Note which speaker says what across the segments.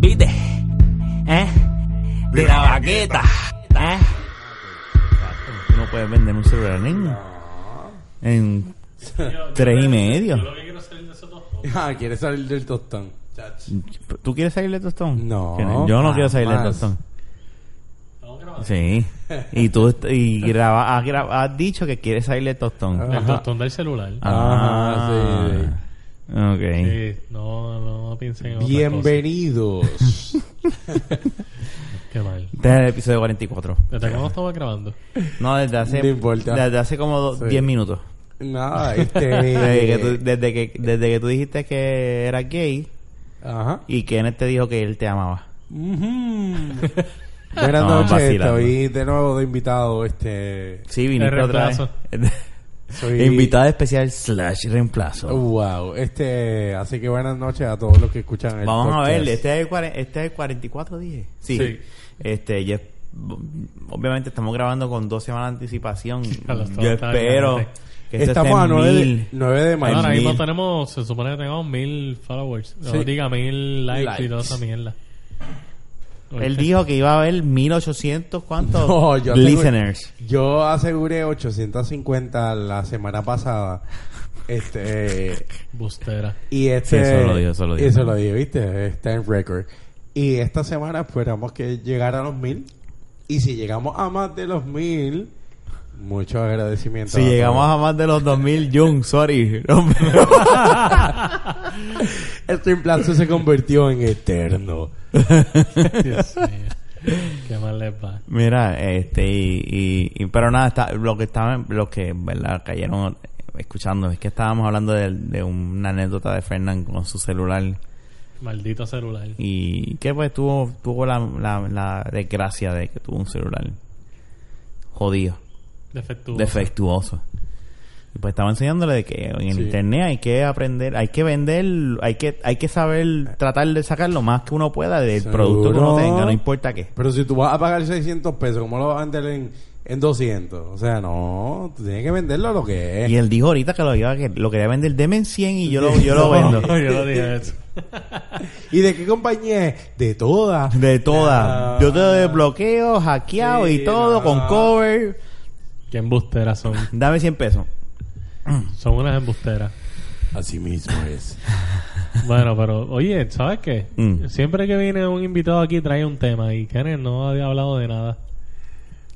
Speaker 1: ¿Viste? ¿Eh? De la baqueta. ¿Eh?
Speaker 2: Tú no puedes vender un celular niño. En tres y medio.
Speaker 3: Yo lo que quiero es salir de esos dos.
Speaker 4: Ah, ¿quieres salir del tostón? Chacho.
Speaker 2: ¿Tú quieres salir de Tostón?
Speaker 4: No,
Speaker 2: Yo no quiero salir de
Speaker 4: jamás.
Speaker 2: Tostón.
Speaker 3: Estamos grabando.
Speaker 2: Sí. Y tú est- y graba, has, graba- has dicho que quieres salir de Tostón. Ah.
Speaker 3: El tostón del celular.
Speaker 4: Ajá, sí, sí.
Speaker 2: Ok.
Speaker 3: Ah, Sí, Eh, no, no piensen en otra cosa.
Speaker 4: Bienvenidos.
Speaker 3: Qué mal.
Speaker 2: Este es el episodio 44.
Speaker 3: ¿Desde cuándo estamos grabando?
Speaker 2: No, desde hace.
Speaker 4: No importa.
Speaker 2: Desde hace como do-
Speaker 4: Sí.
Speaker 2: 10 minutos.
Speaker 4: Nada, este.
Speaker 2: Desde que, tú, desde, que, desde que tú dijiste que eras gay
Speaker 4: Ajá.
Speaker 2: y Kenneth te dijo que él te amaba.
Speaker 4: Ujú. Buenas
Speaker 2: No,
Speaker 4: noches,
Speaker 2: vacilando.
Speaker 4: estoy de nuevo de invitado. Este.
Speaker 2: Sí, viniste
Speaker 3: El
Speaker 2: otra vez.
Speaker 4: Soy-
Speaker 2: Invitada especial slash reemplazo.
Speaker 4: Uh, Wow, este. Así que buenas noches a todos los que escuchan el
Speaker 2: Vamos a
Speaker 4: podcast.
Speaker 2: ver, este es el, cuare- este es el 44 dije. Sí.
Speaker 3: Sí.
Speaker 2: Este, yo, obviamente estamos grabando con dos semanas de anticipación.
Speaker 3: Ya lo estaba-
Speaker 2: yo
Speaker 3: estaba
Speaker 2: espero
Speaker 3: grabando.
Speaker 2: que esto esté
Speaker 4: Estamos a
Speaker 2: en
Speaker 4: 9 de,
Speaker 2: mil.
Speaker 4: 9 de
Speaker 3: Bueno,
Speaker 4: mayo.
Speaker 3: ahora mismo
Speaker 2: mil.
Speaker 3: tenemos, se supone que tenemos mil followers. No
Speaker 4: Sí.
Speaker 3: diga mil likes, y toda esa mierda.
Speaker 2: Él dijo que iba a haber 1800 cuántos
Speaker 4: No, yo aseguré-
Speaker 2: listeners.
Speaker 4: yo aseguré 850 la semana pasada. Este.
Speaker 3: Bustera.
Speaker 4: Y este.
Speaker 2: Sí, eso lo dijo, eso lo dijo.
Speaker 4: Eso lo dijo, ¿viste? Está en record. Y esta semana pues, esperamos que llegara a los mil. Y si llegamos a más de los mil, mucho agradecimiento.
Speaker 2: Si llegamos a más de los 2000 Jung, sorry. No, pero-
Speaker 4: todos. El reemplazo se convirtió en eterno.
Speaker 3: Dios mío. Qué mal les va.
Speaker 2: Mira, este y, y- y- pero nada, está, lo que estaban lo que verdad cayeron escuchando es que estábamos hablando de, de una anécdota de Fernán con su celular.
Speaker 3: Maldito celular.
Speaker 2: y que pues tuvo tuvo la, la, la desgracia de que tuvo un celular jodido,
Speaker 3: Defectuoso.
Speaker 2: defectuoso. Y pues estaba enseñándole de que en
Speaker 4: Sí.
Speaker 2: internet hay que aprender, hay que vender, hay que hay que saber tratar de sacar lo más que uno pueda del
Speaker 4: Seguro.
Speaker 2: producto que uno tenga, no importa qué.
Speaker 4: Pero si tú vas a pagar 600 pesos, ¿cómo lo vas a vender en, en 200? O sea, no, tú tienes que venderlo a lo que es.
Speaker 2: Y él dijo ahorita que lo iba a- que lo quería vender deme en 100 y yo lo yo lo
Speaker 3: No,
Speaker 2: vendo.
Speaker 3: yo no dije eso.
Speaker 4: ¿Y de qué compañía es? De todas.
Speaker 2: De todas.
Speaker 4: Ah.
Speaker 2: Yo te desbloqueo, hackeado
Speaker 4: Sí,
Speaker 2: y todo,
Speaker 4: no.
Speaker 2: con cover.
Speaker 3: Qué embusteras son.
Speaker 2: Dame 100 pesos.
Speaker 3: Son unas embusteras.
Speaker 4: Así mismo es.
Speaker 3: Bueno, pero oye, ¿sabes qué?
Speaker 2: Mm.
Speaker 3: Siempre que viene un invitado aquí trae un tema y Kenneth no había hablado de nada.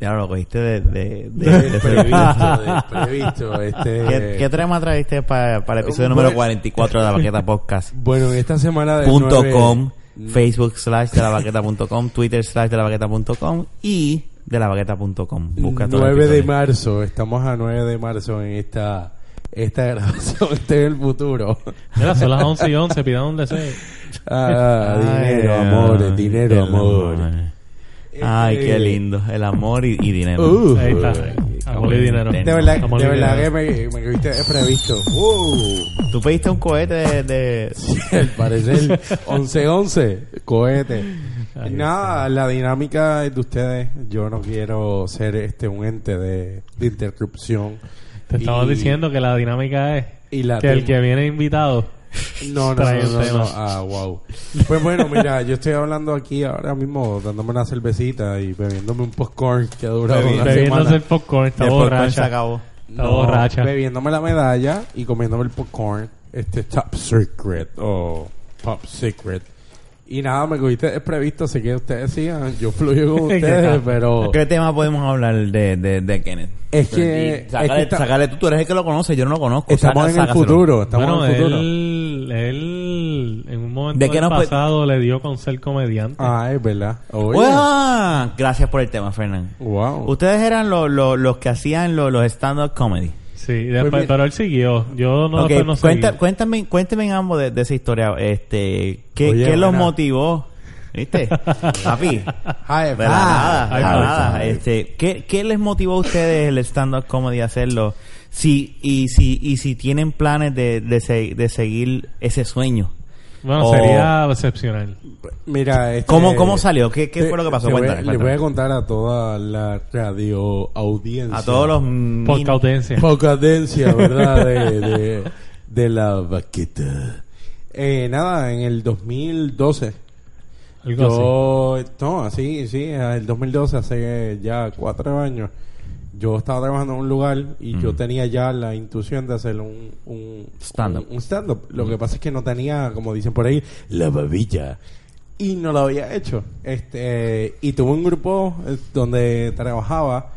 Speaker 2: Ya lo cogiste de, de, de- de-
Speaker 4: Desprevisto, desprevisto. Este...
Speaker 2: ¿Qué, qué tema trajiste para, para el episodio
Speaker 4: Un
Speaker 2: número
Speaker 4: buen-
Speaker 2: 44 de la Baqueta Podcast?
Speaker 4: Bueno, esta semana de
Speaker 2: punto
Speaker 4: nueve-
Speaker 2: com, Facebook slash de la Baqueta punto com, Twitter slash de la Baqueta punto com y de la Baqueta punto com. Busca todo el
Speaker 4: 9 de
Speaker 2: episodio.
Speaker 4: marzo, estamos a 9 de marzo en esta esta grabación de El Futuro.
Speaker 3: Mira, son las 11 y 11, pidan un deseo.
Speaker 4: Ah,
Speaker 2: Ay,
Speaker 4: dinero,
Speaker 2: ay,
Speaker 4: amor, dinero,
Speaker 2: el
Speaker 4: amor.
Speaker 2: Ay,
Speaker 4: Este,
Speaker 2: qué lindo. El amor y, y dinero.
Speaker 4: Uh,
Speaker 3: Ahí está.
Speaker 4: de
Speaker 3: Amor y dinero.
Speaker 2: De
Speaker 4: verdad,
Speaker 3: Amor y
Speaker 4: de verdad que
Speaker 3: dinero.
Speaker 4: me, me viste desprevisto. Uh,
Speaker 2: Tú pediste un cohete de... de-
Speaker 4: al parecer 11-11, cohete. Nada, la dinámica es de ustedes. Yo no quiero ser este un ente de, de interrupción.
Speaker 3: Te estaba
Speaker 4: Y-
Speaker 3: diciendo que la dinámica es
Speaker 4: y la
Speaker 3: que el
Speaker 4: tengo.
Speaker 3: que viene invitado.
Speaker 4: No, no,
Speaker 3: Trae
Speaker 4: no,
Speaker 3: el
Speaker 4: no,
Speaker 3: tema.
Speaker 4: no. Ah, wow. Pues bueno, mira, yo estoy hablando aquí ahora mismo, dándome una cervecita y bebiéndome un popcorn que ha durado una
Speaker 3: Bebiéndose el
Speaker 4: semana.
Speaker 3: popcorn, está
Speaker 2: el popcorn pues, se
Speaker 3: borracha.
Speaker 2: acabó.
Speaker 3: Está borracha.
Speaker 4: Bebiéndome la medalla y comiéndome el popcorn. Este Top Secret o Pop Secret. Y nada, me cogiste desprevisto, sé que ustedes sigan, yo fluyo con ustedes, pero...
Speaker 2: ¿Qué tema podemos hablar de, de, de Kenneth?
Speaker 4: Es que-
Speaker 2: Y Sácale,
Speaker 4: es que está-
Speaker 2: sácale tú, tú eres el que lo conoce, yo no lo conozco.
Speaker 4: Estamos
Speaker 2: Saca-
Speaker 4: en el
Speaker 2: sácaselo.
Speaker 4: futuro, estamos
Speaker 3: Bueno,
Speaker 4: en el futuro.
Speaker 3: él, él en un momento
Speaker 2: ¿De qué no
Speaker 3: del
Speaker 2: puede-
Speaker 3: pasado le dio con ser comediante.
Speaker 4: Ah, es verdad. Oye, Uh.
Speaker 2: ¡Uah! Ah, Gracias por el tema, Fernán.
Speaker 4: wow.
Speaker 2: Ustedes eran lo- lo- los que hacían lo- los stand-up comedy.
Speaker 3: Sí, después-
Speaker 4: mira.
Speaker 3: pero él siguió. Yo no,
Speaker 2: Ok,
Speaker 3: después no
Speaker 2: cuenta-
Speaker 3: seguí.
Speaker 2: cuéntame, cuéntame ambos de, de esa historia. Este, ¿Qué,
Speaker 4: Oye,
Speaker 2: qué los
Speaker 4: buena.
Speaker 2: motivó? ¿Viste? Papi.
Speaker 4: Hi,
Speaker 2: De la Pues nada,
Speaker 4: hi,
Speaker 2: de la
Speaker 4: hi,
Speaker 2: nada.
Speaker 4: hi.
Speaker 2: Este, ¿qué, qué les motivó a ustedes el stand-up comedy a hacerlo? Si, y, si, y si tienen planes de, de, se- de seguir ese sueño.
Speaker 3: Bueno,
Speaker 2: o-
Speaker 3: sería excepcional.
Speaker 4: Mira, este-
Speaker 2: ¿Cómo, cómo salió? ¿Qué, qué
Speaker 4: Te-
Speaker 2: fue lo que pasó?
Speaker 4: te eh, voy a-
Speaker 2: Cuéntame,
Speaker 4: Les voy
Speaker 2: cuéntame.
Speaker 4: a contar a toda la radio audiencia.
Speaker 2: A todos los... mil-
Speaker 3: Por caudencia.
Speaker 4: Pocadencia, ¿verdad? De, de, de la vaquita. Eh, nada, en el 2012
Speaker 3: Algo
Speaker 4: Yo, no, sí, sí, el 2012, hace ya cuatro años, yo estaba trabajando en un lugar y yo
Speaker 2: Ujú.
Speaker 4: tenía ya la intuición de hacer un, un
Speaker 2: Stand-up.
Speaker 4: Un, un stand-up. Lo que pasa es que no tenía, como dicen por ahí, la babilla. Y no lo había hecho. Este, y tuve un grupo eh, donde trabajaba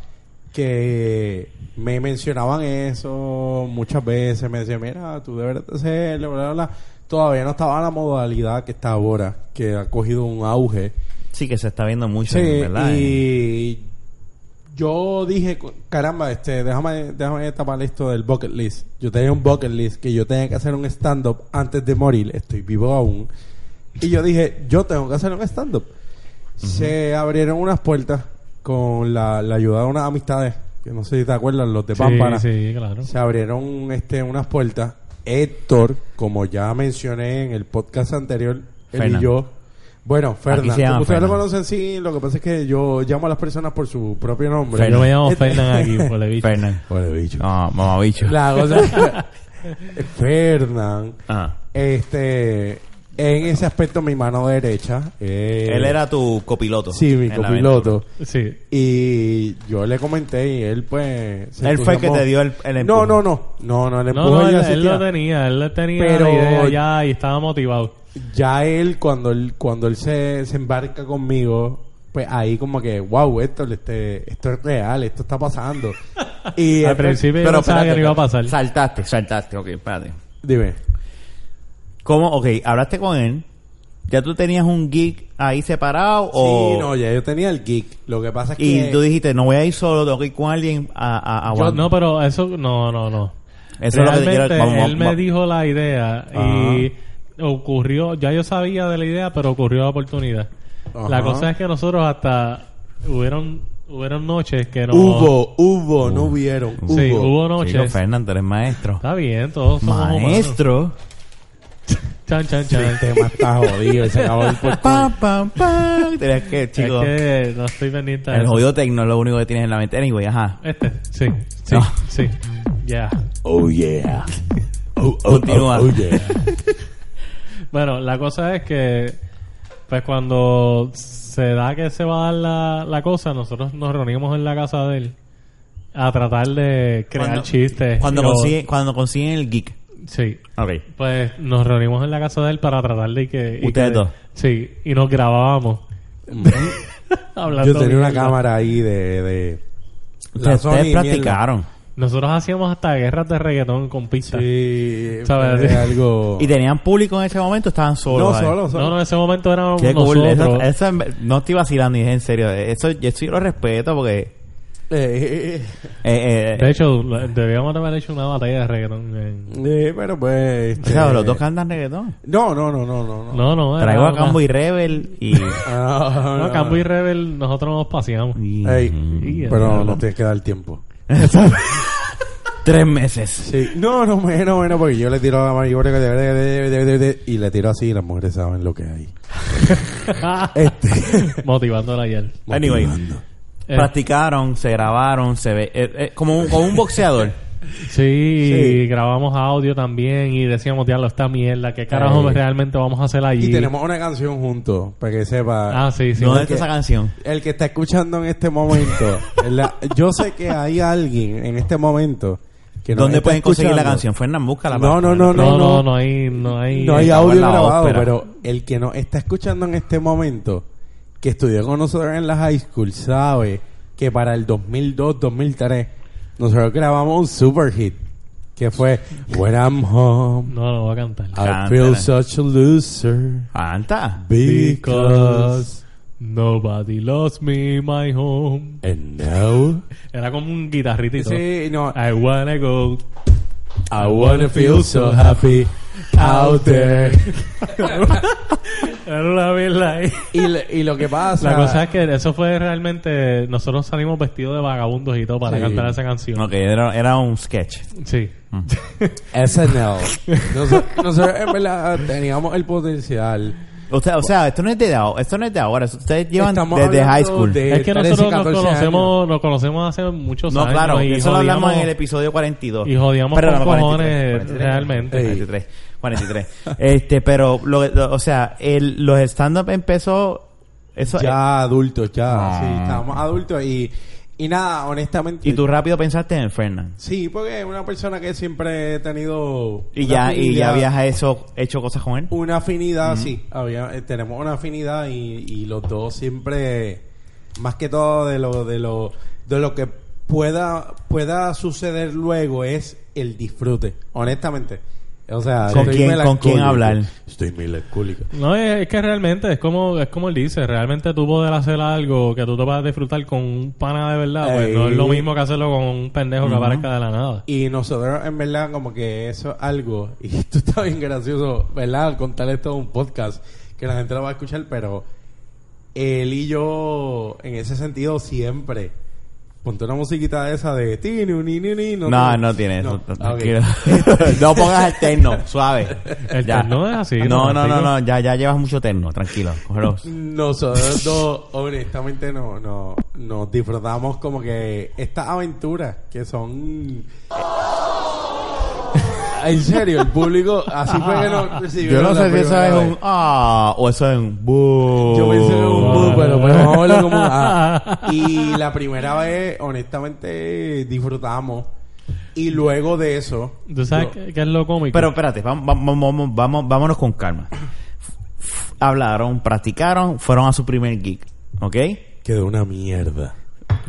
Speaker 4: que me mencionaban eso muchas veces. Me decían, mira, tú deberías de hacerlo, bla, bla, bla. Todavía no estaba la modalidad que está ahora, que ha cogido un auge.
Speaker 2: Sí, que se está viendo mucho,
Speaker 4: Sí,
Speaker 2: ¿verdad?
Speaker 4: y yo dije, cu- caramba, este, déjame, déjame tapar esto del bucket list. Yo tenía un bucket list que yo tenía que hacer un stand-up antes de morir, estoy vivo aún. Y yo dije, yo tengo que hacer un stand-up. Se abrieron unas puertas con la, la ayuda de unas amistades, que no sé si te acuerdas, los de
Speaker 3: así.
Speaker 4: Pámpara.
Speaker 3: Sí, sí, claro.
Speaker 4: Se abrieron este, unas puertas. Héctor, como ya mencioné en el podcast anterior, él
Speaker 2: Fernan.
Speaker 4: y yo. Bueno, Fernando.
Speaker 2: se llama
Speaker 4: Ustedes lo
Speaker 2: Fernan.
Speaker 4: conocen, sí. Lo que pasa es que yo llamo a las personas por su propio nombre.
Speaker 3: Pero yo me llamo
Speaker 4: Este-
Speaker 3: Fernan aquí, por el bicho.
Speaker 2: Fernan.
Speaker 4: Bueno, bicho.
Speaker 2: No, mamabicho.
Speaker 4: Pues- La cosa Fernan,
Speaker 2: Ah.
Speaker 4: este, en ese aspecto mi mano derecha. eh,
Speaker 2: Él era tu copiloto.
Speaker 4: Sí, mi
Speaker 2: en la
Speaker 4: copiloto.
Speaker 3: Sí.
Speaker 4: Y yo le comenté y él pues... se
Speaker 2: Él fue el que
Speaker 4: entusiasmó.
Speaker 2: te dio el- el
Speaker 4: No,
Speaker 2: empuje.
Speaker 4: no, no. No, no, el empuje
Speaker 3: No, no, él,
Speaker 4: ya
Speaker 3: él
Speaker 4: existía.
Speaker 3: lo tenía, él lo tenía
Speaker 4: Pero-
Speaker 3: la idea ya y estaba motivado.
Speaker 4: ya él cuando él cuando él se, se embarca conmigo pues ahí como que wow esto este, esto es real esto está pasando y
Speaker 3: Al principio yo pensaba que no iba a pasar.
Speaker 2: venta. Saltaste, saltaste. Ok, espérate.
Speaker 4: dime
Speaker 2: ¿Cómo? Ok, hablaste con él. ¿Ya tú tenías un geek ahí separado o...?
Speaker 4: sí no ya yo tenía el geek lo que pasa es
Speaker 2: Y
Speaker 4: que
Speaker 2: tú dijiste, no voy a ir solo, tengo que ir con alguien a, a, a
Speaker 3: Yo-
Speaker 2: Wanda.
Speaker 3: Ah, no, pero eso, no, no, no.
Speaker 2: Eso es lo que te
Speaker 3: Realmente,
Speaker 2: quiero- vamos, vamos,
Speaker 3: él me
Speaker 2: vamos.
Speaker 3: dijo la idea y ocurrió, ya yo sabía de la idea, pero ocurrió la oportunidad.
Speaker 4: Ajá.
Speaker 3: La cosa es que nosotros hasta hubieron, hubieron noches que no...
Speaker 4: hubo hubo no hubieron hubo,
Speaker 3: Sí, hubo
Speaker 2: Chico,
Speaker 3: noches.
Speaker 2: Fernan, tú eres maestro.
Speaker 3: Está bien, todos somos humanos.
Speaker 2: Maestro.
Speaker 3: Chan, chan,
Speaker 4: Sí,
Speaker 3: chan.
Speaker 4: el tema está jodido y se acabó el podcast.
Speaker 2: Pam, pam, pam. Tenías que, chico.
Speaker 3: Es que no estoy pendiente de
Speaker 2: El
Speaker 3: eso.
Speaker 2: jodido tecno es lo único que tienes en la mente. Anyway, ajá.
Speaker 3: Este, sí, sí,
Speaker 2: No.
Speaker 3: sí. Ya.
Speaker 4: oh yeah oh, oh,
Speaker 2: Continúa.
Speaker 4: oh, oh, yeah
Speaker 3: Bueno, la cosa es que, pues cuando se da que se va a dar la, la cosa, nosotros nos reunimos en la casa de él a tratar de crear
Speaker 2: Cuando-
Speaker 3: chistes.
Speaker 2: Cuando,
Speaker 3: y lo-
Speaker 2: consigue, cuando consiguen el geek.
Speaker 3: Sí.
Speaker 2: Ok.
Speaker 3: Pues nos reunimos en la casa de él para tratar de que... y
Speaker 2: Ustedes
Speaker 3: que-
Speaker 2: dos.
Speaker 3: Sí, y nos grabábamos. hablando
Speaker 4: yo tenía una
Speaker 3: mierda.
Speaker 4: cámara ahí de, de la
Speaker 2: Ustedes, ustedes
Speaker 4: Sony,
Speaker 2: practicaron.
Speaker 3: Nosotros hacíamos hasta guerras de reggaetón con pistas.
Speaker 4: mierda. sí
Speaker 3: ¿Sabes?
Speaker 4: fue algo
Speaker 2: ¿Y tenían público en ese momento? o Estaban solos.
Speaker 4: no
Speaker 2: ahí?
Speaker 4: solo
Speaker 3: No,
Speaker 4: solo
Speaker 3: no, en ese momento éramos
Speaker 2: Qué cool.
Speaker 3: nosotros.
Speaker 2: Eso- eso en- no estoy vacilando, dije en serio. Eso, eso yo lo respeto porque.
Speaker 4: Eh,
Speaker 2: eh, eh,
Speaker 3: De hecho, lo- debíamos haber hecho una batalla de reggaetón. en-
Speaker 4: Eh, pero pues.
Speaker 2: o
Speaker 4: este,
Speaker 2: sea, los dos cantan reggaetón.
Speaker 4: No, no, no, no, no. no.
Speaker 3: No, no. era
Speaker 2: Traigo a
Speaker 3: una-
Speaker 2: Cambo y Rebel y.
Speaker 4: Ah,
Speaker 3: No, Cambo y Rebel, nosotros nos paseamos.
Speaker 2: y-
Speaker 4: Ey,
Speaker 3: Y-
Speaker 4: pero no tienes que dar tiempo.
Speaker 2: Tres meses.
Speaker 4: Sí. No, no, bueno, bueno, porque yo le tiro a la marihuana que de- de- de- de- de- de- y le tiro así y las mujeres saben lo que hay. Este.
Speaker 3: Motivándola ayer.
Speaker 2: Anyway.
Speaker 3: Eh,
Speaker 2: Practicaron, se grabaron, se ve. eh, eh, como, un, como un boxeador.
Speaker 3: sí, y grabamos audio también y decíamos, diablo, esta mierda, ¿qué carajo
Speaker 4: Ey.
Speaker 3: realmente vamos a hacer allí?
Speaker 4: Y tenemos una canción juntos, para que sepa.
Speaker 3: Ah, sí, sí.
Speaker 2: ¿Dónde
Speaker 4: porque-
Speaker 2: está esa canción?
Speaker 4: El que está escuchando en este momento, la- yo sé que hay alguien en este momento que nos
Speaker 2: ¿Dónde
Speaker 4: está
Speaker 2: pueden conseguir la
Speaker 4: escuchando.
Speaker 2: canción? Fernan, búscala.
Speaker 4: No, no, no,
Speaker 3: no, no, no, hay... No hay,
Speaker 4: No hay
Speaker 2: Estamos
Speaker 4: audio
Speaker 2: en la
Speaker 4: grabado,
Speaker 2: ópera.
Speaker 4: pero el que nos está escuchando en este momento, que estudió con nosotros en la high school, sabe que para el 2002-2003 nosotros grabamos un super hit que fue When I'm Home,
Speaker 3: No, no voy a cantar.
Speaker 4: I
Speaker 2: Cántala.
Speaker 4: Feel Such a Loser
Speaker 2: Canta.
Speaker 4: Because
Speaker 3: Nobody lost me my home.
Speaker 4: and now
Speaker 3: Era como un guitarrito.
Speaker 4: Sí, no,
Speaker 3: I wanna go.
Speaker 4: I wanna feel so happy out there.
Speaker 3: Era una mierda ahí.
Speaker 4: Y, le- y lo que pasa
Speaker 3: La cosa es que eso fue realmente... Nosotros salimos vestidos de vagabundos y todo para
Speaker 4: Sí.
Speaker 3: cantar esa canción.
Speaker 2: Ok, era, era un sketch.
Speaker 3: Sí.
Speaker 4: SNL. Nosotros, nosotros en verdad teníamos el potencial.
Speaker 2: Usted- o sea, esto no es de ahora, esto no es de ahora, ustedes llevan
Speaker 4: Estamos
Speaker 2: desde
Speaker 4: hablando
Speaker 2: high school.
Speaker 4: de
Speaker 3: Es que
Speaker 4: 13,
Speaker 3: nosotros nos
Speaker 4: 14 años.
Speaker 3: conocemos, nos conocemos hace muchos
Speaker 2: No,
Speaker 3: años.
Speaker 2: claro,
Speaker 3: y
Speaker 2: eso lo hablamos
Speaker 3: jodíamos-
Speaker 2: en el episodio 42.
Speaker 3: y jodíamos con cojones, realmente.
Speaker 2: 43, 43. Este, pero, lo, lo- o sea, el, los stand-up empezó Eso es-
Speaker 4: ya adultos, ya.
Speaker 2: Ah.
Speaker 4: Sí, estábamos adultos y, y nada, honestamente.
Speaker 2: y tú rápido pensaste en Fernan.
Speaker 4: Sí, porque es una persona que siempre he tenido.
Speaker 2: Y
Speaker 4: una
Speaker 2: ya, y ya
Speaker 4: afinidad-
Speaker 2: habías eso, hecho cosas con él.
Speaker 4: Una afinidad, sí. Había, eh, tenemos una afinidad y, y los dos siempre, más que todo de lo, de lo, de lo que pueda, pueda suceder luego es el disfrute, honestamente. O sea,
Speaker 2: ¿Con
Speaker 4: estoy
Speaker 2: quién- con
Speaker 4: melancólico.
Speaker 2: quién hablar?
Speaker 4: Estoy melancólico.
Speaker 3: No, es, es que realmente es como es como él dice, realmente tú poder hacer algo que tú te vas a disfrutar con un pana de verdad, pues
Speaker 4: Ey.
Speaker 3: no es lo mismo que hacerlo con un pendejo que
Speaker 2: Eh, Ujú.
Speaker 3: aparezca de la nada.
Speaker 4: Y nosotros, en verdad, como que eso es algo. Y tú está bien gracioso, ¿verdad? Al contar esto en un podcast que la gente lo va a escuchar, pero él y yo, en ese sentido, siempre. Ponte una musiquita de esa de ti, ni, ni, ni, ni,
Speaker 2: No, no,
Speaker 4: no,
Speaker 2: tiene eso.
Speaker 4: Ah, ok.
Speaker 2: tranquilo. no pongas el terno, suave.
Speaker 3: El
Speaker 2: Ya.
Speaker 3: terno es así,
Speaker 2: No, no, no,
Speaker 3: tranquilo.
Speaker 2: no, ya, ya llevas mucho terno, tranquilo, cógelo.
Speaker 4: Nosotros dos, honestamente, no, no, nos disfrutamos como que estas aventuras que son. En serio, el público así fue que nos recibió.
Speaker 2: Yo no sé si eso es un ah o eso es un boo.
Speaker 4: Yo pensé que un bu,
Speaker 3: Ah.
Speaker 4: pero pues vamos a verlo como un ah. Y la primera vez, honestamente, disfrutamos. Y luego de eso.
Speaker 3: ¿Tú sabes
Speaker 4: yo-
Speaker 3: qué, qué es lo cómico?
Speaker 2: Pero espérate, vamos, vamos, vamos, vamos- vámonos con calma. F- f- Hablaron, practicaron, fueron a su primer gig, ¿ok?
Speaker 4: Quedó una mierda.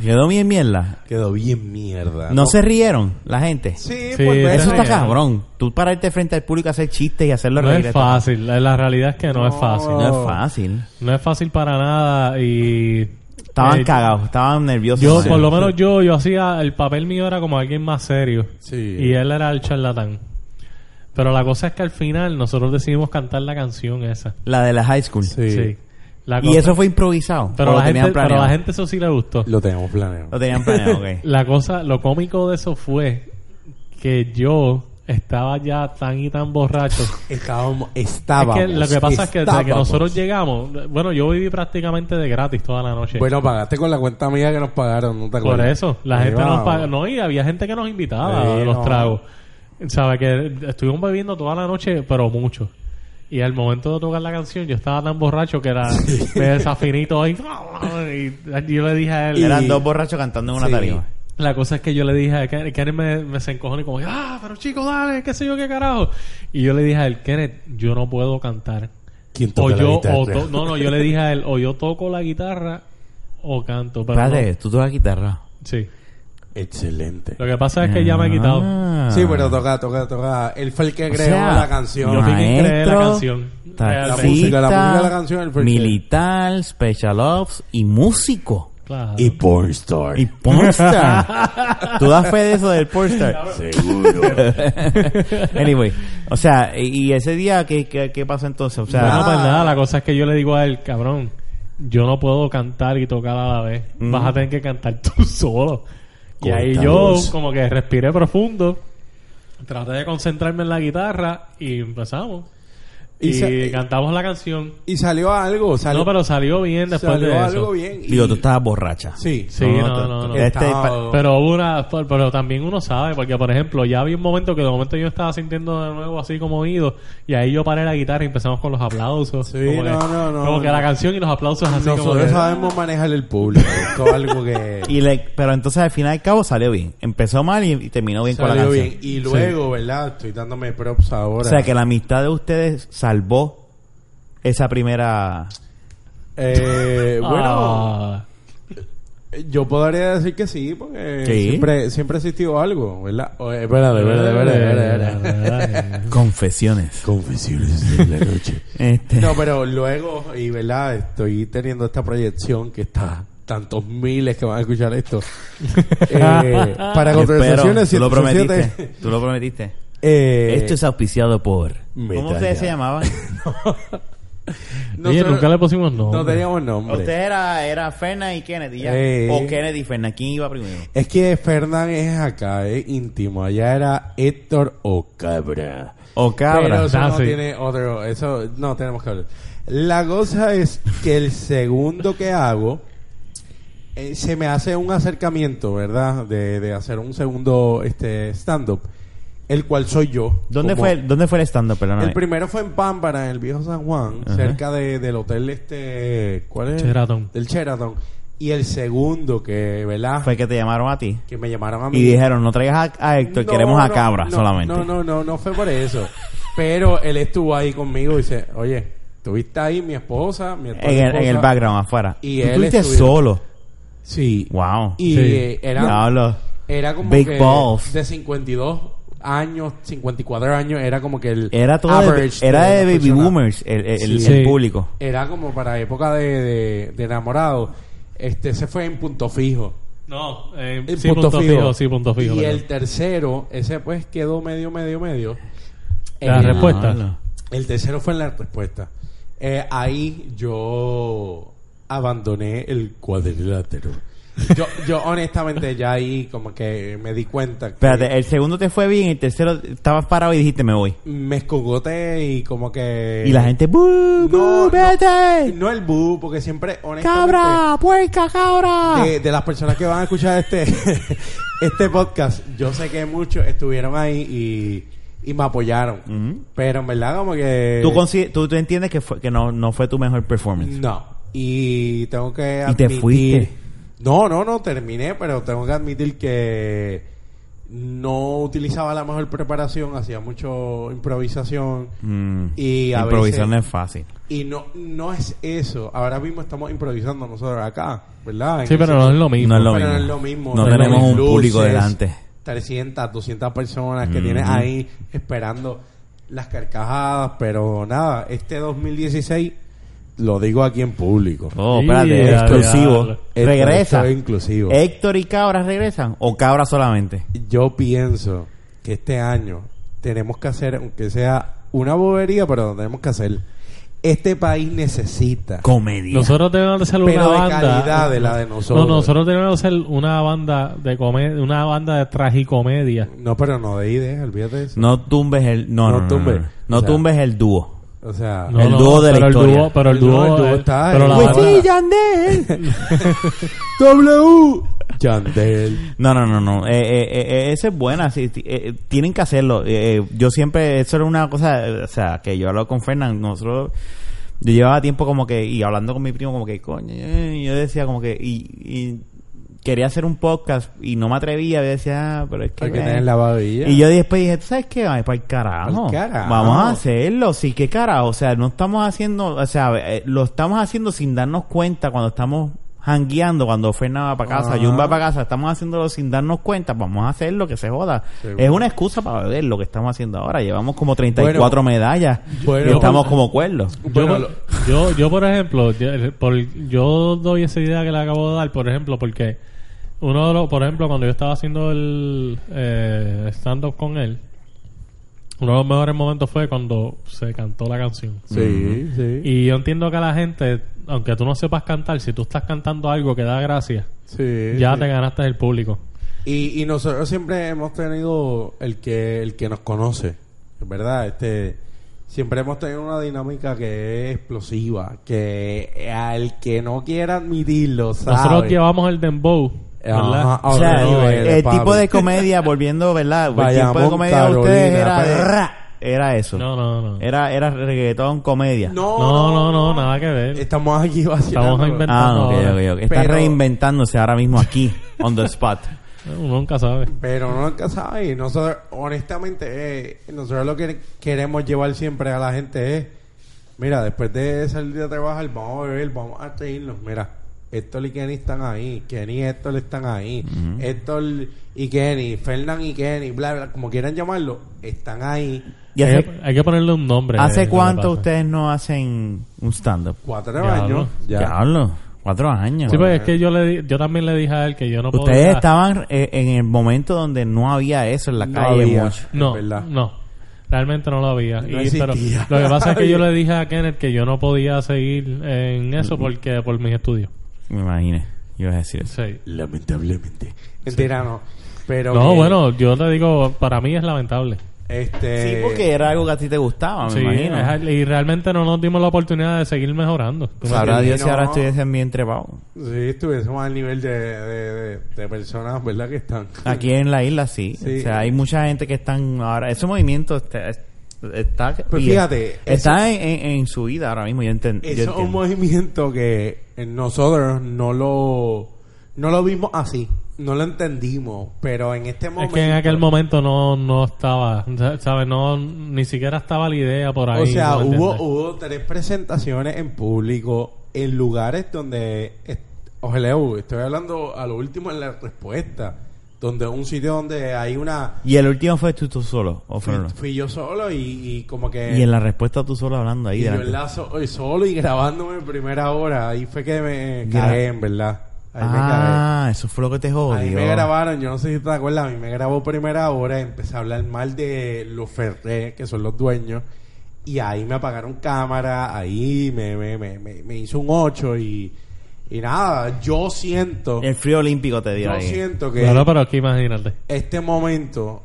Speaker 2: Quedó bien mierda.
Speaker 4: Quedó bien mierda.
Speaker 2: No se rieron la gente.
Speaker 4: Sí,
Speaker 3: Sí,
Speaker 4: pues.
Speaker 2: Eso
Speaker 4: pero-
Speaker 2: está cabrón. Tú pararte frente al público a hacer chistes y hacerlo
Speaker 3: no
Speaker 2: reír.
Speaker 3: es fácil, la, la realidad es que no, es
Speaker 4: No.
Speaker 3: fácil.
Speaker 2: No es fácil.
Speaker 3: No es fácil para nada y...
Speaker 2: Estaban
Speaker 3: eh,
Speaker 2: cagados, estaban nerviosos.
Speaker 3: Yo,
Speaker 2: Sí.
Speaker 3: por lo menos yo, yo hacía... El papel mío era como alguien más serio.
Speaker 4: Sí.
Speaker 3: Y él era el charlatán. Pero la cosa es que al final nosotros decidimos cantar la canción esa.
Speaker 2: La de la high school.
Speaker 4: Sí.
Speaker 3: Sí. La
Speaker 2: Y
Speaker 3: cosa-
Speaker 2: eso fue improvisado.
Speaker 3: pero
Speaker 2: ¿O
Speaker 3: la,
Speaker 2: lo tenían
Speaker 3: gente, pero
Speaker 2: planeado?
Speaker 3: la gente eso sí le gustó.
Speaker 4: Lo tenemos planeado.
Speaker 2: Lo tenían planeado, ok.
Speaker 3: La cosa, lo cómico de eso fue que yo estaba ya tan y tan borracho.
Speaker 4: Estábamos. Estábamos.
Speaker 3: es que lo que pasa es que desde que
Speaker 4: estábamos.
Speaker 3: nosotros llegamos, bueno, yo viví prácticamente de gratis toda la noche.
Speaker 4: Bueno, pagaste con la cuenta mía que nos pagaron, ¿no te acuerdas?
Speaker 3: Por eso, la
Speaker 4: Ahí
Speaker 3: gente nos
Speaker 4: vamos.
Speaker 3: pagó. No, y había gente que nos invitaba
Speaker 4: Sí,
Speaker 3: a los
Speaker 4: no.
Speaker 3: tragos. Sabe que estuvimos bebiendo toda la noche, pero mucho. Y al momento de tocar la canción, yo estaba tan borracho que era me desafiné y todo ahí. Y yo le dije a él.
Speaker 4: Y-
Speaker 2: Eran dos borrachos cantando en una
Speaker 4: Sí.
Speaker 2: tarima.
Speaker 3: La cosa es que yo le dije a Kenneth, Kenneth me, me se encojó y como, ah, pero chico, dale, qué sé yo, qué carajo. Y yo le dije a él, Kenneth, yo no puedo cantar.
Speaker 4: ¿Quién
Speaker 3: O
Speaker 4: toca la
Speaker 3: yo, o
Speaker 4: guitarra?
Speaker 3: to- no, no, yo le dije a él, o yo toco la guitarra o canto. Pero
Speaker 2: Espérate,
Speaker 3: no.
Speaker 2: tú tocas guitarra.
Speaker 3: Sí.
Speaker 4: Excelente.
Speaker 3: Lo que pasa es que ya me he quitado.
Speaker 2: Ah.
Speaker 4: Sí, pero toca, toca, toca. Él fue el que
Speaker 2: O
Speaker 4: creó
Speaker 2: sea,
Speaker 4: la canción.
Speaker 3: Yo fui quien creé la
Speaker 2: maestro,
Speaker 3: canción.
Speaker 4: La
Speaker 2: taxista,
Speaker 3: Realmente.
Speaker 4: música, la música, la canción, el freestyle.
Speaker 2: militar, special ops y músico.
Speaker 3: Claro.
Speaker 4: pornstar.
Speaker 2: Y pornstar. ¿Tú das fe de eso del pornstar?
Speaker 4: Seguro.
Speaker 2: anyway, o sea, y y ese día, ¿qué, qué, qué pasó entonces? O sea,
Speaker 3: Ah, no,
Speaker 4: Ah.
Speaker 3: pues nada, la cosa es que yo le digo a él, cabrón, yo no puedo cantar y tocar a la vez.
Speaker 4: Mm.
Speaker 3: Vas a tener que cantar tú solo. Y ahí
Speaker 4: Corta
Speaker 3: yo
Speaker 4: voz.
Speaker 3: como que respiré profundo, traté de concentrarme en la guitarra y empezamos.
Speaker 4: Y
Speaker 3: Y,
Speaker 4: se-
Speaker 3: cantamos la canción.
Speaker 4: y salió algo. Salió,
Speaker 3: No, pero salió bien después
Speaker 4: salió
Speaker 3: de eso.
Speaker 4: algo bien. y-
Speaker 2: digo, tú estabas borracha.
Speaker 4: Sí.
Speaker 3: Sí, no, no, no.
Speaker 2: Este,
Speaker 4: Estaba-
Speaker 2: pa-
Speaker 3: Pero hubo una, por- pero también uno sabe, porque por ejemplo, ya había un momento que de momento yo estaba sintiendo de nuevo así como oído, y ahí yo paré la guitarra y empezamos con los aplausos.
Speaker 4: Sí,
Speaker 3: como que,
Speaker 4: no, no, no,
Speaker 3: Como que
Speaker 4: no.
Speaker 3: la canción y los aplausos así como
Speaker 4: Nosotros
Speaker 3: que,
Speaker 4: sabemos manejar el público. Esto es algo que
Speaker 2: Y le- pero entonces al final y al cabo salió bien. Empezó mal y, y terminó bien con la
Speaker 4: salió
Speaker 2: canción.
Speaker 4: bien. Y luego, ¿verdad? Estoy dándome props
Speaker 2: O
Speaker 4: ahora.
Speaker 2: sea que la amistad de ustedes salvó esa primera.
Speaker 4: Eh, bueno,
Speaker 3: Ah,
Speaker 4: yo podría decir que sí, porque
Speaker 2: Sí.
Speaker 4: siempre siempre ha existido algo, ¿verdad? Oh, eh, Espérate, espérate, espérate, espérate, espérate.
Speaker 2: Confesiones.
Speaker 4: Confesiones de la noche.
Speaker 2: Este,
Speaker 4: No, pero luego, y verdad, estoy teniendo esta proyección que está tantos miles que van a escuchar esto. Eh, para
Speaker 2: espero,
Speaker 4: conversaciones,
Speaker 2: tú lo
Speaker 4: 107,
Speaker 2: prometiste. Tú lo prometiste.
Speaker 4: eh,
Speaker 2: Esto es auspiciado por.
Speaker 4: Metallica.
Speaker 2: ¿Cómo ustedes se llamaban?
Speaker 3: Oye,
Speaker 4: nosotros
Speaker 3: nunca le pusimos nombre.
Speaker 4: no teníamos nombre.
Speaker 2: Usted era, era Fernan y Kennedy. ya.
Speaker 4: Eh.
Speaker 2: O Kennedy y Fernan. ¿Quién iba primero?
Speaker 4: Es que Fernán es acá, es íntimo. Allá era Héctor o Cabra.
Speaker 2: O
Speaker 4: Pero
Speaker 2: Cabra.
Speaker 4: eso no
Speaker 3: Ah, sí.
Speaker 4: tiene otro. Eso no tenemos que hablar. La cosa es que el segundo que hago eh, se me hace un acercamiento, ¿verdad? De, de hacer un segundo este stand-up. el cual soy yo.
Speaker 2: ¿Dónde,
Speaker 4: Como-
Speaker 2: fue, el- ¿Dónde fue el stand-up? Perdóname.
Speaker 4: El primero fue en Pámpara, en el viejo San Juan,
Speaker 2: Ajá.
Speaker 4: cerca de- del hotel este... ¿Cuál es?
Speaker 3: Sheraton.
Speaker 4: Del Sheraton. Y el segundo que, ¿verdad?
Speaker 2: Fue que te llamaron a ti.
Speaker 4: Que me llamaron a mí.
Speaker 2: Y dijeron, no traigas a, a Héctor,
Speaker 4: No,
Speaker 2: queremos a
Speaker 4: no,
Speaker 2: Cabra
Speaker 4: no,
Speaker 2: solamente.
Speaker 4: No, no, no, no fue por eso. Pero él estuvo ahí conmigo y dice, oye, tuviste ahí mi esposa, mi actual
Speaker 2: En el, en
Speaker 4: esposa".
Speaker 2: el background, afuera.
Speaker 4: Y
Speaker 2: Tú
Speaker 4: él
Speaker 2: estuviste
Speaker 4: estuvieron-
Speaker 2: solo.
Speaker 4: Sí.
Speaker 2: Wow.
Speaker 4: Y
Speaker 3: Sí.
Speaker 4: eh, era...
Speaker 2: Diablo.
Speaker 4: Era como
Speaker 2: Big
Speaker 4: que
Speaker 2: balls.
Speaker 4: de 52 años, 54 años, era como que el
Speaker 2: Era todo de,
Speaker 4: average
Speaker 2: era de
Speaker 4: la
Speaker 2: baby
Speaker 4: persona.
Speaker 2: boomers el, el- el-
Speaker 3: Sí.
Speaker 2: el público.
Speaker 4: Era como para época de, de, de enamorado. Este se fue en punto fijo.
Speaker 3: No, eh,
Speaker 4: En
Speaker 3: sí, punto, fijo. sí, punto fijo.
Speaker 4: Y
Speaker 3: perdón.
Speaker 4: el tercero, ese pues quedó medio, medio, medio.
Speaker 3: La
Speaker 4: El-
Speaker 3: respuesta.
Speaker 2: Diablo.
Speaker 4: El tercero fue en la respuesta. Eh, ahí yo abandoné el cuadrilátero. Yo, yo honestamente ya ahí como que me di cuenta que
Speaker 2: Espérate, eh. el segundo te fue bien, el tercero estabas parado y dijiste, me voy.
Speaker 4: me escogoté y como que...
Speaker 2: Y la gente, ¡bu, bu,
Speaker 4: Eh, No, no.
Speaker 2: vete!
Speaker 4: No el bu, porque siempre, honestamente...
Speaker 2: ¡Cabra! ¡Puerca, cabra!
Speaker 4: de, de las personas que van a escuchar este este podcast, yo sé que muchos estuvieron ahí y, y me apoyaron.
Speaker 2: Ujú.
Speaker 4: Pero en verdad como que...
Speaker 2: ¿Tú, consi- tú, tú entiendes que, fue- que no, no fue tu mejor performance.
Speaker 4: No. Y tengo que
Speaker 2: Y te
Speaker 4: admitir...
Speaker 2: fuiste.
Speaker 4: No, no, no, terminé, pero tengo que admitir que no utilizaba la mejor preparación, hacía mucho improvisación.
Speaker 2: Mm.
Speaker 4: Y a
Speaker 2: Improvisar
Speaker 4: veces-
Speaker 2: no es fácil.
Speaker 4: Y no, no es eso. Ahora mismo estamos improvisando nosotros acá, ¿verdad? En
Speaker 3: Sí, pero
Speaker 4: ese-
Speaker 3: no es lo mismo.
Speaker 2: No es lo
Speaker 4: Pero
Speaker 2: mismo.
Speaker 4: no es lo mismo.
Speaker 2: No
Speaker 4: No es
Speaker 2: tenemos
Speaker 4: lo
Speaker 2: un
Speaker 4: mismo.
Speaker 2: público
Speaker 4: Luces.
Speaker 2: delante.
Speaker 4: 300, 200 personas que
Speaker 2: Mm.
Speaker 4: tienes ahí esperando las carcajadas, pero nada, este 2016 lo digo aquí en público.
Speaker 2: Oh,
Speaker 3: Sí,
Speaker 2: espérate,
Speaker 3: ya,
Speaker 2: exclusivo.
Speaker 3: ya.
Speaker 4: Esto-
Speaker 2: Regresa.
Speaker 4: esto es inclusivo.
Speaker 2: ¿Héctor y Cabra regresan? ¿O Cabra solamente?
Speaker 4: Yo pienso que este año tenemos que hacer, aunque sea una bobería, pero lo tenemos que hacer. Este país necesita,
Speaker 2: Comedia.
Speaker 3: Nosotros debemos hacer una
Speaker 4: pero de
Speaker 3: banda.
Speaker 4: calidad de la de
Speaker 3: No,
Speaker 4: nosotros.
Speaker 3: nosotros debemos hacer una banda de come- una banda de tragicomedia.
Speaker 4: No, pero no de ideas, olvídate de eso.
Speaker 2: No tumbes el... No,
Speaker 4: No
Speaker 2: no, no, no,
Speaker 4: tumbes.
Speaker 2: no. No
Speaker 4: O sea-
Speaker 2: tumbes el dúo.
Speaker 4: O sea,
Speaker 3: No,
Speaker 2: Ah. El
Speaker 3: no,
Speaker 2: dúo de la
Speaker 3: pero el
Speaker 2: historia.
Speaker 3: dúo- pero el
Speaker 4: No,
Speaker 3: dúo,
Speaker 4: el dúo
Speaker 3: eh,
Speaker 4: está
Speaker 3: pero
Speaker 4: ahí.
Speaker 3: la
Speaker 4: Pues
Speaker 3: banda-
Speaker 4: sí,
Speaker 2: Yandel!
Speaker 4: W. Yandel.
Speaker 2: No, no, no, no. Eh, eh, eh, eh, esa es buena. sí, ti- eh, eh, tienen que hacerlo. Eh, eh, yo siempre, eso era una cosa, eh, o sea, que yo hablaba con Fernán, nosotros, yo llevaba tiempo como que, y hablando con mi primo, como que, coño, eh, yo decía como que, y, y quería hacer un podcast y no me atrevía, yo decía, ah, pero es que...
Speaker 4: Hay que
Speaker 2: eh.
Speaker 4: tener la babilla.
Speaker 2: Y yo después dije, ¿tú sabes qué? Ay, para el carajo.
Speaker 4: Pa'l carajo.
Speaker 2: Vamos a hacerlo. Sí, qué carajo. O sea, no estamos haciendo, o sea, eh, lo estamos haciendo sin darnos cuenta cuando estamos hangueando, cuando Fernan va para casa,
Speaker 4: Ajá.
Speaker 2: Jun va para casa, estamos haciéndolo sin darnos cuenta. Vamos a hacerlo, que se joda.
Speaker 4: Seguro.
Speaker 2: Es una excusa para beber lo que estamos haciendo ahora. Llevamos como 34 medallas
Speaker 4: bueno.
Speaker 2: y estamos como cuerdos.
Speaker 3: Yo,
Speaker 4: Bueno, lo-
Speaker 3: yo, yo, por ejemplo, yo, por- yo doy esa idea que le acabo de dar, por ejemplo, porque uno de los, por ejemplo, cuando yo estaba haciendo el eh, stand-up con él, uno de los mejores momentos fue cuando se cantó la canción.
Speaker 4: Sí, sí.
Speaker 3: Y yo entiendo que la gente, aunque tú no sepas cantar, si tú estás cantando algo que da gracia,
Speaker 4: Sí,
Speaker 3: ya
Speaker 4: sí.
Speaker 3: te ganaste el público.
Speaker 4: Y, y nosotros siempre hemos tenido el que el que nos conoce, ¿verdad? Este siempre hemos tenido una dinámica que es explosiva, que al que no quiera admitirlo, sabe.
Speaker 3: Nosotros llevamos el dembow,
Speaker 4: Ajá,
Speaker 3: ¿verdad?
Speaker 4: a
Speaker 2: O
Speaker 4: otro
Speaker 2: sea,
Speaker 4: nivel,
Speaker 2: el
Speaker 4: Pablo.
Speaker 2: tipo de comedia, volviendo, ¿verdad? el tipo de
Speaker 4: Bayamón,
Speaker 2: comedia de ustedes era,
Speaker 4: Carolina, pa-
Speaker 2: era eso.
Speaker 3: No, no, no.
Speaker 4: Eh.
Speaker 2: Era, era reggaetón, comedia.
Speaker 4: No,
Speaker 3: No, no, no, nada que ver.
Speaker 4: Estamos aquí vacilando.
Speaker 3: Estamos inventando.
Speaker 2: Ah, ok,
Speaker 3: ahora.
Speaker 2: ok, ok. Está
Speaker 4: Pero-
Speaker 2: reinventándose ahora mismo aquí, on the spot.
Speaker 3: Uno nunca sabe.
Speaker 4: Pero no nunca sabes. Nosotros, honestamente, eh, nosotros lo que queremos llevar siempre a la gente es: mira, después de salir de trabajar, vamos a beber, vamos a reírnos. Mira, Héctor y Kenny están ahí, Kenny y Héctor están ahí, Héctor y Kenny, Fernán y Kenny, bla, bla, como quieran llamarlo, están ahí.
Speaker 2: ¿Y
Speaker 3: hay,
Speaker 2: hace,
Speaker 3: que, hay que ponerle un nombre.
Speaker 2: hace
Speaker 3: eh,
Speaker 2: cuánto
Speaker 3: lo que pasa.
Speaker 2: ustedes no hacen un stand-up?
Speaker 4: Cuatro
Speaker 3: Ya,
Speaker 4: años.
Speaker 3: ¿no?
Speaker 4: Ya.
Speaker 2: Diablo, cuatro años.
Speaker 3: Sí, pues es que yo, le, di- yo también le dije a él que yo no podía...
Speaker 2: ustedes estaban eh, en el momento donde no había eso en la
Speaker 4: No
Speaker 2: calle
Speaker 4: había.
Speaker 2: mucho.
Speaker 3: No,
Speaker 4: Es verdad.
Speaker 3: no. Realmente no lo había.
Speaker 4: No
Speaker 3: Y- pero
Speaker 4: existía.
Speaker 3: lo que pasa es que yo le dije a Kenneth que yo no podía seguir en eso porque por mis estudios.
Speaker 2: Me imaginé. Yo iba a decir eso.
Speaker 3: Sí.
Speaker 4: Lamentablemente. Mentira, no. Pero
Speaker 3: No,
Speaker 4: que-
Speaker 3: bueno, yo te digo, para mí es lamentable.
Speaker 4: Este,
Speaker 2: Sí, porque era algo que a ti te
Speaker 4: Ah,
Speaker 2: gustaba, me
Speaker 3: Sí,
Speaker 2: imagino.
Speaker 3: es- y realmente no nos dimos la oportunidad de seguir mejorando.
Speaker 2: Sabrá
Speaker 4: Sí,
Speaker 2: Dios si
Speaker 4: no.
Speaker 2: ahora estuviese en mi entrevado.
Speaker 4: Sí, estuviésemos al nivel de, de, de, de personas, ¿verdad? Que están.
Speaker 2: Aquí en la isla sí.
Speaker 4: Sí.
Speaker 2: O sea, hay mucha gente que están ahora... Ese movimiento está... está
Speaker 4: Pero
Speaker 2: y
Speaker 4: fíjate,
Speaker 2: Está en, en- en su vida ahora mismo, yo, enten- yo
Speaker 4: Eso es un
Speaker 2: entiendo.
Speaker 4: movimiento que nosotros no lo, no lo vimos así. No lo entendimos. Pero en este
Speaker 3: Es
Speaker 4: momento.
Speaker 3: que en aquel momento no, no estaba, ¿sabes? No, ni siquiera estaba la idea por ahí.
Speaker 4: O sea,
Speaker 3: ¿me
Speaker 4: hubo,
Speaker 3: entiendes?
Speaker 4: hubo tres presentaciones en público, en lugares donde... est- Ojalá, uh, estoy hablando a lo último en la respuesta. Donde un sitio donde hay una...
Speaker 2: Y el último fue tú, tú solo, o
Speaker 4: Fui,
Speaker 2: fueron los-
Speaker 4: fui yo solo y, y como que...
Speaker 2: Y en la respuesta tú solo hablando ahí.
Speaker 4: Eh. y yo
Speaker 2: delante.
Speaker 4: en la so- eh, solo y grabándome en primera hora. Ahí fue que me
Speaker 2: Gra-
Speaker 4: caí, en verdad. Ahí me caí.
Speaker 2: ah, eso fue lo que te jodió.
Speaker 4: A mí me grabaron, yo no sé si te acuerdas, a mí me grabó primera hora, empecé a hablar mal de los Ferré, que son los dueños, y ahí me apagaron cámara, ahí me, me, me, me- me hizo un 8 y, y nada, yo siento,
Speaker 2: El frío olímpico te dio
Speaker 4: yo
Speaker 2: ahí.
Speaker 4: siento que
Speaker 3: Claro, pero es que imagínate.
Speaker 4: este momento,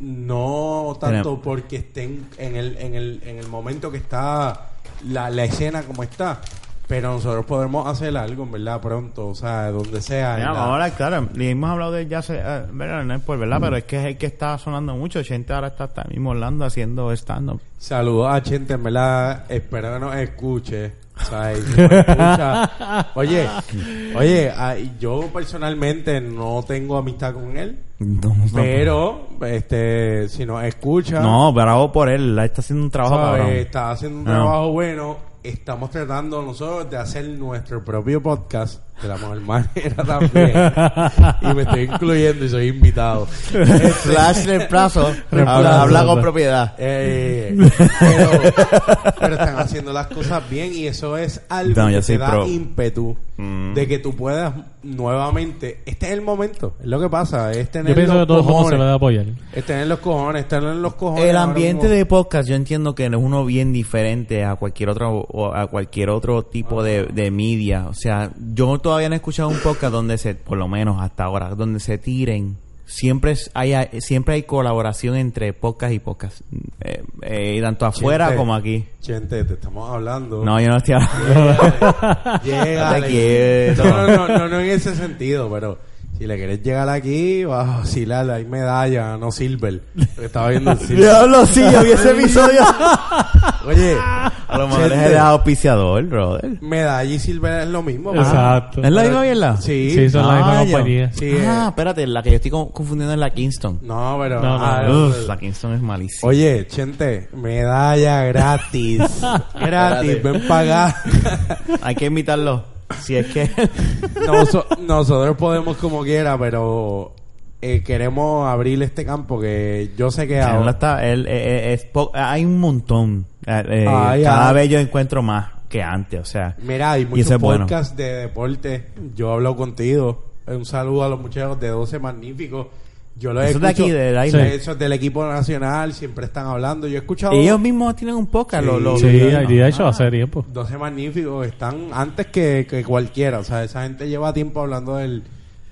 Speaker 4: no tanto
Speaker 2: Tenemos-
Speaker 4: porque estén en el, en el, en el momento que está la, la escena como está, pero nosotros podemos hacer algo, en verdad, pronto, o sea, donde sea. en
Speaker 2: Mira,
Speaker 4: la-
Speaker 2: ahora, claro, le hemos hablado de ya hace, eh, ¿verdad? No es por verdad, pero es que es el que está sonando mucho. Gente ahora está, está mismo Orlando haciendo stand-up.
Speaker 4: Saludos a Chente, en verdad, espero que nos escuche. O sea, y si nos escucha- Oye, oye, ah, yo personalmente no tengo amistad con él,
Speaker 2: No, no, pues.
Speaker 4: pero este, si nos escucha,
Speaker 2: no, bravo por él. la Está haciendo un trabajo
Speaker 4: ¿sabes?
Speaker 2: cabrón.
Speaker 4: está haciendo un
Speaker 2: No.
Speaker 4: trabajo bueno. Estamos tratando nosotros de hacer nuestro propio podcast de la mejor manera también. y me estoy incluyendo y soy invitado.
Speaker 2: Flash reemplazo.
Speaker 3: Reemplazo.
Speaker 2: propiedad.
Speaker 4: Eh, pero, pero están haciendo las cosas bien y eso es algo
Speaker 2: No, yo
Speaker 4: que
Speaker 2: soy
Speaker 4: te da
Speaker 2: pro.
Speaker 4: ímpetu
Speaker 2: Mm.
Speaker 4: de que tú puedas nuevamente. Este es el momento, es lo que pasa, es tener
Speaker 3: Yo pienso
Speaker 4: los
Speaker 3: que todo el mundo se
Speaker 4: cojones.
Speaker 3: le debe apoyar.
Speaker 4: Es tener los cojones, es tener los cojones.
Speaker 2: El
Speaker 4: ahora
Speaker 2: ambiente
Speaker 4: mismo.
Speaker 2: de podcast yo entiendo que es uno bien diferente a cualquier otro o a cualquier otro tipo de, de media. O sea, yo todavía no he escuchado un podcast donde se, por lo menos hasta ahora, donde se tiren. Siempre es- hay hay- siempre hay colaboración entre podcast y podcast, Eh, eh, tanto afuera
Speaker 4: Gente,
Speaker 2: como aquí.
Speaker 4: Gente, te estamos hablando.
Speaker 2: No, yo no estoy hablando.
Speaker 4: Llégale.
Speaker 2: Estate quieto.
Speaker 4: No, no, no, no, no en ese sentido, pero si le querés llegar aquí, vas a oscilar, hay medalla, no silver. Porque Estaba viendo el silver.
Speaker 2: Diablo, sí, yo vi ese episodio.
Speaker 4: Oye,
Speaker 2: A lo mejor
Speaker 4: Chente,
Speaker 2: es el auspiciador, brother.
Speaker 4: Medalla y Silver es lo mismo. ¿verdad?
Speaker 3: Exacto.
Speaker 2: ¿Es la
Speaker 4: Pero-
Speaker 2: misma mierda?
Speaker 4: Sí.
Speaker 3: Sí, son las mismas
Speaker 2: Ah, ya.
Speaker 3: compañías.
Speaker 4: Sí,
Speaker 2: ah,
Speaker 4: eh.
Speaker 2: espérate, la que yo estoy co- confundiendo es la Kingston.
Speaker 4: No, pero.
Speaker 3: No, no,
Speaker 4: ah,
Speaker 3: no.
Speaker 4: eh,
Speaker 2: Uf, la Kingston es malísima.
Speaker 4: Oye, Chente, medalla gratis. gratis,
Speaker 2: Espérate.
Speaker 4: ven pagar.
Speaker 2: Hay que imitarlo. Si es que.
Speaker 4: nosotros podemos como quiera, pero eh, queremos abrir este campo que yo sé que
Speaker 2: Él no
Speaker 4: ahora.
Speaker 2: está- él, eh, eh, es po- hay un montón. Eh, eh,
Speaker 4: Ay,
Speaker 2: cada
Speaker 4: ay.
Speaker 2: vez yo encuentro más que antes, o sea.
Speaker 4: Ah, Mira, hay
Speaker 2: eso
Speaker 4: muchos
Speaker 2: es bueno.
Speaker 4: podcasts de deporte. Yo he hablado contigo. Eh, Un saludo a los muchachos de 12 Magníficos. Yo los
Speaker 2: Eso de
Speaker 4: escucho-
Speaker 2: aquí, de la
Speaker 4: Sí,
Speaker 2: isla.
Speaker 4: Eso es del equipo nacional. Siempre están hablando. Yo he escuchado.
Speaker 2: Ellos mismos tienen un podcast.
Speaker 4: Sí,
Speaker 2: los, los-
Speaker 3: Sí,
Speaker 2: los-
Speaker 3: y de hecho
Speaker 2: Ah.
Speaker 3: hace tiempo.
Speaker 4: 12 magníficos están antes que, que cualquiera. O sea, esa gente lleva tiempo hablando del,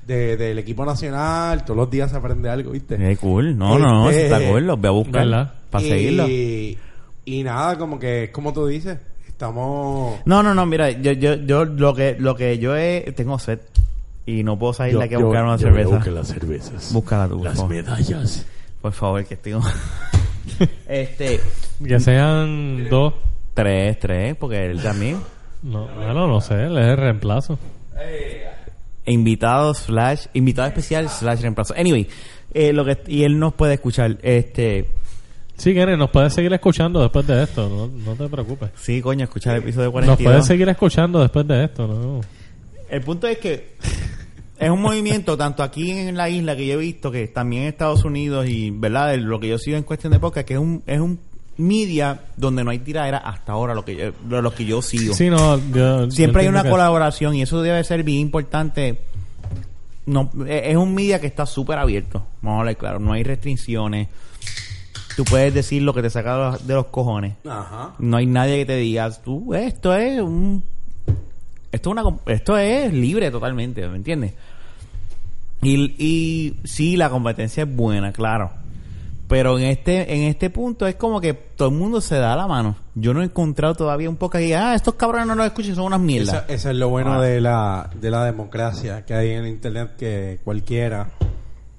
Speaker 4: de- del equipo nacional. Todos los días se aprende algo, ¿viste?
Speaker 2: Qué cool. No, no, no,
Speaker 4: Este-
Speaker 2: está cool. Los voy a
Speaker 3: ¿Verdad?
Speaker 2: buscar. Para seguirlo.
Speaker 4: Y, y nada, como que es como tú dices. Estamos.
Speaker 2: No, no, no, mira, yo, yo, yo lo que, lo que yo he, tengo sed y no puedo salir de aquí a buscar una cerveza.
Speaker 5: las cervezas.
Speaker 2: Búscala tú, por
Speaker 5: Las
Speaker 2: favor.
Speaker 5: medallas.
Speaker 2: Por favor, que estoy. este,
Speaker 3: Que sean dos.
Speaker 2: tres, tres, porque él también.
Speaker 3: No, bueno, no sé, él es el reemplazo.
Speaker 2: Invitado slash, invitado especial slash reemplazo. Anyway, eh, lo que, y él nos puede escuchar. Este,
Speaker 3: Sí, Kenny, nos puedes seguir escuchando después de esto, no, no te preocupes.
Speaker 2: sí, coño, escuchar el episodio
Speaker 3: Nos
Speaker 2: 42.
Speaker 3: puedes seguir escuchando después de esto, ¿no?
Speaker 2: El punto es que es un movimiento tanto aquí en la isla que yo he visto que también en Estados Unidos y verdad De lo que yo sigo en cuestión de podcast que es un es un media donde no hay tiradera hasta ahora lo que yo, lo, lo que yo sigo.
Speaker 3: Sí, no, yo- yo
Speaker 2: Siempre hay
Speaker 3: entiendo
Speaker 2: una
Speaker 3: que-
Speaker 2: colaboración y eso debe ser bien importante. No e- es un media que está súper abierto. Vamos a hablar claro, no hay restricciones. Tú puedes decir lo que te saca de los- de los cojones.
Speaker 4: Ajá.
Speaker 2: No hay nadie que te diga, tú, esto es un... Esto es, una, com- esto es libre totalmente, ¿me entiendes? Y, y sí, la competencia es buena, claro. Pero en este, en este punto es como que todo el mundo se da la mano. Yo no he encontrado todavía un podcast que diga, ah, estos cabrones no nos escuchan, son unas mierdas.
Speaker 4: Eso, eso es lo bueno
Speaker 2: Ah.
Speaker 4: de, la, de la democracia que hay en internet que cualquiera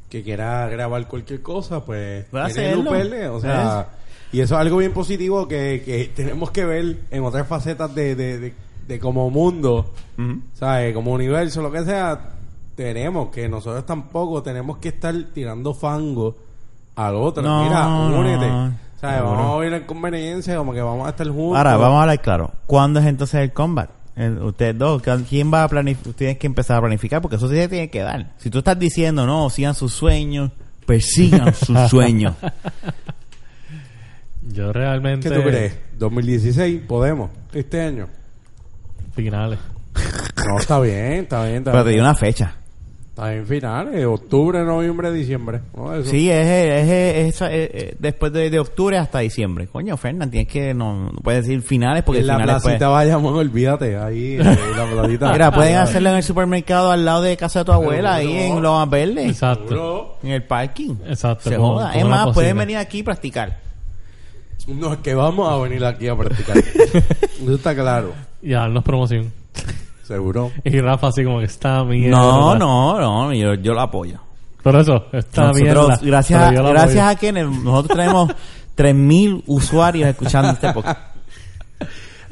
Speaker 4: que quiera grabar cualquier cosa, pues
Speaker 2: Puede
Speaker 4: tiene el
Speaker 2: hacerlo.
Speaker 4: UPL, o sea, y eso es algo bien positivo que, que tenemos que ver en otras facetas de, de, de- de como mundo,
Speaker 2: Ujú.
Speaker 4: ¿sabes? Como universo, lo que sea, tenemos que nosotros tampoco tenemos que estar tirando fango al otro.
Speaker 2: No,
Speaker 4: Mira,
Speaker 2: no,
Speaker 4: únete.
Speaker 2: no.
Speaker 4: ¿Sabes?
Speaker 2: Seguro.
Speaker 4: Vamos a vivir en conveniencia, como que vamos a estar juntos.
Speaker 2: Ahora, vamos a hablar claro. ¿Cuándo es entonces el combat? El- ustedes dos, ¿quién va a planificar? Tienes que empezar a planificar porque eso sí se tiene que dar. Si tú estás diciendo, no, sigan sus sueños, persigan sus sueños.
Speaker 3: Yo realmente...
Speaker 4: ¿Qué tú crees? 2016, podemos. Este año.
Speaker 3: Finales.
Speaker 4: No, está bien, está bien, está
Speaker 2: Pero te
Speaker 4: bien.
Speaker 2: dio una fecha.
Speaker 4: Está bien finales, octubre, noviembre, diciembre. ¿no? Eso.
Speaker 2: Sí, es, es, es- es- es- es después de, de octubre hasta diciembre. Coño, Fernan, tienes que, no, no puedes decir finales porque
Speaker 4: en la
Speaker 2: finales pues-
Speaker 4: placita Bayamón, olvídate. Ahí, eh, la placita.
Speaker 2: Mira, pueden hacerlo en el supermercado al lado de casa de tu abuela, ahí en Lomas Verdes,
Speaker 3: Exacto.
Speaker 4: Seguro.
Speaker 2: en el parking.
Speaker 3: Exacto,
Speaker 2: Se
Speaker 3: como-
Speaker 2: joda.
Speaker 3: como
Speaker 2: Es
Speaker 3: una
Speaker 2: más, pueden
Speaker 3: cocina.
Speaker 2: venir aquí y practicar.
Speaker 4: No, es que vamos a venir aquí a practicar. Eso está claro.
Speaker 3: Y a darnos promoción.
Speaker 4: Seguro.
Speaker 3: Y Rafa así como que está mierda.
Speaker 2: No, no, no, yo, yo lo apoyo.
Speaker 3: Por eso, está
Speaker 2: Nosotros,
Speaker 3: mierda.
Speaker 2: gracias, a-
Speaker 3: Pero yo la
Speaker 2: gracias
Speaker 3: apoyo.
Speaker 2: a que nosotros tenemos 3.000 usuarios escuchando este podcast.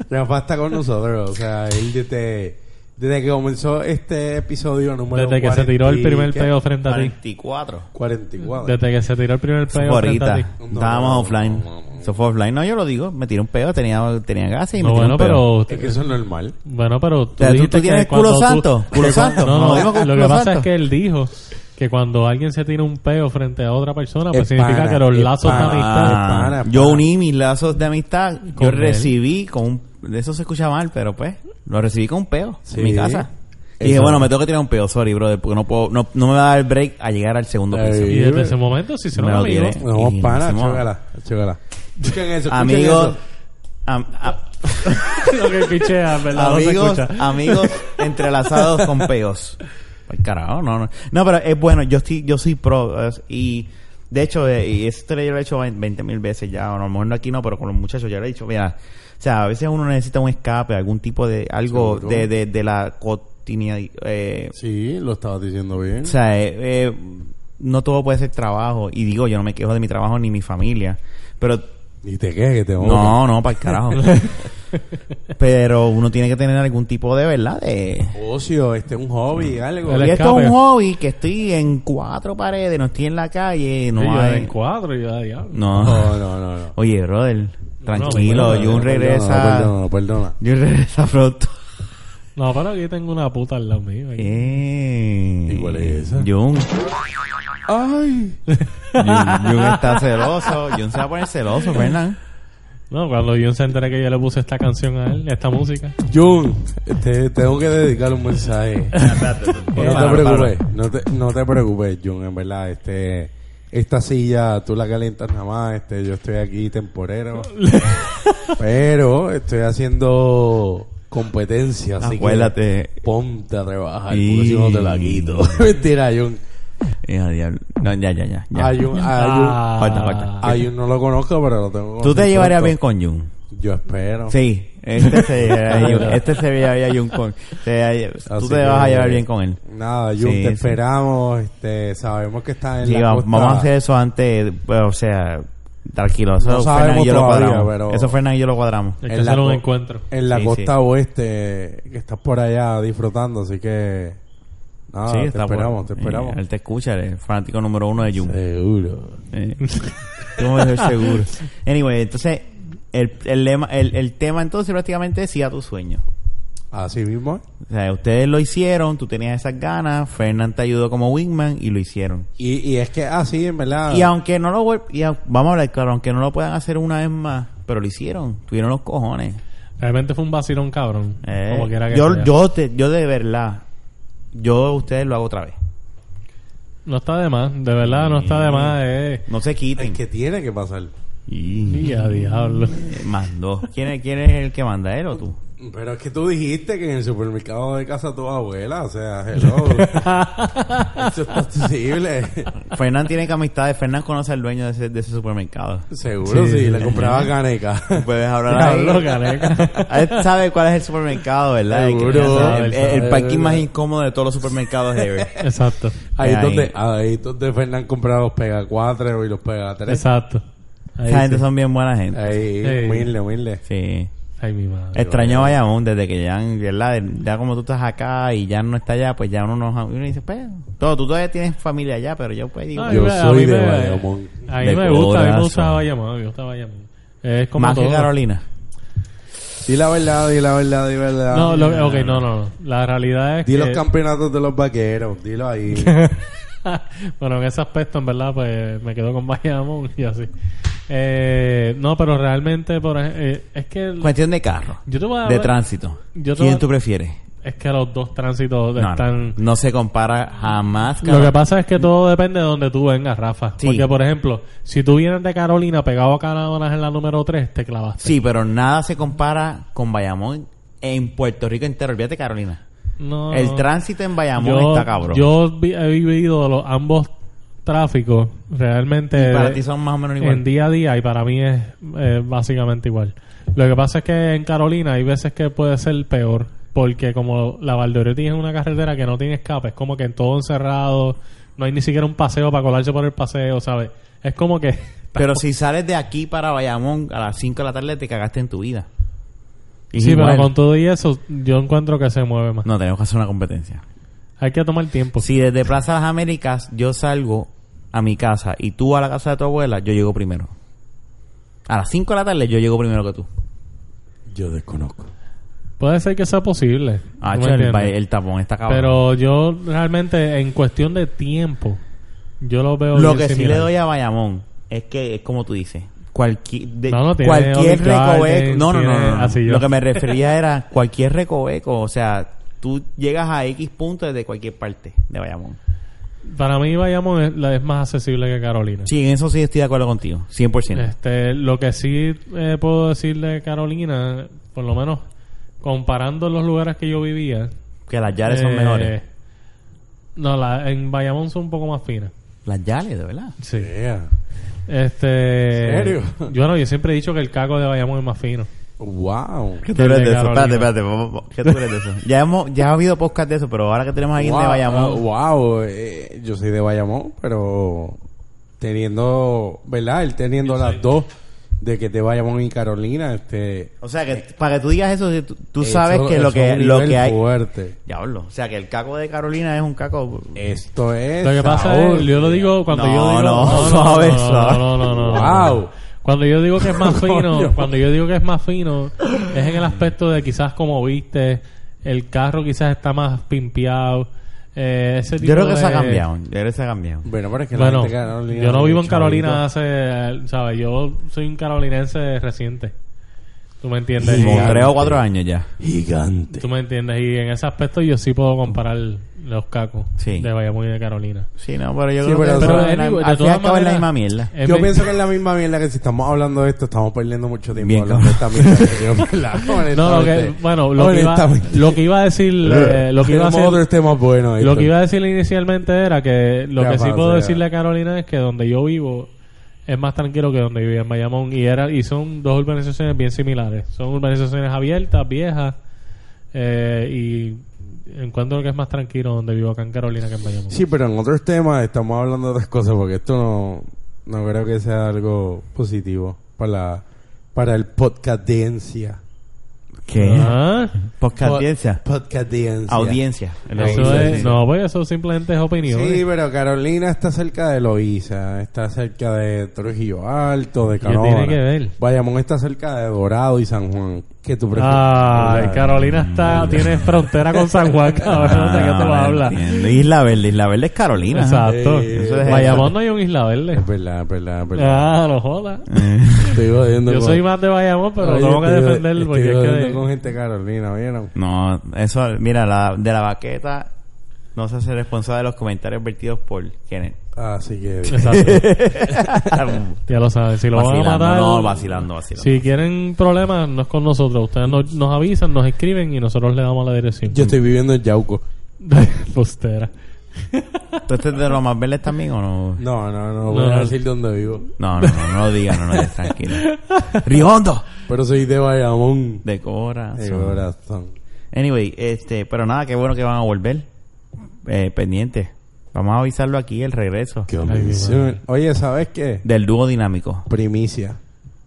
Speaker 4: Rafa está con nosotros. O sea, él desde, desde que comenzó este episodio número
Speaker 3: Desde que se tiró el primer peo
Speaker 4: peor
Speaker 3: frente a ti.
Speaker 2: 24.
Speaker 4: 44.
Speaker 3: Desde que se tiró el primer
Speaker 2: Eso fue
Speaker 3: peo frente a
Speaker 2: ahorita.
Speaker 3: ti.
Speaker 4: No,
Speaker 2: Estábamos
Speaker 4: no,
Speaker 2: offline.
Speaker 4: no, no, no.
Speaker 2: Eso fue offline. No, yo lo digo. Me tiré un pedo, tenía, tenía gas y me
Speaker 3: No,
Speaker 2: tiré
Speaker 3: bueno,
Speaker 2: un pedo.
Speaker 3: pero...
Speaker 4: Es que eso es normal.
Speaker 3: Bueno, pero tú,
Speaker 2: O sea, tú- tú
Speaker 3: dijiste que
Speaker 2: tienes
Speaker 3: cuando
Speaker 2: culo
Speaker 3: tú-
Speaker 2: santo, culo
Speaker 3: que cuando-
Speaker 2: santo,
Speaker 3: No,
Speaker 2: nos
Speaker 3: no,
Speaker 2: jodimos con
Speaker 3: lo
Speaker 2: culo
Speaker 3: que pasa
Speaker 2: santo.
Speaker 3: es que él dijo que cuando alguien se tira un peo frente a otra persona, pues
Speaker 4: Es
Speaker 3: significa
Speaker 4: pana,
Speaker 3: que los
Speaker 4: es
Speaker 3: lazos
Speaker 4: pana.
Speaker 3: de amistad...
Speaker 2: Ah,
Speaker 4: pana, pana.
Speaker 2: Yo uní mis lazos de amistad.
Speaker 3: Con
Speaker 2: yo
Speaker 3: él.
Speaker 2: recibí con un... de Eso se escucha mal, pero pues... Lo recibí con un peo
Speaker 4: Sí.
Speaker 2: en mi casa. Y
Speaker 4: Eso.
Speaker 2: dije, bueno, me tengo que tirar un peo, sorry, brother, porque no puedo, no, no me va a dar el break a llegar al segundo
Speaker 4: Ey.
Speaker 2: piso.
Speaker 3: Y desde ese momento se hicieron
Speaker 2: Me lo
Speaker 3: amigos.
Speaker 2: tiene.
Speaker 4: No,
Speaker 2: Y
Speaker 4: pana,
Speaker 2: hicimos-
Speaker 4: chócala, chócala. Escuchen eso, escuchen
Speaker 2: Amigos,
Speaker 4: eso.
Speaker 2: am- a-
Speaker 3: Lo que pichea, en ¿verdad?
Speaker 2: amigos,
Speaker 3: no se escucha.
Speaker 2: amigos entrelazados con peos. Ay, carajo, no, no. No, pero es bueno, yo estoy, yo soy pro. es- y de hecho, eh, y esto yo lo he hecho 20 mil veces ya, o a lo mejor no aquí no, pero con los muchachos ya lo he dicho. Mira, o sea, a veces uno necesita un escape, algún tipo de, algo
Speaker 4: Seguro.
Speaker 2: de, de, de la cotidianidad. Eh,
Speaker 4: Sí, lo estabas diciendo bien.
Speaker 2: o sea, eh, eh, no todo puede ser trabajo. Y digo, yo no me quejo de mi trabajo ni mi familia. Pero
Speaker 4: Ni te quejes, que te vamos
Speaker 2: No, no, para el carajo. Pero uno tiene que tener algún tipo de verdad de...
Speaker 4: a- Ocio, este un hobby, algo.
Speaker 3: El
Speaker 2: Y esto
Speaker 3: escape.
Speaker 2: es un hobby que estoy en cuatro paredes, no estoy en la calle, no
Speaker 3: Sí, yo
Speaker 2: hay...
Speaker 3: en cuatro, y yo, ay, diablo.
Speaker 2: No.
Speaker 4: No, no, no, no.
Speaker 2: Oye, brother,
Speaker 3: No,
Speaker 2: tranquilo,
Speaker 3: no,
Speaker 2: Jun regresa...
Speaker 4: No, perdona, perdona.
Speaker 2: Jun regresa pronto.
Speaker 3: No, pero aquí tengo una puta al lado mío. ahí.
Speaker 2: Eh,
Speaker 4: ¿Y cuál es esa?
Speaker 2: Jun.
Speaker 4: Ay.
Speaker 2: Jun, Jun está celoso. Jun se va a poner celoso, Fernan.
Speaker 3: No, cuando yo se enteré que yo le puse esta canción a él, esta música.
Speaker 4: Jun, te tengo que dedicar un mensaje. no te
Speaker 2: Páralo,
Speaker 4: preocupes, no te, no te preocupes, Jun, en verdad, este esta silla tú la calientas nada más, este yo estoy aquí temporero. pero estoy haciendo competencia, así que
Speaker 2: Acuérdate.
Speaker 4: ponte a trabajar, porque si no te la quito. Mentira, Jun.
Speaker 2: Eh, al diablo. No, ya, ya, ya. ya.
Speaker 4: A Jun, a
Speaker 3: Ah.
Speaker 2: Falta, falta.
Speaker 4: Jun- a Jun no lo conozco, pero lo tengo.
Speaker 2: Tú te
Speaker 4: conocido
Speaker 2: llevarías
Speaker 4: pronto.
Speaker 2: bien con Jun.
Speaker 4: Yo espero.
Speaker 2: Sí, este se llevaría este se llevaría bien con. este se-
Speaker 4: Así
Speaker 2: tú te
Speaker 4: que,
Speaker 2: vas a llevar bien con él.
Speaker 4: Nada, Jun,
Speaker 2: Sí,
Speaker 4: te
Speaker 2: sí.
Speaker 4: esperamos. Este, sabemos que está en
Speaker 2: Sí,
Speaker 4: la
Speaker 2: va-
Speaker 4: costa.
Speaker 2: vamos a hacer eso antes, bueno, o sea, tranquilo. Eso
Speaker 4: No
Speaker 2: Fernan
Speaker 4: sabemos
Speaker 2: y yo lo
Speaker 4: todavía,
Speaker 2: cuadramos.
Speaker 4: pero-
Speaker 2: Eso Fernan y yo lo cuadramos.
Speaker 3: Hay que
Speaker 4: En la
Speaker 3: hacer un
Speaker 4: co-
Speaker 3: encuentro.
Speaker 4: En la
Speaker 2: Sí,
Speaker 4: costa
Speaker 2: sí.
Speaker 4: oeste, que estás por allá disfrutando, así que. Nada,
Speaker 2: Sí,
Speaker 4: Ah, te
Speaker 2: está por-
Speaker 4: esperamos, te esperamos.
Speaker 2: eh, él te escucha, el fanático número uno de Jun.
Speaker 4: Seguro.
Speaker 2: Eh, tú me ves seguro. Anyway, entonces, el, el, lema- el, el tema entonces prácticamente es sí a tu sueño.
Speaker 4: Así mismo.
Speaker 2: O sea, ustedes lo hicieron, tú tenías esas ganas, Fernan te ayudó como wingman y lo hicieron.
Speaker 4: Y, y es que así, en verdad.
Speaker 2: Y aunque no lo vuel- y au- vamos a hablar claro, aunque no lo puedan hacer una vez más, pero lo hicieron, tuvieron los cojones.
Speaker 3: Realmente fue un vacilón cabrón.
Speaker 2: Eh,
Speaker 3: Como quiera que
Speaker 2: yo,
Speaker 3: sea.
Speaker 2: yo, te- yo de verdad, yo a ustedes lo hago otra vez.
Speaker 3: No está de más, de verdad, no está de más. Eh.
Speaker 2: No se
Speaker 4: es
Speaker 2: quiten.
Speaker 4: que tiene que pasar.
Speaker 2: Y- eh,
Speaker 3: Y a diablo.
Speaker 2: Mandó. ¿Quién es, ¿Quién es el que manda él o tú?
Speaker 4: Pero es que tú dijiste que en el supermercado de casa tu abuela, o sea, hello. Eso está accesible.
Speaker 2: Fernán tiene que amistades. Fernán conoce al dueño de ese, de ese supermercado.
Speaker 4: Seguro
Speaker 3: Sí,
Speaker 4: sí,
Speaker 3: sí,
Speaker 4: le
Speaker 3: sí.
Speaker 4: compraba caneca.
Speaker 2: Puedes hablar ahí.
Speaker 3: Diablo, caneca.
Speaker 2: Él sabe cuál es el supermercado, ¿verdad?
Speaker 4: Seguro.
Speaker 2: Que- el-
Speaker 3: Él
Speaker 2: El,
Speaker 3: sabe,
Speaker 2: el
Speaker 3: él
Speaker 2: parking
Speaker 4: sabe.
Speaker 2: más incómodo de todos los supermercados ever.
Speaker 3: Exacto.
Speaker 4: Ahí es
Speaker 2: Ahí.
Speaker 4: donde, ahí es donde Fernán compraba los pega 4 y los pega 3.
Speaker 3: Exacto. Ahí
Speaker 2: Esa gente
Speaker 3: sí.
Speaker 2: son bien buena gente.
Speaker 4: Ahí,
Speaker 3: Sí.
Speaker 4: humilde, humilde.
Speaker 2: Sí.
Speaker 3: Ay, mi madre.
Speaker 2: Extraño Bayamón desde que ya, ¿verdad? Ya como tú estás acá y ya no está allá, pues ya uno no... Uno dice, pues, todo, tú todavía tienes familia allá, pero yo pues digo...
Speaker 3: No,
Speaker 4: Yo
Speaker 3: a mí me-
Speaker 4: soy
Speaker 3: a mí
Speaker 4: de
Speaker 3: me-
Speaker 4: Bayamón.
Speaker 3: A mí
Speaker 2: De
Speaker 3: me gusta, a mí me gusta
Speaker 2: corazón.
Speaker 3: Bayamón, a mí me gusta Bayamón. Es como
Speaker 2: más
Speaker 3: todo.
Speaker 2: que Carolina.
Speaker 4: Di la verdad, di la verdad, di la verdad.
Speaker 3: No, lo, ok, Eh, no, no, no. La realidad es
Speaker 4: Di
Speaker 3: que...
Speaker 4: los campeonatos de los vaqueros, dilo ahí.
Speaker 3: bueno, en ese aspecto, en verdad, pues me quedo con Bayamón y así. Eh, no, pero realmente, por ej- eh, es que el-
Speaker 2: Cuestión de carro.
Speaker 3: Yo te voy a
Speaker 2: de
Speaker 3: hablar-
Speaker 2: tránsito.
Speaker 3: Yo te voy
Speaker 2: ¿Quién
Speaker 3: a-
Speaker 2: tú prefieres?
Speaker 3: es que los dos tránsitos
Speaker 2: No,
Speaker 3: están...
Speaker 2: no, no se compara jamás.
Speaker 3: Lo
Speaker 2: cabrón.
Speaker 3: que pasa es que todo depende de donde tú vengas, Rafa.
Speaker 2: Sí.
Speaker 3: Porque, por ejemplo, si tú vienes de Carolina pegado a Canadonas en la número 3, te clavaste.
Speaker 2: Sí, pero nada se compara con Bayamón en Puerto Rico entero. Olvídate, Carolina.
Speaker 3: No,
Speaker 2: El
Speaker 3: no.
Speaker 2: tránsito en Bayamón
Speaker 3: yo,
Speaker 2: está cabrón.
Speaker 3: Yo vi- he vivido los, ambos tráficos realmente
Speaker 2: Y para
Speaker 3: de-
Speaker 2: ti son más o menos igual.
Speaker 3: eh, en día a día y para mí es eh, básicamente igual. Lo que pasa es que en Carolina hay veces que puede ser peor porque como la Valdoretti es una carretera que no tiene escape, es como que en todo encerrado, no hay ni siquiera un paseo para colarse por el paseo, ¿sabes? Es como que...
Speaker 2: Pero si sales de aquí para Bayamón a las 5 de la tarde, te cagaste en tu vida. Y
Speaker 3: sí,
Speaker 2: igual,
Speaker 3: pero con todo y eso, yo encuentro que se mueve más.
Speaker 2: No, tenemos que hacer una competencia.
Speaker 3: Hay que tomar tiempo.
Speaker 2: Pues Si desde Plaza de las Américas yo salgo a mi casa y tú a la casa de tu abuela, yo llego primero. A las 5 de la tarde yo llego primero que tú.
Speaker 4: Yo desconozco.
Speaker 3: Puede ser que sea posible.
Speaker 2: Ah,
Speaker 3: ¿tú me
Speaker 2: chel, el,
Speaker 3: entiendes?
Speaker 2: ba- el tapón está cabrón.
Speaker 3: Pero yo realmente, en cuestión de tiempo, yo lo veo.
Speaker 2: Lo
Speaker 3: bien
Speaker 2: que sí
Speaker 3: similar.
Speaker 2: le doy a Bayamón es que es como tú dices. Cualquier, de-
Speaker 3: No, no, tiene
Speaker 2: cualquier
Speaker 3: Olive
Speaker 2: recoveco.
Speaker 3: Garden,
Speaker 2: No, no, no.
Speaker 3: tiene
Speaker 2: no, no.
Speaker 3: así yo.
Speaker 2: Lo que me refería era cualquier recoveco. O sea, tú llegas a X punto desde cualquier parte de Bayamón.
Speaker 3: Para mí, Bayamón es, la- es más accesible que Carolina.
Speaker 2: Sí, en eso sí estoy de acuerdo contigo. 100%.
Speaker 3: Este, lo que sí eh, puedo decir de Carolina, por lo menos comparando los lugares que yo vivía.
Speaker 2: que las Yales son
Speaker 3: eh,
Speaker 2: mejores.
Speaker 3: No, la, en Bayamón son un poco más finas.
Speaker 2: Las Yales, de verdad.
Speaker 3: Sí.
Speaker 4: Yeah.
Speaker 3: Este.
Speaker 4: ¿En serio?
Speaker 3: Yo no, yo siempre he dicho que el caco de Bayamón es más fino.
Speaker 4: Wow.
Speaker 2: ¿Qué tú eres
Speaker 3: De
Speaker 2: de eso?
Speaker 3: Carolina.
Speaker 2: Espérate, espérate. vamos, vamos. ¿Qué tú eres de eso? Ya, hemos, ya ha habido podcast de eso, pero ahora que tenemos a alguien de
Speaker 4: Wow,
Speaker 2: Bayamón.
Speaker 4: ah, wow, eh, yo soy de Bayamón, pero teniendo, ¿verdad? Él teniendo las dos de que de Bayamón y Carolina, este
Speaker 2: O sea, que para que tú digas eso, tú, tú sabes
Speaker 4: eso-
Speaker 2: que lo
Speaker 4: eso es
Speaker 2: que,
Speaker 4: un
Speaker 2: lo
Speaker 4: nivel
Speaker 2: que hay.
Speaker 4: fuerte.
Speaker 2: Diablo. O sea, que el caco de Carolina es un caco.
Speaker 4: Esto es
Speaker 3: Lo que pasa
Speaker 4: sabor.
Speaker 3: es, yo lo digo cuando
Speaker 2: No,
Speaker 3: yo digo.
Speaker 2: no, suave,
Speaker 3: no, no,
Speaker 2: suave.
Speaker 3: no, no, no, no.
Speaker 4: Wow.
Speaker 3: Cuando yo digo que es más fino,
Speaker 4: Coño.
Speaker 3: cuando yo digo que es más fino, es en el aspecto de quizás como viste, el carro quizás está más pimpeado. eh, ese tipo
Speaker 2: Yo creo que
Speaker 3: de-
Speaker 2: se ha cambiado. Yo creo que se ha cambiado.
Speaker 4: Bueno, pero es que la
Speaker 3: Bueno,
Speaker 4: gente de Carolina
Speaker 3: yo no
Speaker 4: es
Speaker 3: vivo en
Speaker 4: chavito.
Speaker 3: Carolina hace, eh, ¿sabes? Yo soy un carolinense reciente. ¿Tú me entiendes?
Speaker 4: Sí.
Speaker 2: Como
Speaker 4: Gigante.
Speaker 2: tres o cuatro años ya.
Speaker 4: gigante.
Speaker 3: Tú me entiendes. Y en ese aspecto yo sí puedo comparar los cacos
Speaker 2: Sí.
Speaker 3: de Bayamón y de Carolina.
Speaker 2: Sí, no, pero yo
Speaker 4: Sí,
Speaker 2: creo
Speaker 4: pero-
Speaker 2: que
Speaker 4: pero
Speaker 2: al-
Speaker 3: anyway, de
Speaker 2: al fin y
Speaker 3: todas
Speaker 2: al cabo es la
Speaker 3: maneras-
Speaker 2: misma mierda.
Speaker 3: Es
Speaker 4: Yo
Speaker 3: mi-
Speaker 4: pienso que es la misma mierda que si estamos hablando de esto, estamos perdiendo mucho tiempo
Speaker 2: Bien,
Speaker 4: hablando de esta mierda. ¿verdad?
Speaker 3: No, lo que,
Speaker 4: Honestamente.
Speaker 3: bueno, lo que, iba,
Speaker 4: Honestamente.
Speaker 3: lo que iba a decir, eh, lo que iba a
Speaker 4: Tenemos
Speaker 3: hacer-
Speaker 4: otros temas buenos.
Speaker 3: lo
Speaker 4: Héctor.
Speaker 3: que iba a decir inicialmente era que lo
Speaker 4: Ya
Speaker 3: que sí
Speaker 4: pasa,
Speaker 3: puedo
Speaker 4: ya.
Speaker 3: decirle a Carolina es que donde yo vivo es más tranquilo que donde vivía en Bayamón y era y son dos urbanizaciones bien similares, son urbanizaciones abiertas, viejas eh, y encuentro que es más tranquilo donde vivo acá en Carolina que en Bayamón.
Speaker 4: Sí, pero en otros temas estamos hablando de otras cosas porque esto no, no creo que sea algo positivo para, para el podcadencia.
Speaker 2: ¿Qué?
Speaker 3: Ah,
Speaker 2: Podcast audiencia.
Speaker 4: Pod- podcadencia.
Speaker 2: Audiencia.
Speaker 3: eso es, no, pues eso simplemente es opinión.
Speaker 4: Sí, pero Carolina está cerca de Loíza, está cerca de Trujillo Alto, de
Speaker 3: ¿Qué tiene
Speaker 4: Canóvana.
Speaker 3: que ver?
Speaker 4: Bayamón está cerca de Dorado y San Juan. ¿Qué tú prefieres?
Speaker 3: Ay,
Speaker 4: ¿Verdad?
Speaker 3: Carolina está, tiene frontera con San Juan, cabrón, ¿de qué tú
Speaker 4: Ah,
Speaker 3: hablas?
Speaker 2: Ah, entiendo. Isla Verde. Isla Verde es Carolina.
Speaker 3: Exacto.
Speaker 4: Eh,
Speaker 2: eso es-
Speaker 3: Bayamón no hay un Isla Verde.
Speaker 4: Es verdad, es verdad, es verdad.
Speaker 3: Ah, no jodas.
Speaker 2: Eh.
Speaker 4: Estoy jodiendo
Speaker 3: Yo
Speaker 4: con-
Speaker 3: soy más de Bayamón, pero
Speaker 4: Oye,
Speaker 3: tengo que
Speaker 4: estoy-
Speaker 3: defender
Speaker 4: estoy
Speaker 3: porque es que
Speaker 4: jodiendo
Speaker 3: de-
Speaker 4: con gente de Carolina, ¿vieron?
Speaker 2: No, eso, mira, la, de la baqueta No se hace responsable de los comentarios vertidos por Kenneth.
Speaker 4: Así que...
Speaker 3: Exacto. ya lo saben. Si lo van a
Speaker 2: vacilando,
Speaker 3: matar.
Speaker 2: no, vacilando, vacilando.
Speaker 3: Si quieren problemas, no es con nosotros. Ustedes nos, nos avisan, nos escriben y nosotros le damos la dirección.
Speaker 4: Yo estoy viviendo en Yauco.
Speaker 3: Postera.
Speaker 2: ¿Tú estás de los más verdes también o no?
Speaker 4: No, no, no, voy
Speaker 3: No.
Speaker 4: a decir dónde vivo.
Speaker 2: No, no, no, no lo digas, no, no, ya, tranquilo. Riondo.
Speaker 4: Pero soy de Bayamón.
Speaker 2: De corazón.
Speaker 4: De corazón.
Speaker 2: Anyway, este, pero nada, qué bueno que van a volver. Eh, pendiente. Vamos a avisarlo aquí, el regreso.
Speaker 4: Comisión. Oye, ¿sabes qué?
Speaker 2: Del dúo dinámico.
Speaker 4: Primicia.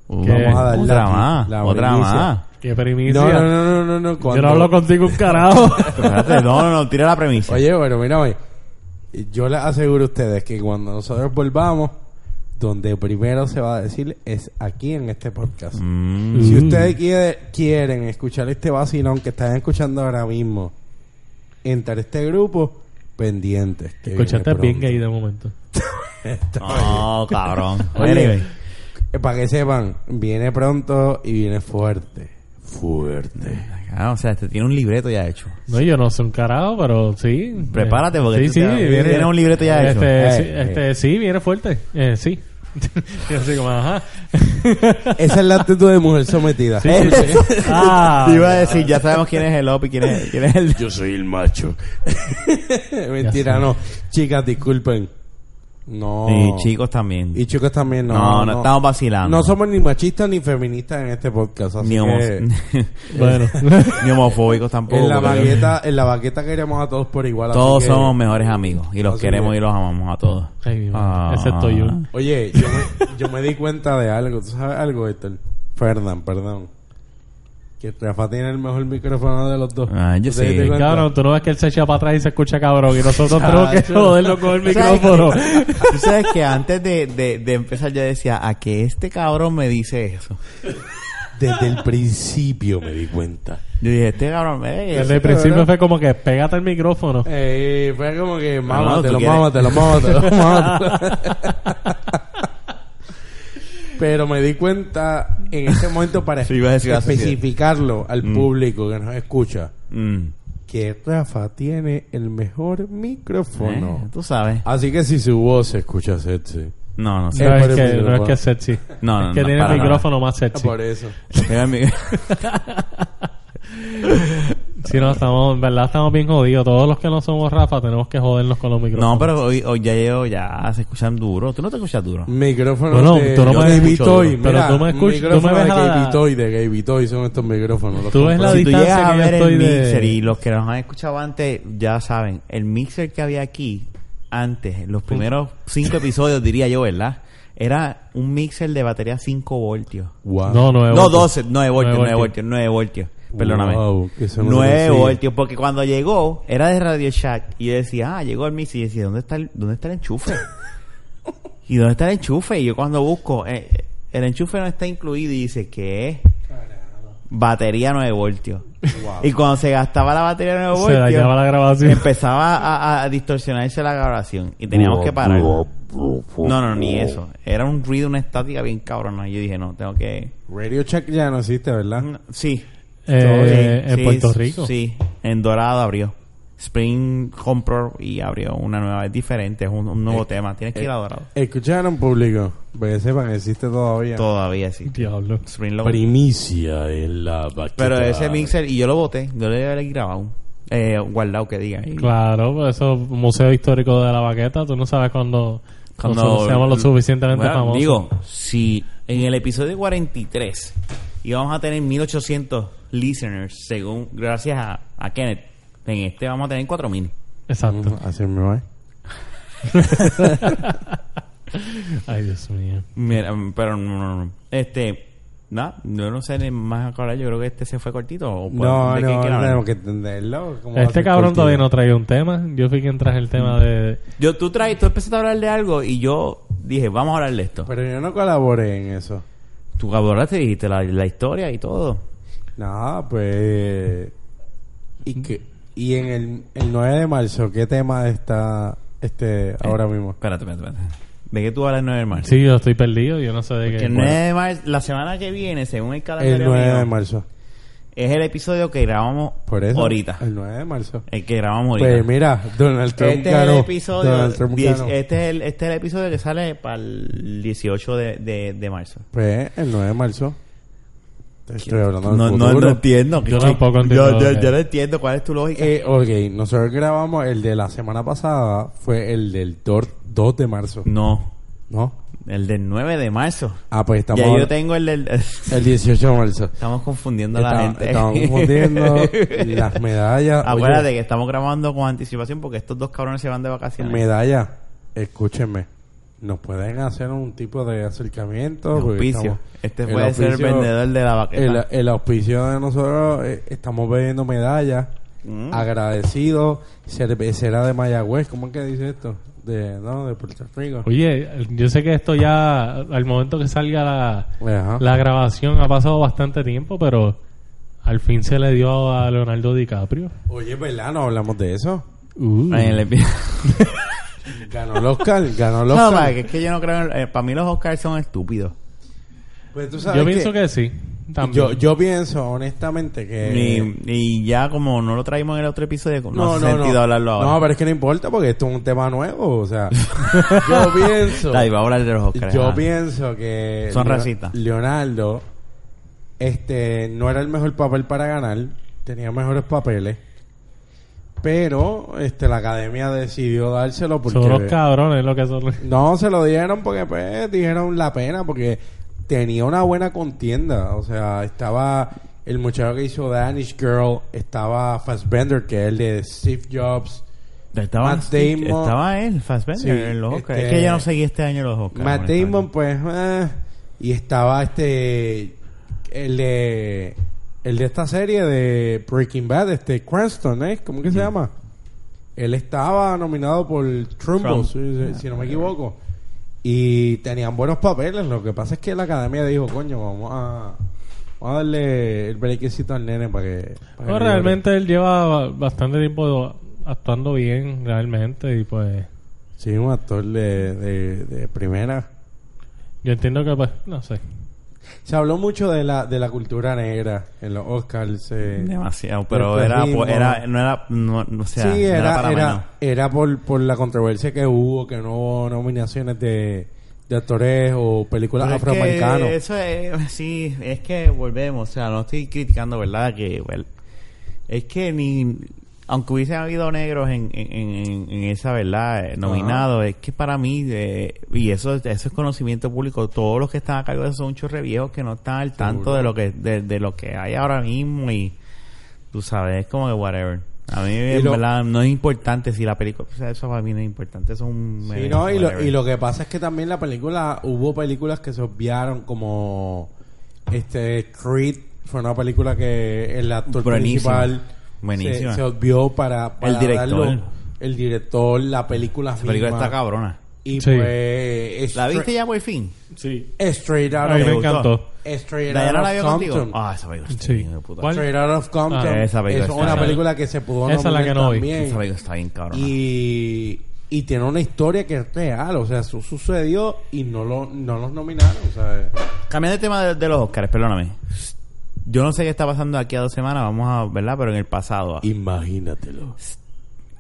Speaker 2: Uh,
Speaker 3: ¿Qué?
Speaker 2: vamos a darle otra
Speaker 4: aquí,
Speaker 2: más.
Speaker 4: la
Speaker 2: otra
Speaker 4: primicia.
Speaker 2: más.
Speaker 3: Qué primicia.
Speaker 4: No, no, no, no, no. no,
Speaker 3: Yo
Speaker 4: cuando-
Speaker 3: no hablo contigo un carajo.
Speaker 2: Espérate, no, no, no, tira la premisa.
Speaker 4: Oye, bueno, mira, oye. Yo les aseguro a ustedes que cuando nosotros volvamos, donde primero se va a decir es aquí en este podcast.
Speaker 2: Mm,
Speaker 4: Si ustedes quiere- quieren escuchar este vacilón que están escuchando ahora mismo, entrar a este grupo, pendientes. que viene
Speaker 3: Escuchaste este bien
Speaker 4: pronto.
Speaker 3: gay de momento.
Speaker 2: no, cabrón.
Speaker 4: Oye.
Speaker 2: Anyway.
Speaker 4: Eh, Para que sepan, viene pronto y viene fuerte. Fuerte.
Speaker 2: Ah, o sea, este tiene un libreto ya hecho.
Speaker 3: No, yo no soy un carajo, pero sí. Eh,
Speaker 2: Prepárate, porque
Speaker 3: sí,
Speaker 2: tú
Speaker 3: sí,
Speaker 2: te-
Speaker 3: viene,
Speaker 2: tienes un libreto ya hecho.
Speaker 3: Este,
Speaker 4: Eh,
Speaker 3: sí,
Speaker 4: eh.
Speaker 3: este, sí, viene fuerte. Eh, sí. yo así como, ajá.
Speaker 4: Esa es la actitud de mujer sometida. Eh,
Speaker 3: ah,
Speaker 2: Te iba a decir, ya sabemos quién es el OP y quién es, quién es el...
Speaker 4: Yo soy el macho. Mentira, no. Chicas, disculpen. No.
Speaker 2: Y chicos también.
Speaker 4: Y chicos también, no.
Speaker 2: no, no, estamos vacilando.
Speaker 4: No somos ni machistas ni feministas en este podcast. Así
Speaker 2: ni, homo-
Speaker 4: que
Speaker 3: bueno.
Speaker 2: ni homofóbicos tampoco.
Speaker 4: en la
Speaker 2: porque
Speaker 4: baqueta, en la baqueta queremos a todos por igual. así
Speaker 2: Todos
Speaker 4: que-
Speaker 2: somos mejores amigos y los
Speaker 4: Así
Speaker 2: queremos
Speaker 4: que-
Speaker 2: y los amamos a todos.
Speaker 3: Ay, mi madre.
Speaker 2: Ah.
Speaker 3: Excepto yo.
Speaker 4: Oye, yo me, yo me di cuenta de algo. ¿Tú sabes algo, Héctor? Perdón, perdón. Que Rafa tiene el mejor micrófono de los dos.
Speaker 2: Ah, yo
Speaker 4: ¿Tú te
Speaker 2: sí.
Speaker 4: diste cuenta?
Speaker 3: Cabrón, tú no ves que él se echa para atrás y se escucha cabrón. Y nosotros tenemos que
Speaker 4: Chacho.
Speaker 3: joderlo con el micrófono.
Speaker 2: Tú sabes que antes de, de, de empezar yo decía, a que este cabrón me dice eso.
Speaker 4: Desde el principio me di cuenta.
Speaker 2: Yo dije, este cabrón me
Speaker 3: Desde el principio fue como que pégate el micrófono.
Speaker 4: Eh, fue como que
Speaker 2: tú
Speaker 4: mámatelo,
Speaker 2: quieres-
Speaker 4: mámatelo, mámatelo, mámatelo. Pero me di cuenta en ese momento para
Speaker 2: Sí, iba a decir la sociedad.
Speaker 4: especificarlo al
Speaker 3: Mm.
Speaker 4: público que nos escucha
Speaker 2: Mm,
Speaker 4: que Rafa tiene el mejor micrófono.
Speaker 2: ¿eh?
Speaker 3: Eh.
Speaker 2: Tú sabes.
Speaker 4: Así que si su voz se escucha sexy.
Speaker 2: No, no sé.
Speaker 3: No
Speaker 4: Eh,
Speaker 3: es,
Speaker 4: por el
Speaker 3: que, no es
Speaker 4: micrófono.
Speaker 3: que es sexy.
Speaker 2: No, no,
Speaker 3: es que
Speaker 2: no,
Speaker 3: tiene
Speaker 2: para
Speaker 3: el micrófono más sexy.
Speaker 4: Ah, Por eso.
Speaker 2: Mira, mi-
Speaker 3: Si no, estamos, en verdad estamos bien jodidos. Todos los que no somos Rafa tenemos que jodernos con los micrófonos.
Speaker 2: No, pero hoy, hoy ya llevo, ya se escuchan duro. Tú no te escuchas duro.
Speaker 4: Micrófono
Speaker 3: Bueno,
Speaker 4: de,
Speaker 3: tú no me
Speaker 4: de
Speaker 3: escuchas,
Speaker 4: Gaby Toy.
Speaker 3: pero
Speaker 4: Mira,
Speaker 3: tú me escuchas- tú me
Speaker 4: micrófono
Speaker 3: ves
Speaker 4: de
Speaker 3: a la-
Speaker 4: Gaby Toy, de Gaby Toy son estos micrófonos. los
Speaker 3: Tú ves la
Speaker 4: compré.
Speaker 2: si tú
Speaker 3: distancia
Speaker 2: llegas a
Speaker 3: que yo
Speaker 2: ver el
Speaker 3: estoy de-
Speaker 2: mixer y los que nos han escuchado antes ya saben, el mixer que había aquí antes, los primeros cinco episodios diría yo, ¿verdad? Era un mixer de batería 5 voltios.
Speaker 4: Wow.
Speaker 3: No, no,
Speaker 2: No, 12, 9 voltios, 9
Speaker 3: Nueve
Speaker 2: voltios, 9 voltios. Perdóname.
Speaker 4: Wow, que eso no
Speaker 2: 9
Speaker 4: lo consigue.
Speaker 2: voltios, porque cuando llegó era de Radio Shack y yo decía, ah, llegó el mixer y decía, ¿dónde está el, dónde está el enchufe? ¿Y dónde está el enchufe? Y yo cuando busco, eh, el enchufe no está incluido y dice, ¿qué? Batería 9 voltios. Y cuando se gastaba la batería 9
Speaker 3: Se dañaba la
Speaker 2: voltios,
Speaker 3: grabación.
Speaker 2: empezaba a, a distorsionarse la grabación y teníamos que parar. No, no, ni eso. Era un ruido, una estática bien cabrona. Y yo dije, no, tengo que...
Speaker 4: Radio Check ya no existe, ¿verdad?
Speaker 2: No, Sí.
Speaker 3: Eh,
Speaker 2: Sí,
Speaker 3: en
Speaker 2: sí,
Speaker 3: Puerto
Speaker 2: sí,
Speaker 3: Rico.
Speaker 2: Sí, en Dorado abrió. Spring compró y abrió una nueva, es diferente, es un, un nuevo tema. Tienes que ir a Dorado.
Speaker 4: Escucharon público, para que sepan, existe todavía.
Speaker 2: Todavía sí.
Speaker 3: Diablo.
Speaker 2: Spring lo
Speaker 4: Primicia en la vaqueta.
Speaker 2: Pero ese mixer, y yo lo boté, yo le había grabado. Eh, guardado que diga. Y
Speaker 3: Claro, pues eso Museo Histórico de la Baqueta. Tú no sabes cuándo
Speaker 2: cuando-
Speaker 3: nosotros seamos lo suficientemente
Speaker 2: Bueno,
Speaker 3: famosos.
Speaker 2: Digo, si en el episodio 43 íbamos a tener 1800 listeners, según, gracias a, a Kenneth, en este vamos a tener 4000.
Speaker 3: Exacto.
Speaker 4: Así me va.
Speaker 3: Ay, Dios mío.
Speaker 2: Mira, mm, pero no, no, no. Este, nada, yo no sé ni más ahora, yo creo que este se fue cortito. ¿o
Speaker 4: No,
Speaker 2: ¿de qué
Speaker 4: no,
Speaker 2: quieren hablar?
Speaker 4: tenemos que entenderlo. ¿cómo va a
Speaker 3: Este
Speaker 4: ser
Speaker 3: cabrón
Speaker 4: cortito?
Speaker 3: todavía no traía un tema. Yo fui quien traje el tema de...
Speaker 2: Yo, tú traes, tú empezaste a hablar de algo y yo dije, vamos a hablar de esto.
Speaker 4: Pero yo no colaboré en eso.
Speaker 2: Tú abordaste, dijiste la, la historia y todo.
Speaker 4: No, pues...
Speaker 2: Mm.
Speaker 4: Y, que, y en el, el 9 de marzo, ¿qué tema está
Speaker 2: Eh,
Speaker 4: este ahora mismo?
Speaker 2: Espérate, espérate, espérate. ¿De qué tú hablas el 9 de marzo?
Speaker 3: Sí, yo estoy perdido. Yo no sé de
Speaker 2: Que
Speaker 3: qué.
Speaker 2: el 9 de marzo, la semana que viene, según el
Speaker 4: El
Speaker 2: calendario
Speaker 4: 9 de
Speaker 2: mío,
Speaker 4: marzo.
Speaker 2: es el episodio que grabamos
Speaker 4: Por eso.
Speaker 2: ahorita.
Speaker 4: El 9 de marzo.
Speaker 2: El que grabamos ahorita.
Speaker 4: Pues mira, Donald Trump
Speaker 2: Este es,
Speaker 4: ganó.
Speaker 2: el episodio,
Speaker 4: Donald Trump
Speaker 2: diez-
Speaker 4: ganó.
Speaker 2: este, es el, este es el episodio que sale para el 18 de, de, de marzo.
Speaker 4: Pues el 9 de marzo. Te Estoy hablando
Speaker 2: No,
Speaker 4: del
Speaker 2: no,
Speaker 4: futuro.
Speaker 2: no entiendo.
Speaker 3: Yo tampoco
Speaker 2: Yo,
Speaker 3: entiendo,
Speaker 2: yo-
Speaker 3: eh.
Speaker 2: yo no entiendo cuál es tu lógica.
Speaker 4: Eh, ok, nosotros grabamos el de la semana pasada, fue el del dor- 2 de marzo,
Speaker 2: no,
Speaker 4: ¿no?
Speaker 2: el del 9 de marzo.
Speaker 4: Ah, pues estamos
Speaker 2: ya yo
Speaker 4: ahora-
Speaker 2: tengo el del...
Speaker 4: el 18 de marzo.
Speaker 2: Estamos confundiendo a la
Speaker 4: Estamos-
Speaker 2: gente.
Speaker 4: Estamos confundiendo las medallas. Oye,
Speaker 2: Acuérdate que estamos grabando con anticipación porque estos dos cabrones se van de vacaciones.
Speaker 4: medallas, escúchenme. Nos pueden hacer un tipo de acercamiento.
Speaker 2: El
Speaker 4: porque
Speaker 2: auspicio.
Speaker 4: estamos-
Speaker 2: Este puede ser el vendedor de la vaqueta.
Speaker 4: El, el auspicio de nosotros, eh, estamos vendiendo medallas.
Speaker 2: Mm.
Speaker 4: Agradecido. Cervecera de Mayagüez. ¿Cómo es que dice esto? De, ¿no? de Puerto Rico.
Speaker 3: Oye, yo sé que esto ya, al momento que salga la,
Speaker 4: Ajá.
Speaker 3: la grabación, ha pasado bastante tiempo, pero al fin se le dio a Leonardo DiCaprio.
Speaker 4: Oye, ¿verdad? No hablamos de eso.
Speaker 3: Uh.
Speaker 2: En el epi-
Speaker 4: Ganó el Oscar. Ganó el
Speaker 2: No,
Speaker 4: Oscar.
Speaker 2: para, que, es que yo no creo... en- eh, para mí los Oscars son estúpidos.
Speaker 4: Pues tú sabes
Speaker 3: Yo pienso que sí. También.
Speaker 4: Yo, yo pienso, honestamente, que...
Speaker 2: Y, y ya como no lo traímos en el otro episodio, no, hace sentido
Speaker 4: no.
Speaker 2: hablarlo ahora.
Speaker 4: No, pero es que no importa porque esto es un tema nuevo, o sea, yo pienso,
Speaker 2: Dale, vamos a hablar de los Oscars. ah.
Speaker 4: yo
Speaker 2: ajá.
Speaker 4: pienso que
Speaker 2: Son
Speaker 4: Leo-
Speaker 2: racistas.
Speaker 4: Leonardo este no era el mejor papel para ganar, tenía mejores papeles, pero este la academia decidió dárselo porque
Speaker 3: Son unos cabrones lo que son.
Speaker 4: no se lo dieron porque pues dijeron la pena porque tenía una buena contienda, o sea, estaba el muchacho que hizo Danish Girl, estaba Fassbender que es el de Steve Jobs.
Speaker 2: Estaba,
Speaker 4: Matt Damon.
Speaker 2: estaba él, Fassbender,
Speaker 4: Sí,
Speaker 2: en los Oscars.
Speaker 4: este-
Speaker 2: Es que yo no seguí este año los Oscars.
Speaker 4: Matt
Speaker 2: honestamente.
Speaker 4: Damon, pues, eh, y estaba este, el de, el de esta serie de Breaking Bad, este Cranston, ¿eh? ¿Cómo que se llama? Él estaba nominado por Trumbo,
Speaker 2: Trump.
Speaker 4: si, si- si no me equivoco. Y tenían buenos papeles, lo que pasa es que la academia dijo, coño, vamos a, vamos a darle el brequecito al nene para que... para que
Speaker 3: No,
Speaker 4: libre".
Speaker 3: realmente él lleva bastante tiempo actuando bien, realmente, y pues
Speaker 4: Sí, un actor de, de, de primera.
Speaker 3: yo entiendo que, pues, no sé.
Speaker 4: Se habló mucho de la, de la cultura negra en los Oscars. eh.
Speaker 2: Demasiado, pero
Speaker 4: Puerto
Speaker 2: era,
Speaker 4: Rico.
Speaker 2: pues, era, no era, no, no, o sea,
Speaker 4: sí,
Speaker 2: no
Speaker 4: era,
Speaker 2: era para
Speaker 4: era-
Speaker 2: menos.
Speaker 4: era por, por la controversia que hubo, que no hubo nominaciones de, de actores o películas
Speaker 2: Pero es que
Speaker 4: afroamericanos.
Speaker 2: Eso es, sí, es que volvemos, o sea, no estoy criticando, ¿verdad? Que, bueno, es que ni, aunque hubiesen habido negros en, en, en- en esa, ¿verdad? Eh, Nominado, es que para mí, eh, y eso, eso es conocimiento público, todos los que están a cargo de eso son chorre viejos que no están al tanto de lo que, de, de lo que hay ahora mismo y, tú sabes, es como que whatever. A mí, en
Speaker 4: lo-
Speaker 2: verdad, no es importante si la película, o sea, eso para mí no es importante, eso es un...
Speaker 4: Sí, no, y, lo, y lo que pasa es que también la película, hubo películas que se obviaron como este Creed fue una película que el actor
Speaker 2: Buenísima.
Speaker 4: principal
Speaker 2: Buenísima.
Speaker 4: Se, se obvió para, para
Speaker 2: El director.
Speaker 4: darlo- el director, la película
Speaker 2: La película
Speaker 4: misma.
Speaker 2: está cabrona.
Speaker 4: Y
Speaker 3: Sí.
Speaker 4: pues
Speaker 2: ¿La
Speaker 4: stra-
Speaker 2: viste ya por fin?
Speaker 3: Sí.
Speaker 4: Straight
Speaker 3: A
Speaker 4: out
Speaker 3: mí me
Speaker 4: of
Speaker 2: gustó.
Speaker 3: encantó.
Speaker 4: Straight
Speaker 2: ¿Diana
Speaker 4: out
Speaker 2: la
Speaker 4: of
Speaker 2: vio
Speaker 4: Compton.
Speaker 2: contigo? Ah, esa película está
Speaker 3: Sí.
Speaker 2: bien, hijo de puta.
Speaker 3: ¿Cuál?
Speaker 4: Straight out of Compton.
Speaker 2: Ah, esa película
Speaker 4: es
Speaker 2: está
Speaker 4: una
Speaker 2: bien.
Speaker 4: película que se pudo
Speaker 3: Esa es la
Speaker 4: nominar
Speaker 3: que no vi.
Speaker 4: también.
Speaker 2: Esa película está bien cabrona.
Speaker 4: Y, y tiene una historia que es real, o sea, eso sucedió y no lo no los nominaron, o sea,
Speaker 2: Cambiando el tema de, de los Oscars, perdóname. Yo no sé qué está pasando aquí a dos semanas, vamos a, ¿verdad? Pero en el pasado.
Speaker 4: imagínatelo.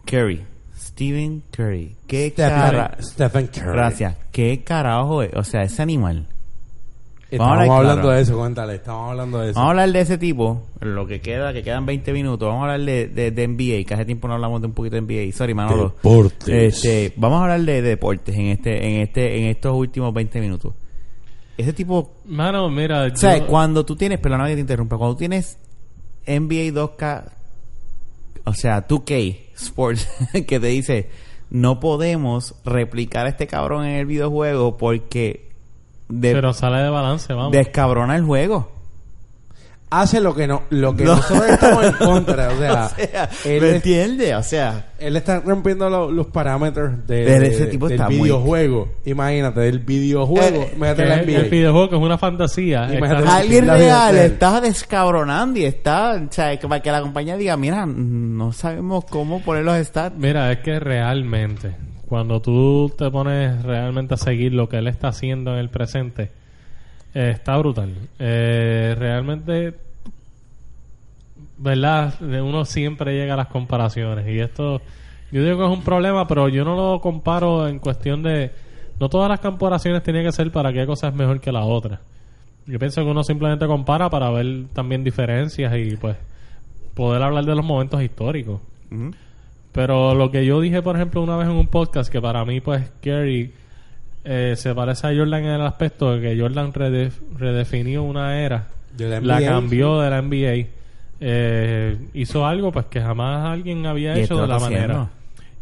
Speaker 2: Curry. Steven Curry. ¿Qué cara...
Speaker 4: Stephen, Stephen Curry.
Speaker 2: Gracias. ¿Qué carajo es? O sea, ese animal. Vamos
Speaker 4: Estamos
Speaker 2: a hablar
Speaker 4: hablando
Speaker 2: claro. Ah.
Speaker 4: de eso, cuéntale, estamos hablando de eso.
Speaker 2: Vamos a hablar de ese tipo, lo que queda, que quedan 20 minutos. Vamos a hablar de, de, de NBA, que hace tiempo no hablamos de un poquito de NBA. Sorry, Manolo.
Speaker 4: Deportes.
Speaker 2: Este, vamos a hablar de, de deportes en este, en este, en estos últimos 20 minutos. Ese tipo,
Speaker 3: Mano, mira.
Speaker 2: o sea,
Speaker 3: yo-
Speaker 2: cuando tú tienes, pero no que te interrumpa, cuando tú tienes NBA 2K, o sea, 2K Sports, que te dice, no podemos replicar a este cabrón en el videojuego porque de-
Speaker 3: Pero sale de balance, vamos.
Speaker 2: descabrona el juego.
Speaker 4: Hace lo que no lo que
Speaker 2: No.
Speaker 4: nosotros estamos en contra, o sea,
Speaker 2: O sea,
Speaker 4: él
Speaker 2: ¿me
Speaker 4: es-
Speaker 2: entiendes? O sea,
Speaker 4: Él está rompiendo lo- los parámetros de,
Speaker 2: Pero ese tipo
Speaker 4: del
Speaker 2: está muy-
Speaker 4: videojuego. Imagínate, del videojuego.
Speaker 2: Eh,
Speaker 4: métete
Speaker 3: Que
Speaker 4: la
Speaker 3: el,
Speaker 4: NBA.
Speaker 3: el videojuego que es una fantasía.
Speaker 2: pues
Speaker 4: Y me
Speaker 3: está-
Speaker 4: hace-
Speaker 2: alguien
Speaker 4: la vida
Speaker 2: real
Speaker 4: real.
Speaker 2: está descabronando y está, o sea, que para que la compañía diga, mira, no sabemos cómo poner los stats.
Speaker 3: Mira, es que realmente, cuando tú te pones realmente a seguir lo que él está haciendo en el presente, eh, está brutal. Eh, realmente, ¿verdad? De Uno siempre llega a las comparaciones y esto yo digo que es un problema, pero yo no lo comparo en cuestión de no todas las comparaciones tienen que ser para qué cosa es mejor que la otra. Yo pienso que uno simplemente compara para ver también diferencias y pues poder hablar de los momentos históricos.
Speaker 2: Ujú.
Speaker 3: Pero lo que yo dije, por ejemplo, una vez en un podcast, que para mí, pues, Kerry eh, se parece a Jordan en el aspecto de que Jordan redef- redefinió una era,
Speaker 4: De la
Speaker 3: la
Speaker 4: NBA,
Speaker 3: cambió de la NBA, eh, hizo algo pues que jamás alguien había
Speaker 2: Y
Speaker 3: hecho
Speaker 2: esto
Speaker 3: de
Speaker 2: lo
Speaker 3: la
Speaker 2: está haciendo.
Speaker 3: manera.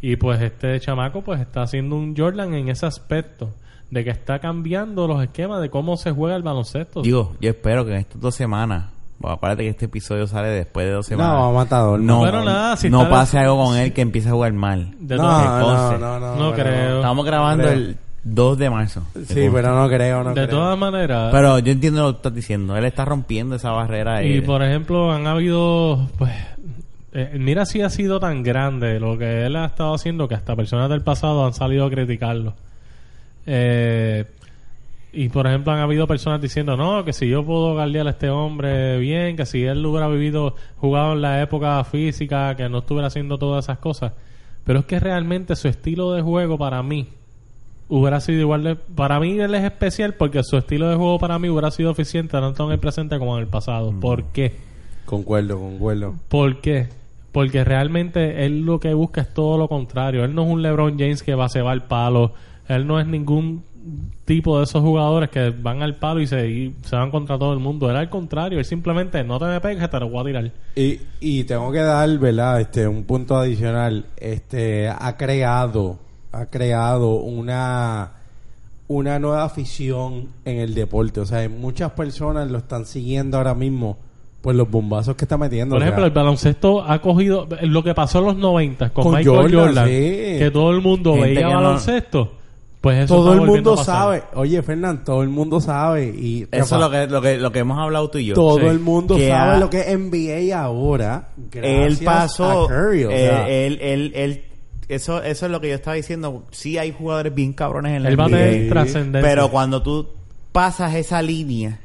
Speaker 3: Y pues este chamaco pues está haciendo un Jordan en ese aspecto, de que está cambiando los esquemas de cómo se juega el baloncesto.
Speaker 2: Digo, yo espero que en estas dos semanas, bueno, acuérdate que este episodio sale después de dos semanas.
Speaker 4: No, matador.
Speaker 2: No,
Speaker 3: Bueno, nada, si
Speaker 2: no
Speaker 3: está-
Speaker 2: pase algo con él que empiece a jugar mal.
Speaker 3: De
Speaker 4: no,
Speaker 3: todas-
Speaker 4: no,
Speaker 2: Entonces,
Speaker 4: no, no,
Speaker 3: no
Speaker 4: pero-
Speaker 3: creo.
Speaker 2: Estamos grabando
Speaker 4: Creo.
Speaker 2: el 2 de marzo.
Speaker 4: Sí, pero no creo, no
Speaker 3: de
Speaker 4: creo.
Speaker 3: todas maneras,
Speaker 2: Pero yo entiendo lo que estás diciendo. Él está rompiendo esa barrera.
Speaker 3: Y
Speaker 2: de-
Speaker 3: por ejemplo, han habido, pues, eh, mira si ha sido tan grande lo que él ha estado haciendo que hasta personas del pasado han salido a criticarlo. Eh, y por ejemplo, han habido personas diciendo, no, que si yo puedo galdear a este hombre bien, que si él hubiera vivido, jugado en la época física, que no estuviera haciendo todas esas cosas. Pero es que realmente su estilo de juego para mí hubiera sido igual de... Para mí él es especial porque su estilo de juego para mí hubiera sido eficiente tanto en el presente como en el pasado. ¿Por qué?
Speaker 4: Concuerdo, concuerdo.
Speaker 3: ¿Por qué? Porque realmente él lo que busca es todo lo contrario. Él no es un LeBron James que va, se va al palo. Él no es ningún tipo de esos jugadores que van al palo y se, y se van contra todo el mundo. Él al contrario. Él simplemente no te me pegues, te lo voy a tirar.
Speaker 4: Y, y tengo que dar, ¿verdad? Este, un punto adicional. Este, ha creado, ha creado una, una nueva afición en el deporte. O sea, muchas personas lo están siguiendo ahora mismo por los bombazos que está metiendo.
Speaker 3: Por
Speaker 4: O sea,
Speaker 3: ejemplo, el baloncesto ha cogido lo que pasó en los 90 con,
Speaker 4: Con
Speaker 3: Michael Jordan,
Speaker 4: Jordan, sí.
Speaker 3: que todo el mundo
Speaker 2: Gente
Speaker 3: veía
Speaker 2: que no-
Speaker 3: baloncesto. Pues eso
Speaker 4: todo
Speaker 3: está
Speaker 4: el
Speaker 3: volviendo
Speaker 4: mundo
Speaker 3: a pasar.
Speaker 4: sabe. Oye, Fernán, todo el mundo sabe. Y
Speaker 2: Eso
Speaker 4: Rafa,
Speaker 2: es lo que, lo, que, lo que hemos hablado tú y yo.
Speaker 4: todo
Speaker 3: Sí.
Speaker 4: el mundo
Speaker 2: Que
Speaker 4: sabe
Speaker 2: ha-
Speaker 4: lo que es NBA ahora.
Speaker 2: él
Speaker 4: gracias
Speaker 2: pasó.
Speaker 4: a Curry, o
Speaker 2: eh,
Speaker 4: sea.
Speaker 2: él, él, él- eso, eso es lo que yo estaba diciendo. Sí hay jugadores bien cabrones en la
Speaker 3: Él va a
Speaker 2: NBA.
Speaker 3: tener trascendencia.
Speaker 2: Pero cuando tú pasas esa línea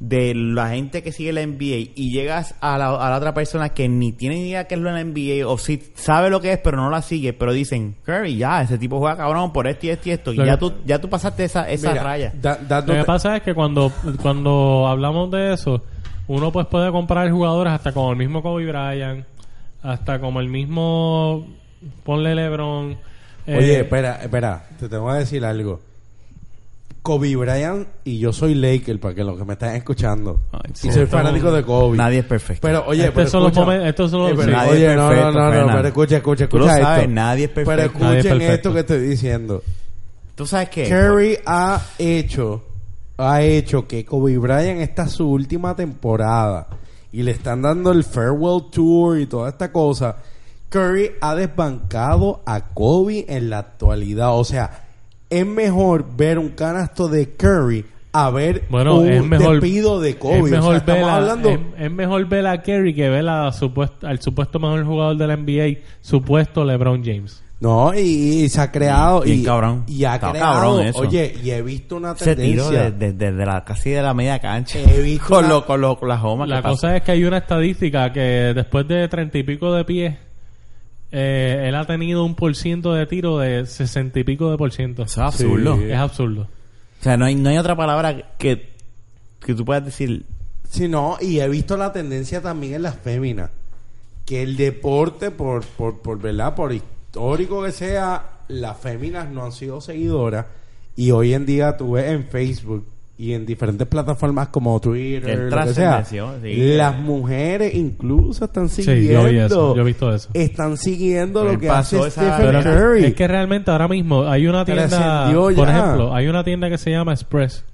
Speaker 2: de la gente que sigue la NBA y llegas a la, a la otra persona que ni tiene ni idea qué es lo en la NBA o si sabe lo que es pero no la sigue, pero dicen, Curry, ya, ese tipo juega cabrón por esto y esto y esto. Y
Speaker 3: Lo
Speaker 2: ya
Speaker 3: que-
Speaker 2: tú, ya tú pasaste esa, esa
Speaker 4: Mira,
Speaker 2: raya.
Speaker 4: da- dándote-
Speaker 3: Lo que pasa es que cuando, cuando hablamos de eso, uno pues puede comprar jugadores hasta como el mismo Kobe Bryant, hasta como el mismo, ponle LeBron. eh,
Speaker 4: Oye, espera, espera, te tengo que decir algo. Kobe Bryant y yo soy Laker, para que los que me están escuchando.
Speaker 2: Ay,
Speaker 4: y
Speaker 2: sí.
Speaker 4: soy fanático de Kobe.
Speaker 2: Nadie es perfecto.
Speaker 4: Pero, oye,
Speaker 3: Estos
Speaker 4: pero
Speaker 3: Este son los
Speaker 4: escucha-
Speaker 3: momen- estos son los-
Speaker 4: Eh, pero,
Speaker 2: Nadie
Speaker 4: oye,
Speaker 2: es
Speaker 4: no,
Speaker 2: perfecto,
Speaker 4: no, no, no,
Speaker 2: Fernan.
Speaker 4: pero escucha, escucha, escucha.
Speaker 2: Tú lo
Speaker 4: esto.
Speaker 2: sabes, nadie es perfecto.
Speaker 4: Pero
Speaker 3: Nadie es
Speaker 4: escuchen
Speaker 3: perfecto.
Speaker 4: esto que estoy diciendo.
Speaker 2: ¿Tú sabes
Speaker 3: Eh,
Speaker 2: qué?
Speaker 4: Curry ha hecho, ha hecho que Kobe Bryant esta es su última temporada y le están dando el farewell tour y toda esta cosa. Curry ha desbancado a Kobe en la actualidad. O sea, es mejor ver un canasto de Curry a ver
Speaker 3: Bueno,
Speaker 4: un
Speaker 3: es mejor,
Speaker 4: despido de Kobe.
Speaker 3: Es
Speaker 4: O sea,
Speaker 3: mejor,
Speaker 4: estamos
Speaker 3: ver, a,
Speaker 4: hablando...
Speaker 3: es, es mejor ver a Kerry que ver a supuesto, al supuesto mejor jugador de la NBA, supuesto LeBron James.
Speaker 4: No, y, y se ha creado...
Speaker 2: Bien
Speaker 4: y,
Speaker 2: cabrón.
Speaker 4: Y ha
Speaker 2: Está
Speaker 4: creado...
Speaker 2: cabrón eso.
Speaker 4: Oye, y he visto una
Speaker 2: Se
Speaker 4: tendencia...
Speaker 2: tiró desde la, casi de la media cancha.
Speaker 4: He visto
Speaker 2: con,
Speaker 4: la-
Speaker 2: lo, con, lo- con las homas
Speaker 3: La
Speaker 2: que pasa.
Speaker 3: cosa es que hay una estadística que después de treinta y pico de pies, eh, él ha tenido un por ciento de tiro de sesenta y pico de por ciento.
Speaker 2: Eso es absurdo.
Speaker 4: Sí.
Speaker 3: Es absurdo.
Speaker 2: O sea, no hay, no hay otra palabra que, que tú puedas decir.
Speaker 4: Sí, no, y he visto la tendencia también en las féminas. Que el deporte, por, por, por verdad, por histórico que sea, las féminas no han sido seguidoras. Y hoy en día tú ves en Facebook y en diferentes plataformas como Twitter,
Speaker 2: El
Speaker 4: lo que sea,
Speaker 2: trascendencia, sí.
Speaker 4: las mujeres incluso están siguiendo.
Speaker 3: Sí, yo vi eso, yo he visto eso.
Speaker 4: Están siguiendo
Speaker 2: Él
Speaker 4: lo que hace
Speaker 2: pasó esa-
Speaker 4: Stephen
Speaker 3: Pero es que-
Speaker 4: Curry.
Speaker 3: es que realmente ahora mismo hay una tienda,
Speaker 4: Trascendió
Speaker 3: por
Speaker 4: ya.
Speaker 3: ejemplo, hay una tienda que se llama Express,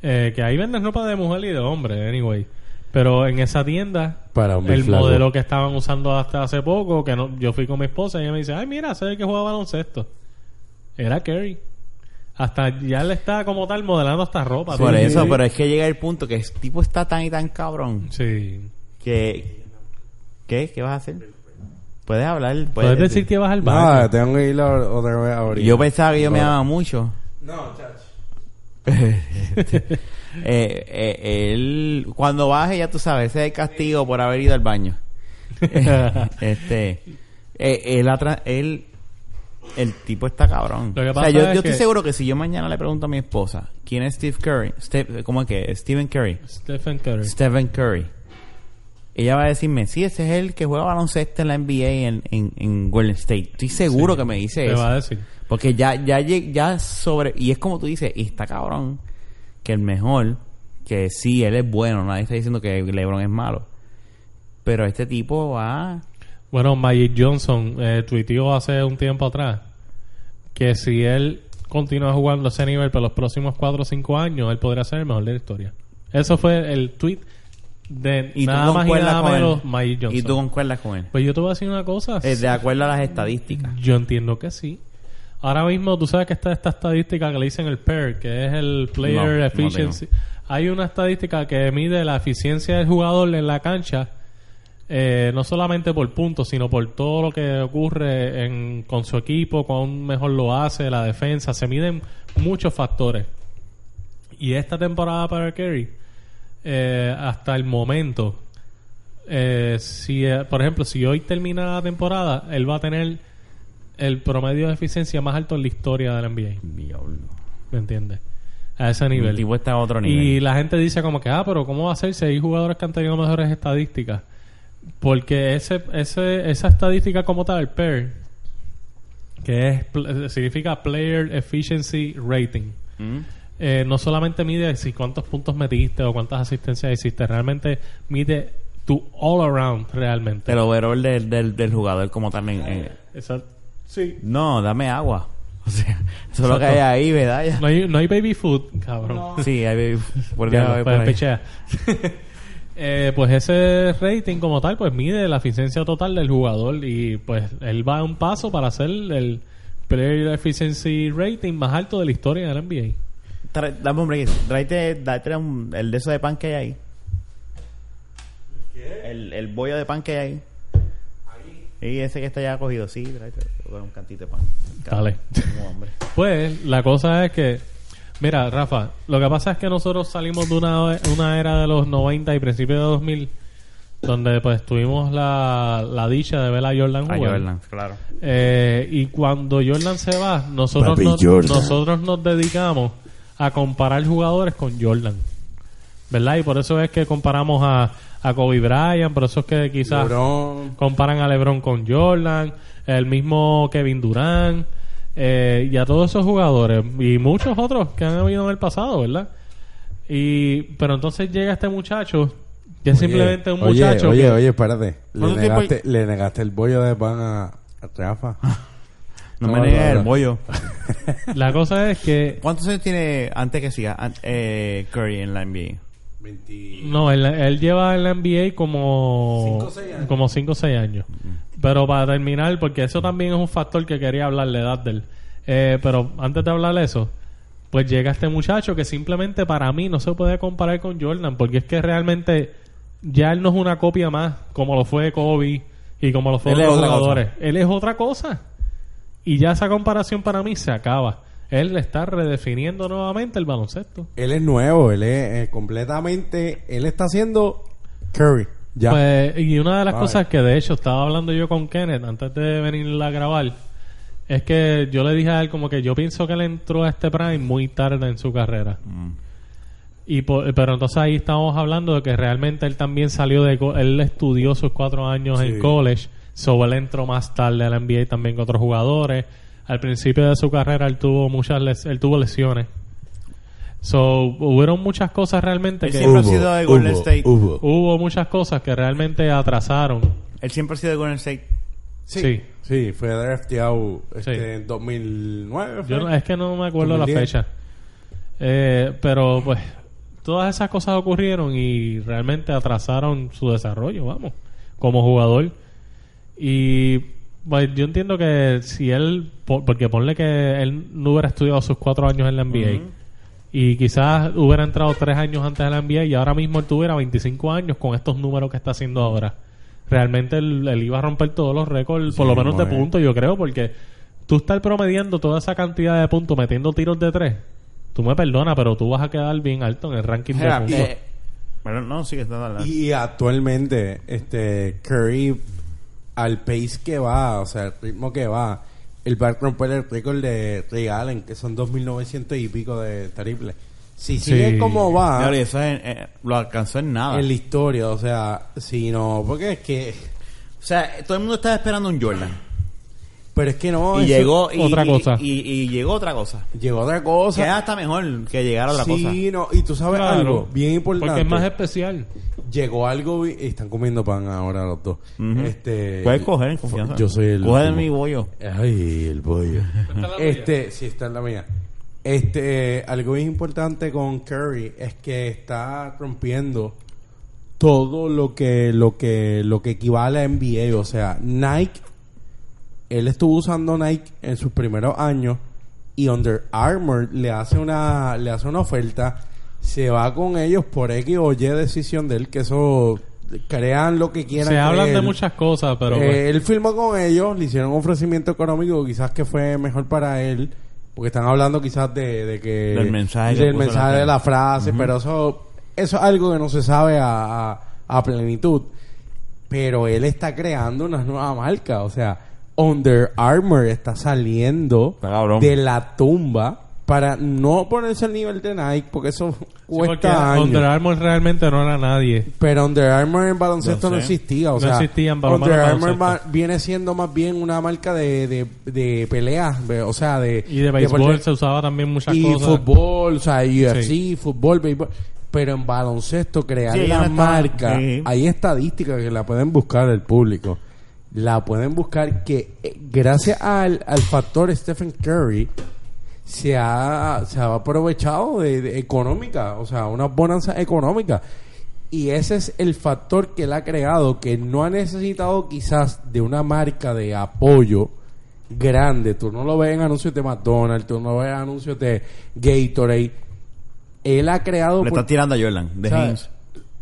Speaker 3: eh, que ahí venden ropa de mujer y de hombre, anyway. Pero en esa tienda,
Speaker 4: Para hombre
Speaker 3: el
Speaker 4: flaco.
Speaker 3: modelo que estaban usando hasta hace poco, que no, yo fui con mi esposa y ella me dice, ay mira, se ve que juega baloncesto. Era Kerry. Hasta ya le está como tal modelando hasta ropa.
Speaker 2: Por
Speaker 3: tío.
Speaker 2: eso, pero es que llega el punto que el tipo está tan y tan cabrón
Speaker 3: Sí.
Speaker 2: que. ¿Qué? ¿Qué vas a hacer? Puedes hablar. Puedes,
Speaker 3: Puedes decir que vas al
Speaker 4: No, eh.
Speaker 3: bar.
Speaker 4: tengo que ir a- otra vez ahorita.
Speaker 2: Yo pensaba que yo me amaba mucho.
Speaker 4: No, chacho.
Speaker 2: eh, eh, él, cuando baje, ya tú sabes, ese es el castigo por haber ido al baño. este, eh, él, atra- él, el tipo está cabrón.
Speaker 3: Lo que
Speaker 2: O sea,
Speaker 3: pasa
Speaker 2: yo,
Speaker 3: es
Speaker 2: yo estoy
Speaker 3: que-
Speaker 2: seguro que si yo mañana le pregunto a mi esposa, ¿quién es Steve Curry? Ste- ¿Cómo es que? Stephen Curry.
Speaker 3: Stephen Curry.
Speaker 2: Stephen Curry. Ella va a decirme, sí, ese es el que juega baloncesto en la NBA en, en, en Golden State. Estoy seguro que me dice
Speaker 3: Te
Speaker 2: eso.
Speaker 3: va a decir.
Speaker 2: Porque ya, ya, lleg- ya sobre... Y es como tú dices, y está cabrón que el mejor, que sí, él es bueno, nadie está diciendo que LeBron es malo. Pero este tipo va...
Speaker 3: Bueno, Magic Johnson eh, tuiteó hace un tiempo atrás que si él continúa jugando a ese nivel para los próximos 4 o 5 años, él podría ser el mejor de la historia. Eso fue el tweet de
Speaker 2: Y
Speaker 3: nada
Speaker 2: tú
Speaker 3: más y
Speaker 2: concuerdas
Speaker 3: nada
Speaker 2: con él.
Speaker 3: menos Magic Johnson.
Speaker 2: Y tú concuerdas con él.
Speaker 3: Pues yo te voy a decir una cosa.
Speaker 2: Eh, de acuerdo a las estadísticas.
Speaker 3: Yo entiendo que sí. Ahora mismo, tú sabes que está esta estadística que le dicen el PER, que es el
Speaker 2: No,
Speaker 3: Player
Speaker 2: no
Speaker 3: Efficiency. Hay una estadística que mide la eficiencia del jugador en la cancha, eh, no solamente por puntos, sino por todo lo que ocurre en- con su equipo, cuán mejor lo hace, la defensa. Se miden muchos factores. Y esta temporada para Kerry, eh, hasta el momento, eh, si, eh, por ejemplo, si hoy termina la temporada, él va a tener el promedio de eficiencia más alto en la historia del NBA.
Speaker 2: Diablo.
Speaker 3: ¿Me entiendes? A ese
Speaker 2: El
Speaker 3: nivel.
Speaker 2: tipo está a otro nivel.
Speaker 3: Y la gente dice como que, ah, pero ¿cómo va a ser si hay jugadores que han tenido mejores estadísticas? Porque ese, ese, esa estadística como tal, el PER, que es, pl- significa Player Efficiency Rating,
Speaker 2: ¿Mm?
Speaker 3: eh, no solamente mide si cuántos puntos metiste o cuántas asistencias hiciste, realmente mide tu all around realmente.
Speaker 2: El overall del, del, del jugador como también...
Speaker 3: Exacto. Sí.
Speaker 2: no, dame agua. O sea, eso es lo que hay
Speaker 3: Exacto.
Speaker 2: ahí, ¿verdad? Ya.
Speaker 3: No hay, no hay baby food, cabrón.
Speaker 2: Sí, hay... Por
Speaker 3: Ya,
Speaker 2: ahí, por
Speaker 3: pues,
Speaker 2: ahí.
Speaker 3: pichea. Eh, pues ese rating como tal pues mide la eficiencia total del jugador y pues él va un paso para hacer el player efficiency rating más alto de la historia del NBA.
Speaker 2: Tra- dame un break. Tráete, date un- el de eso de pan que hay ahí. El, el bollo de pan que hay ahí. Y ese que está ya cogido, sí, tráete con un cantito de pan.
Speaker 3: Dale.
Speaker 2: Tengo hambre.
Speaker 3: Pues la cosa es que mira, Rafa, lo que pasa es que nosotros salimos de una, una era de los 90 y principios de 2000 donde pues tuvimos la, la dicha de ver a Jordan
Speaker 2: Ay,
Speaker 3: jugar.
Speaker 2: Jordan, claro.
Speaker 3: Eh, y cuando Jordan se va, nosotros
Speaker 4: Papi
Speaker 3: nos,
Speaker 4: Jordan.
Speaker 3: nosotros nos dedicamos a comparar jugadores con Jordan. ¿Verdad? Y por eso es que comparamos a, a Kobe Bryant, por eso es que quizás
Speaker 4: Cabrón.
Speaker 3: comparan a LeBron con Jordan, el mismo Kevin Durant, eh, y a todos esos jugadores, y muchos otros que han habido en el pasado, ¿verdad? Y, pero entonces llega este muchacho, que es simplemente un
Speaker 4: Oye,
Speaker 3: muchacho
Speaker 4: Oye,
Speaker 3: que-
Speaker 4: oye, espérate. Le
Speaker 2: ¿Cuánto tiempo hay-
Speaker 4: negaste, le negaste el bollo de pan a, a Rafa.
Speaker 3: Ah.
Speaker 2: No,
Speaker 4: No,
Speaker 2: me
Speaker 4: no,
Speaker 2: niegues
Speaker 4: no.
Speaker 2: el bollo.
Speaker 3: la cosa es que
Speaker 2: ¿Cuántos años tiene antes que siga an- eh, Curry en la NBA?
Speaker 4: 20...
Speaker 3: No, él, él lleva en la NBA como
Speaker 4: Cinco o seis años.
Speaker 3: como 5 o 6 años. Pero para terminar, porque eso también es un factor que quería hablar, la edad de él. Eh, pero antes de hablar eso, pues llega este muchacho que simplemente para mí no se puede comparar con Jordan, porque es que realmente ya él no es una copia más, como lo fue Kobe y como lo fue
Speaker 2: Él es
Speaker 3: otros
Speaker 2: otra cosa.
Speaker 3: jugadores. Él es otra cosa. Y ya esa comparación para mí se acaba. Él está redefiniendo nuevamente el baloncesto.
Speaker 4: Él es nuevo, él es eh, completamente... Él está haciendo Curry. Ya.
Speaker 3: Pues, y una de las
Speaker 4: Vale.
Speaker 3: cosas que de hecho estaba hablando yo con Kenneth antes de venir a grabar es que yo le dije a él como que yo pienso que él entró a este prime muy tarde en su carrera.
Speaker 4: Mm.
Speaker 3: Y por- pero entonces ahí estamos hablando de que realmente él también salió de... co- Él estudió sus cuatro años
Speaker 4: Sí.
Speaker 3: en college, so él entró más tarde a la NBA también que otros jugadores. Al principio de su carrera él tuvo muchas les- él tuvo lesiones. So, hubieron muchas cosas realmente
Speaker 2: Él
Speaker 3: que...
Speaker 2: siempre ha sido de Golden State.
Speaker 4: Hubo.
Speaker 3: Hubo muchas cosas que realmente atrasaron.
Speaker 2: Él siempre ha sido de Golden State.
Speaker 3: Sí.
Speaker 4: Sí, fue drafteado este,
Speaker 3: Sí.
Speaker 4: en 2009.
Speaker 3: Yo
Speaker 4: fue.
Speaker 3: no- es que no me acuerdo la
Speaker 4: 2010.
Speaker 3: fecha. Eh, pero pues todas esas cosas ocurrieron y realmente atrasaron su desarrollo, vamos, como jugador. Y pues, yo entiendo que si él, po- porque ponle que él no hubiera estudiado sus cuatro años en la NBA. Y quizás hubiera entrado tres años antes de la NBA y ahora mismo él tuviera 25 años con estos números que está haciendo ahora. Realmente él, él iba a romper todos los récords, por
Speaker 4: Sí,
Speaker 3: lo menos de
Speaker 4: muy bien.
Speaker 3: puntos, yo creo, porque tú estar promediando toda esa cantidad de puntos metiendo tiros de tres Tú me perdonas, pero tú vas a quedar bien alto en el ranking de
Speaker 4: Mira,
Speaker 3: puntos.
Speaker 4: eh,
Speaker 2: Bueno, no, sigue estando al lado.
Speaker 4: Y actualmente, este Curry, al pace que va, o sea, al ritmo que va, él va a romper el récord de Ray Allen, que son 2.900 y pico de triple. Si
Speaker 3: Sí.
Speaker 4: sigue como va
Speaker 2: Claro, y eso es- eh, lo alcanzó en nada.
Speaker 4: en la historia, o sea, si no, porque es que.
Speaker 2: O sea, todo el mundo estaba esperando un Jordan.
Speaker 4: Pero es que no.
Speaker 2: y
Speaker 4: eso-
Speaker 2: llegó y-
Speaker 3: otra
Speaker 2: y-
Speaker 3: cosa.
Speaker 2: Y, y llegó otra cosa.
Speaker 4: Llegó otra cosa.
Speaker 2: que era hasta mejor que llegar a otra cosa.
Speaker 4: sí, no, y tú sabes
Speaker 3: Claro,
Speaker 4: algo bien importante.
Speaker 3: Porque es más especial.
Speaker 4: Llegó algo y y están comiendo pan ahora los dos.
Speaker 2: Ujú.
Speaker 4: Este
Speaker 2: Puedes coger en confianza.
Speaker 4: Yo soy el
Speaker 2: Coge de
Speaker 4: último.
Speaker 2: mi bollo.
Speaker 4: Ay, el bollo. este, sí está en la mía. Este, algo bien importante con Curry es que está rompiendo todo lo que lo que lo que equivale a NBA, o sea, Nike él estuvo usando Nike en sus primeros años y Under Armour le hace una le hace una oferta, se va con ellos por X o Y decisión de él que eso crean lo que quieran.
Speaker 3: Se hablan de
Speaker 4: creer.
Speaker 3: muchas cosas, pero...
Speaker 4: Eh,
Speaker 3: pues,
Speaker 4: él firmó con ellos, le hicieron un ofrecimiento económico quizás que fue mejor para él, porque están hablando quizás de, de que...
Speaker 2: Del mensaje que
Speaker 4: del
Speaker 2: puso
Speaker 4: mensaje
Speaker 2: la
Speaker 4: de la
Speaker 2: gente.
Speaker 4: frase, pero eso, eso es algo que no se sabe a, a- a plenitud. Pero él está creando una nueva marca, o sea, Under Armour está saliendo
Speaker 2: Está cabrón.
Speaker 4: de la tumba para no ponerse al nivel de Nike, porque eso
Speaker 3: sí, porque
Speaker 4: cuesta años.
Speaker 3: Under Armour realmente no era nadie.
Speaker 4: Pero Under Armour en baloncesto
Speaker 2: No
Speaker 4: no,
Speaker 2: sé.
Speaker 4: existía. O
Speaker 3: No
Speaker 4: sea,
Speaker 3: existían balonmano
Speaker 4: Under
Speaker 3: en
Speaker 4: Armour va-
Speaker 3: baloncesto.
Speaker 4: viene siendo más bien una marca de, de, de peleas, de- o sea, de...
Speaker 3: Y de béisbol
Speaker 4: deporte-
Speaker 3: se usaba también muchas
Speaker 4: y
Speaker 3: cosas.
Speaker 4: fútbol, o sea, UFC,
Speaker 3: Sí.
Speaker 4: fútbol, béisbol. Pero en baloncesto, crear
Speaker 2: Sí, ahí
Speaker 4: la
Speaker 2: no está-
Speaker 4: marca,
Speaker 2: sí.
Speaker 4: hay estadísticas que la pueden buscar el público. La pueden buscar que eh, gracias al, al factor Stephen Curry se ha, se ha aprovechado de, de económica, o sea, una bonanza económica. Y ese es el factor que él ha creado, que no ha necesitado quizás de una marca de apoyo grande. Tú no lo ves en anuncios de McDonald's, tú no lo ves en anuncios de Gatorade. Él ha creado...
Speaker 2: Le
Speaker 4: por-
Speaker 2: estás tirando a Jordan, de
Speaker 4: o sea,
Speaker 2: James.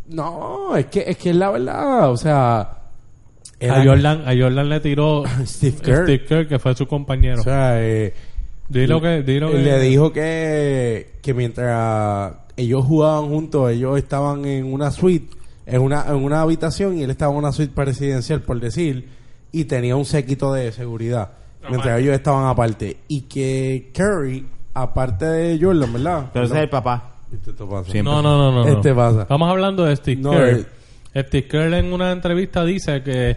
Speaker 4: No, es que es que es la verdad, o sea... él
Speaker 3: A
Speaker 4: ha-
Speaker 3: Jordan, a Jordan le tiró
Speaker 4: Steve Kerr.
Speaker 3: que fue su compañero.
Speaker 4: O sea, eh,
Speaker 3: dilo que, dilo que-
Speaker 4: Él le dijo que, que mientras ellos jugaban juntos, ellos estaban en una suite, en una, en una habitación, y él estaba en una suite presidencial, por decir, y tenía un sequito de seguridad, mientras ellos estaban aparte. Y que Curry, aparte de Jordan, ¿verdad?
Speaker 2: Pero ese es el
Speaker 4: ¿Verdad?
Speaker 2: papá.
Speaker 4: Este te pasa.
Speaker 2: Siempre.
Speaker 3: No, no, no, no. no.
Speaker 4: Este pasa.
Speaker 3: Estamos hablando de Steve
Speaker 4: No,
Speaker 3: Kerr.
Speaker 4: eh.
Speaker 3: Steve Kerr en una entrevista dice que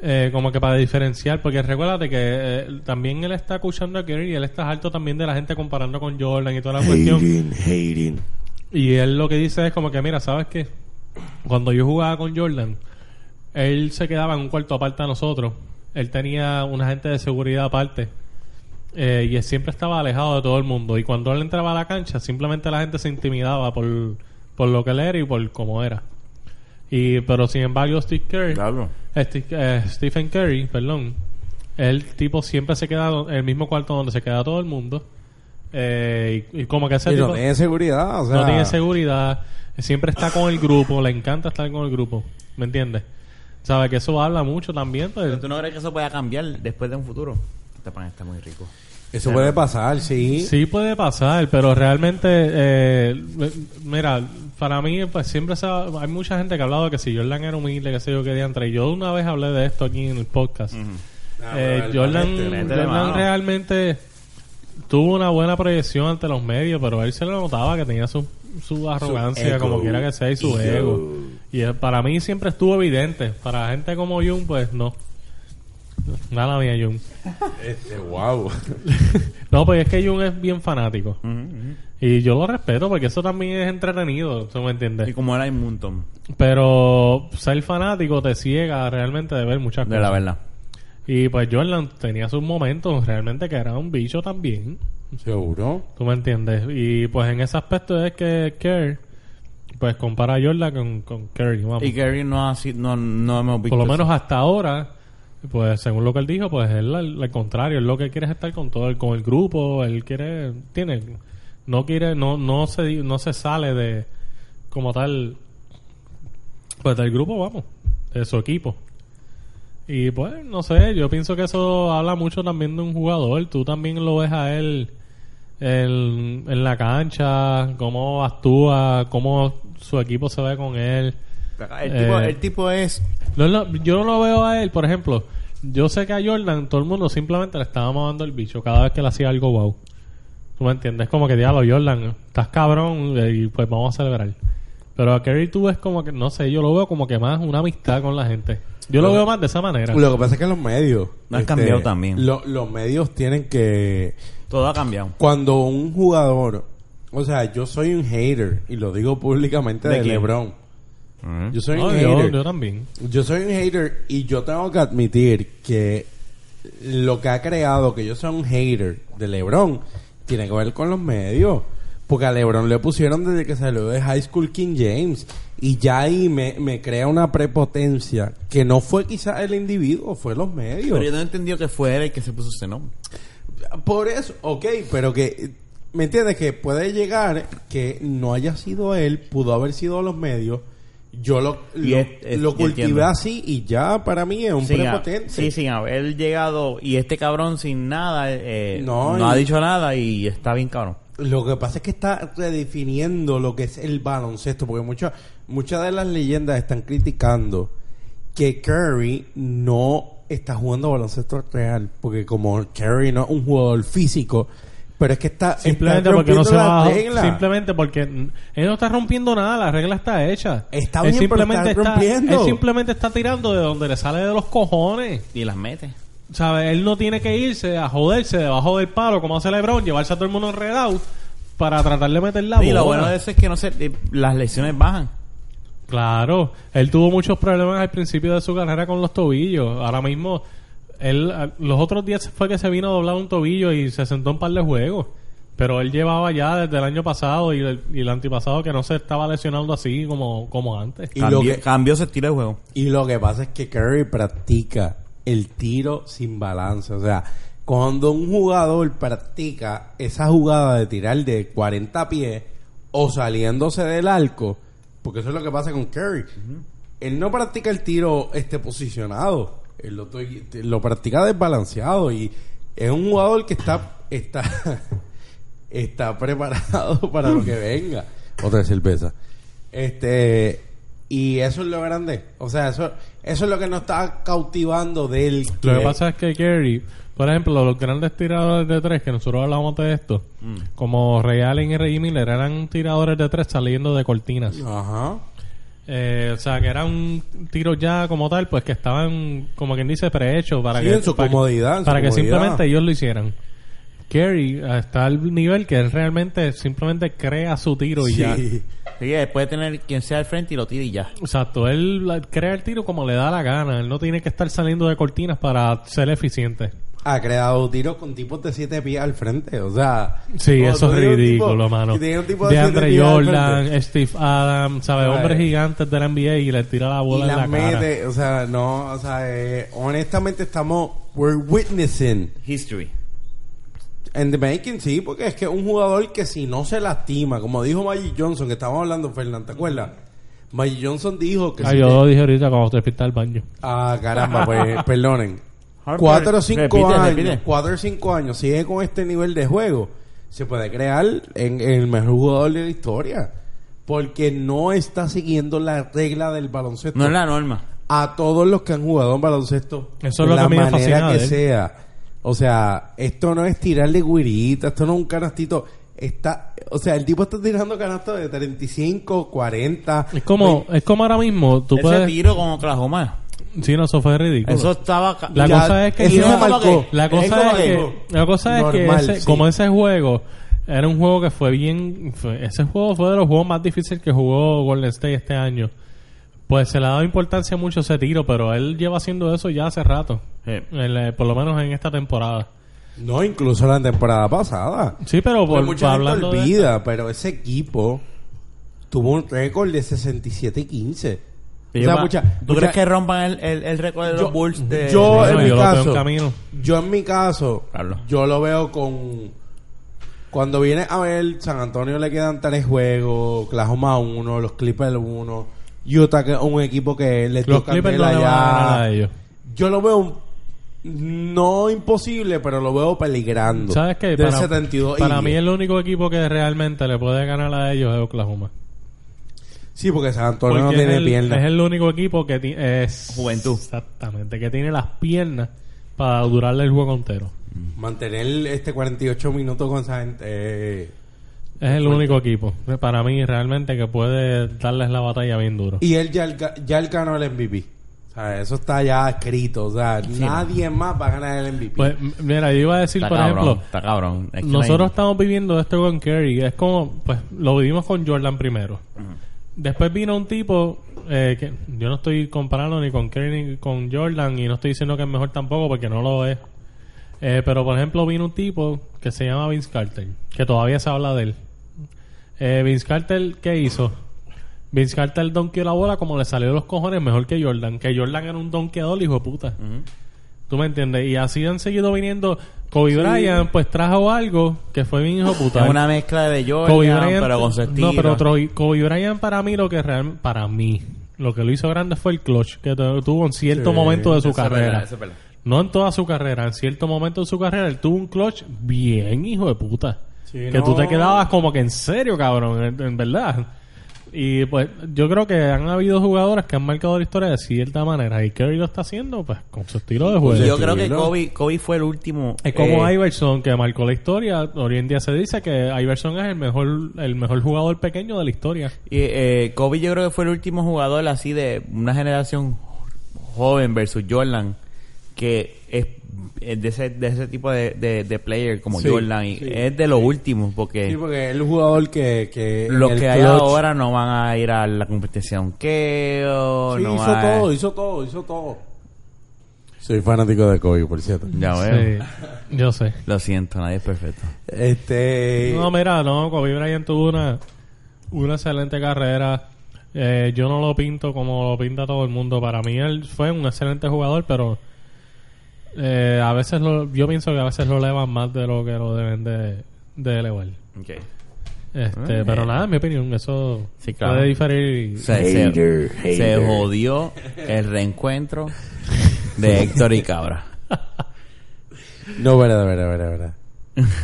Speaker 3: eh, como que para diferenciar, porque recuérdate que eh, también él está escuchando a Kerry y él está harto también de la gente comparando con Jordan y toda la cuestión. Y él lo que dice es como que, mira, ¿sabes qué? Cuando yo jugaba con Jordan, él se quedaba en un cuarto aparte de nosotros. Él tenía una gente de seguridad aparte. Eh, y él siempre estaba alejado de todo el mundo. Y cuando él entraba a la cancha, simplemente la gente se intimidaba por, por lo que él era y por cómo era. Y, pero sin embargo, Steve Kerr,
Speaker 2: Diablo.
Speaker 3: Steve- eh, Stephen Curry, perdón. El tipo siempre se queda en el mismo cuarto donde se queda todo el mundo. Eh, y, y como que ese
Speaker 4: Y no
Speaker 3: tipo-
Speaker 4: tiene seguridad, o sea...
Speaker 3: no tiene seguridad, siempre está con el grupo, le encanta estar con el grupo, ¿me entiendes? Sabe que eso habla mucho también, pues,
Speaker 2: Pero tú no crees que eso pueda cambiar después de un futuro. Este pan está muy rico.
Speaker 4: Eso puede pasar, sí.
Speaker 3: sí puede pasar, pero realmente, eh, me- mira, para mí, pues siempre se ha- hay mucha gente que ha hablado de que si Jordan era humilde, que sé yo, que diantre. Yo una vez hablé de esto aquí en el podcast.
Speaker 4: Ah,
Speaker 3: Eh, Jordan,
Speaker 2: métele
Speaker 3: Jordan
Speaker 2: mano.
Speaker 3: realmente tuvo una buena proyección ante los medios, pero él se lo notaba que tenía su, su arrogancia,
Speaker 4: ego.
Speaker 3: como quiera que sea, y su
Speaker 4: Ego.
Speaker 3: ego. Y eh, para mí siempre estuvo evidente. Para gente como Jun, pues no. Nada mía, Jun.
Speaker 4: Este, wow.
Speaker 3: No, pues es que Jun es bien fanático. Y yo lo respeto porque eso también es entretenido, ¿tú me entiendes?
Speaker 2: Y como era un montón.
Speaker 3: Pero ser fanático te ciega realmente de ver muchas
Speaker 2: De
Speaker 3: cosas.
Speaker 2: la verdad.
Speaker 3: Y pues Jordan tenía sus momentos realmente que era un bicho también.
Speaker 4: Seguro.
Speaker 3: ¿Tú me entiendes? Y pues en ese aspecto es que Kerr, pues compara a Jordan con, con Kerry, vamos.
Speaker 2: Y Gary no ha sido, no, no hemos visto.
Speaker 3: Por lo
Speaker 2: eso.
Speaker 3: menos hasta ahora, pues según lo que él dijo, pues él al, al contrario, él lo que quiere es estar con todo el, con el grupo, él quiere, tiene, no quiere, no, no se di- no se sale de como tal pues del grupo, vamos, de su equipo. Y pues, no sé, yo pienso que eso habla mucho también de un jugador. Tú también lo ves a él en, en la cancha, cómo actúa, cómo su equipo se ve con él.
Speaker 5: El tipo,
Speaker 3: Eh.
Speaker 5: el tipo es.
Speaker 3: No lo- yo no lo veo a él, por ejemplo. Yo sé que a Jordan todo el mundo simplemente le estaba mamando el bicho cada vez que le hacía algo wow. ¿Tú me entiendes? Como que diablo, Jordan, estás cabrón eh, y pues vamos a celebrar. Pero a Kerry tú es como que, no sé, yo lo veo como que más una amistad con la gente. Yo lo
Speaker 4: Lo-
Speaker 3: veo más de esa manera.
Speaker 4: Lo que pasa es que los medios. este,
Speaker 2: No han cambiado también.
Speaker 4: lo- los medios tienen que.
Speaker 2: Todo ha cambiado.
Speaker 4: Cuando un jugador. O sea, yo soy un hater. Y lo digo públicamente
Speaker 2: ¿De
Speaker 4: de,
Speaker 2: quién?
Speaker 4: LeBron. Yo soy
Speaker 3: No,
Speaker 4: un
Speaker 3: yo,
Speaker 4: hater.
Speaker 3: yo también.
Speaker 4: Yo soy un hater y yo tengo que admitir que lo que ha creado que yo sea un hater de LeBron tiene que ver con los medios. Porque a LeBron le pusieron desde que salió de High School King James. Y ya ahí me, me crea una prepotencia que no fue quizás el individuo, fue los medios.
Speaker 5: Pero yo no he entendido que fue él el que se puso ese nombre.
Speaker 4: Por eso, ok, pero que. ¿Me entiendes? Que puede llegar que no haya sido él, pudo haber sido los medios. Yo lo,
Speaker 2: Y
Speaker 4: lo,
Speaker 2: es- es-
Speaker 4: lo
Speaker 2: yo
Speaker 4: cultivé
Speaker 2: entiendo.
Speaker 4: así y ya para mí es un
Speaker 2: Sin a-
Speaker 4: prepotente.
Speaker 2: sí, sin haber llegado. Y este cabrón sin nada, eh,
Speaker 4: No,
Speaker 2: no,
Speaker 4: y-
Speaker 2: ha dicho nada y está bien cabrón.
Speaker 4: Lo que pasa es que está redefiniendo lo que es el baloncesto, porque muchas muchas de las leyendas están criticando que Curry no está jugando baloncesto real, porque como Curry no es un jugador físico, pero es que está
Speaker 3: Simplemente
Speaker 4: está
Speaker 3: porque no se
Speaker 4: rompiendo
Speaker 3: va
Speaker 4: las
Speaker 3: a-
Speaker 4: reglas.
Speaker 3: Simplemente porque mm, él no está rompiendo nada, la regla está hecha.
Speaker 4: Está
Speaker 3: Él
Speaker 4: bien, pero está rompiendo.
Speaker 3: Él simplemente está tirando de donde le sale de los cojones.
Speaker 2: Y las mete.
Speaker 3: ¿Sabes? Él no tiene que irse a joderse debajo del palo como hace LeBron, llevarse a todo el mundo enredado para tratar de meter la bola.
Speaker 2: y lo bueno de eso es que no sé, eh, las lesiones bajan.
Speaker 3: Claro, él tuvo muchos problemas al principio de su carrera con los tobillos. Ahora mismo, él a- los otros días fue que se vino a doblar un tobillo y se sentó un par de juegos. Pero él llevaba ya desde el año pasado y el, y el antipasado que no se estaba lesionando así como, como antes.
Speaker 4: Y
Speaker 2: Cambió,
Speaker 4: lo que-
Speaker 2: cambió su estilo de juego.
Speaker 4: Y lo que pasa es que Curry practica el tiro sin balance. O sea, cuando un jugador practica esa jugada de tirar de 40 pies o saliéndose del arco, porque eso es lo que pasa con Curry. Él no practica el tiro este posicionado. Él lo, to- lo practica desbalanceado y es un jugador que está está está preparado para lo que venga. Otra cerveza. Este y eso es lo grande. O sea, eso, eso es lo que nos está cautivando del
Speaker 3: Lo que pasa es que Kerry, por ejemplo, los grandes tiradores de tres, que nosotros hablábamos de esto,
Speaker 4: Mm.
Speaker 3: como Ray Allen y Reggie Miller, eran tiradores de tres saliendo de cortinas.
Speaker 4: Ajá.
Speaker 3: Eh, o sea, que era un tiro ya como tal, pues que estaban, como quien dice, prehechos para
Speaker 4: Sí,
Speaker 3: que...
Speaker 4: en su
Speaker 3: para que-
Speaker 4: comodidad, en su
Speaker 3: para que
Speaker 4: comodidad.
Speaker 3: simplemente ellos lo hicieran. Kerry está al nivel que él realmente simplemente crea su tiro y ya.
Speaker 4: Sí.
Speaker 2: Así que después de tener quien sea al frente y lo tira y ya.
Speaker 3: Exacto, él la- crea el tiro como le da la gana. Él no tiene que estar saliendo de cortinas para ser eficiente.
Speaker 4: Ha creado tiros con tipos de siete pies al frente. O sea,
Speaker 3: Sí,
Speaker 4: como
Speaker 3: eso
Speaker 4: tú
Speaker 3: es
Speaker 4: tienes un tipo-
Speaker 3: ridículo, mano.
Speaker 4: que tiene un tipo
Speaker 3: de
Speaker 4: siete
Speaker 3: Andre
Speaker 4: pies al
Speaker 3: Jordan,
Speaker 4: frente
Speaker 3: Steve Adams, ¿sabes?
Speaker 4: Ay.
Speaker 3: Hombres gigantes de la NBA y le tira la
Speaker 4: Y
Speaker 3: bola en la
Speaker 4: las
Speaker 3: cara.
Speaker 4: mete, o sea, no, o sea, eh, honestamente estamos, we're witnessing
Speaker 2: History.
Speaker 4: En the making, sí, porque es que un jugador que si no se lastima, como dijo Magic Johnson, que estábamos hablando, Fernando, ¿te acuerdas? Magic Johnson dijo que...
Speaker 3: Ah,
Speaker 4: si
Speaker 3: yo
Speaker 4: te-
Speaker 3: lo dije ahorita cuando te fuiste al baño.
Speaker 4: Ah, caramba, pues, perdonen.
Speaker 2: Harper,
Speaker 4: Cuatro o cinco
Speaker 2: repite,
Speaker 4: años,
Speaker 2: repite.
Speaker 4: cuatro o cinco años, sigue con este nivel de juego, se puede crear en, en el mejor jugador de la historia. Porque no está siguiendo la regla del baloncesto
Speaker 2: No es la norma.
Speaker 4: a todos los que han jugado en baloncesto
Speaker 3: Eso es
Speaker 4: de
Speaker 3: lo
Speaker 4: la
Speaker 3: que me
Speaker 4: manera
Speaker 3: fascina
Speaker 4: que
Speaker 3: de él.
Speaker 4: sea. O sea, esto no es tirarle guirita, esto no es un canastito. Está, o sea, el tipo está tirando canastos de 35, 40.
Speaker 3: Es como, es como ahora mismo, tú
Speaker 2: Ese
Speaker 3: puedes...
Speaker 2: tiro con Oklahoma.
Speaker 3: Sí, no, eso fue ridículo.
Speaker 2: Eso estaba. ca-
Speaker 3: La
Speaker 4: Ya,
Speaker 3: cosa es que...
Speaker 4: eso
Speaker 3: yo-
Speaker 4: se marcó.
Speaker 3: La
Speaker 4: Eso
Speaker 3: cosa es
Speaker 4: marcó.
Speaker 3: que, la cosa es que
Speaker 4: Normal,
Speaker 3: ese-
Speaker 4: sí.
Speaker 3: como ese juego era un juego que fue bien... fue- ese juego fue de los juegos más difíciles que jugó Golden State este año. Pues se le ha dado importancia mucho ese tiro, pero él lleva haciendo eso ya hace rato.
Speaker 2: Sí.
Speaker 3: En la- por lo menos en esta temporada.
Speaker 4: No, incluso la temporada pasada.
Speaker 3: Sí, pero
Speaker 4: Porque
Speaker 3: por,
Speaker 4: mucha gente
Speaker 3: hablando de-
Speaker 4: olvida, pero ese equipo tuvo un récord de 67 y 15. O sea,
Speaker 2: Lleva-
Speaker 4: mucha-
Speaker 2: ¿Tú
Speaker 4: mucha-
Speaker 2: crees que rompan el, el, el récord de los
Speaker 4: yo,
Speaker 2: Bulls? De,
Speaker 4: yo
Speaker 3: de-
Speaker 4: en
Speaker 3: Bueno,
Speaker 4: mi
Speaker 3: yo lo veo en
Speaker 4: caso,
Speaker 3: camino.
Speaker 4: yo en mi caso,
Speaker 2: Pablo.
Speaker 4: yo lo veo con cuando viene a ver San Antonio le quedan tres juegos, Oklahoma uno, los Clippers uno, Utah que es un equipo que le
Speaker 3: Los
Speaker 4: toca
Speaker 3: Clippers no
Speaker 4: tela
Speaker 3: le van a
Speaker 4: ya.
Speaker 3: ganar a ellos.
Speaker 4: Yo lo veo un- No imposible, pero lo veo peligrando.
Speaker 3: ¿Sabes qué?
Speaker 4: Del 72 y-
Speaker 3: para mí el único equipo que realmente le puede ganar a ellos es Oklahoma.
Speaker 4: Sí, porque San Antonio no
Speaker 3: Porque
Speaker 4: tiene
Speaker 3: es, el,
Speaker 4: piernas.
Speaker 3: es el único equipo que ti- es
Speaker 5: Juventud.
Speaker 3: Exactamente, que tiene las piernas para durarle el juego entero.
Speaker 4: Mantener este 48 minutos con esa gente. eh,
Speaker 3: Es el único equipo eh, para mí realmente que puede darles la batalla bien duro.
Speaker 4: y él ya, alca- ya él ganó el MVP. O sea, eso está ya escrito. O sea, nadie más va a ganar el MVP.
Speaker 3: Pues m- mira, yo iba a decir,
Speaker 2: Está
Speaker 3: por
Speaker 2: cabrón,
Speaker 3: ejemplo,
Speaker 2: está cabrón. Es que no hay-
Speaker 3: nosotros estamos viviendo esto con Kerry. Es como, pues, lo vivimos con Jordan primero. Después vino un tipo eh, que yo no estoy comparando ni con Kerry ni con Jordan y no estoy diciendo que es mejor tampoco porque no lo es. Eh, pero, por ejemplo, vino un tipo que se llama Vince Carter, que todavía se habla de él. Eh, Vince Carter, ¿qué hizo? Vince Carter donkeó la bola como le salió de los cojones mejor que Jordan. Que Jordan era un donkeador, hijo de puta. ¿Tú me entiendes? Y así han seguido viniendo. Kobe Bryant, pues trajo algo que fue bien hijo de puta.
Speaker 2: Es una mezcla de
Speaker 3: Kobe
Speaker 2: Jordan,
Speaker 3: Bryant-
Speaker 2: pero con su estilo.
Speaker 3: No, pero otro, Kobe Bryant para mí lo que real, para mí lo que lo hizo grande fue el clutch que tu- tuvo en cierto
Speaker 4: Sí,
Speaker 3: momento de su
Speaker 5: Eso es
Speaker 3: carrera.
Speaker 5: verdad, eso es verdad.
Speaker 3: No en toda su carrera, en cierto momento de su carrera él tuvo un clutch bien hijo de puta.
Speaker 4: Sí,
Speaker 3: que
Speaker 4: no.
Speaker 3: tú te quedabas como que en serio, cabrón, en, en verdad. Y pues yo creo que han habido jugadores que han marcado la historia de cierta manera y Curry lo está haciendo pues con su estilo de juego.
Speaker 2: Yo
Speaker 5: Yo creo que
Speaker 2: estilo.
Speaker 5: Kobe, Kobe fue el último.
Speaker 3: Es como
Speaker 5: eh,
Speaker 3: Iverson que marcó la historia. Hoy en día se dice que Iverson es el mejor, el mejor jugador pequeño de la historia.
Speaker 5: y, eh, Kobe yo creo que fue el último jugador así de una generación joven versus Jordan que es es de ese, de ese tipo de, de, de player como
Speaker 4: Sí,
Speaker 5: Jordan y
Speaker 4: sí.
Speaker 5: es de los últimos porque
Speaker 2: eh,
Speaker 4: Sí, porque es el jugador que. que
Speaker 5: los
Speaker 4: el
Speaker 5: que hay
Speaker 4: clutch-
Speaker 5: ahora no van a ir a la competición que oh,
Speaker 4: Sí,
Speaker 5: no
Speaker 4: hizo
Speaker 5: van a-
Speaker 4: todo, hizo todo, hizo todo. Soy fanático de Kobe, por cierto.
Speaker 5: ya veo
Speaker 3: Sí, yo sé.
Speaker 5: lo siento nadie es perfecto
Speaker 4: Este.
Speaker 3: No, mira, no, Kobe Bryant tuvo una, una excelente carrera. Eh, yo no lo pinto como lo pinta todo el mundo. Para mí él fue un excelente jugador, pero eh, a veces lo, yo pienso que a veces lo elevan más de lo que lo deben de, de elevar.
Speaker 5: okay.
Speaker 3: Este,
Speaker 5: Ah,
Speaker 3: pero
Speaker 5: eh.
Speaker 3: nada, en mi opinión, eso
Speaker 5: Sí, claro.
Speaker 3: puede diferir.
Speaker 5: se, se- se jodió el reencuentro de Héctor y Cabra
Speaker 4: No, verdad, verdad, verdad, verdad.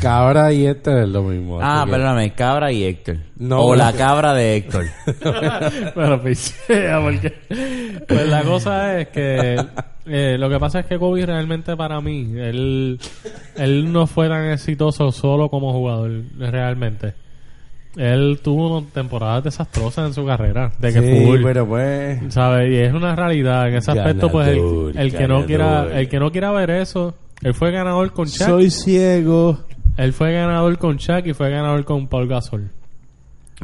Speaker 4: Cabra y este es lo mismo.
Speaker 5: ah
Speaker 4: así que-
Speaker 5: perdóname Cabra y Héctor
Speaker 4: No,
Speaker 5: o la
Speaker 4: porque-
Speaker 5: Cabra de Héctor
Speaker 3: Pero pichea, porque... Pues la cosa es que... eh, lo que pasa es que Kobe realmente para mí, él, él no fue tan exitoso solo como jugador, realmente. Él tuvo unas temporadas desastrosas en su carrera, de que
Speaker 4: Sí,
Speaker 3: full,
Speaker 4: pero pues.
Speaker 3: ¿sabes? Y es una realidad, en ese aspecto pues el,
Speaker 4: Ganador,
Speaker 3: el que no quiera,
Speaker 4: ganador.
Speaker 3: el que no quiera ver eso, él fue ganador con Shaq,
Speaker 4: Soy ciego.
Speaker 3: él fue ganador con Shaq y fue ganador con Paul Gasol.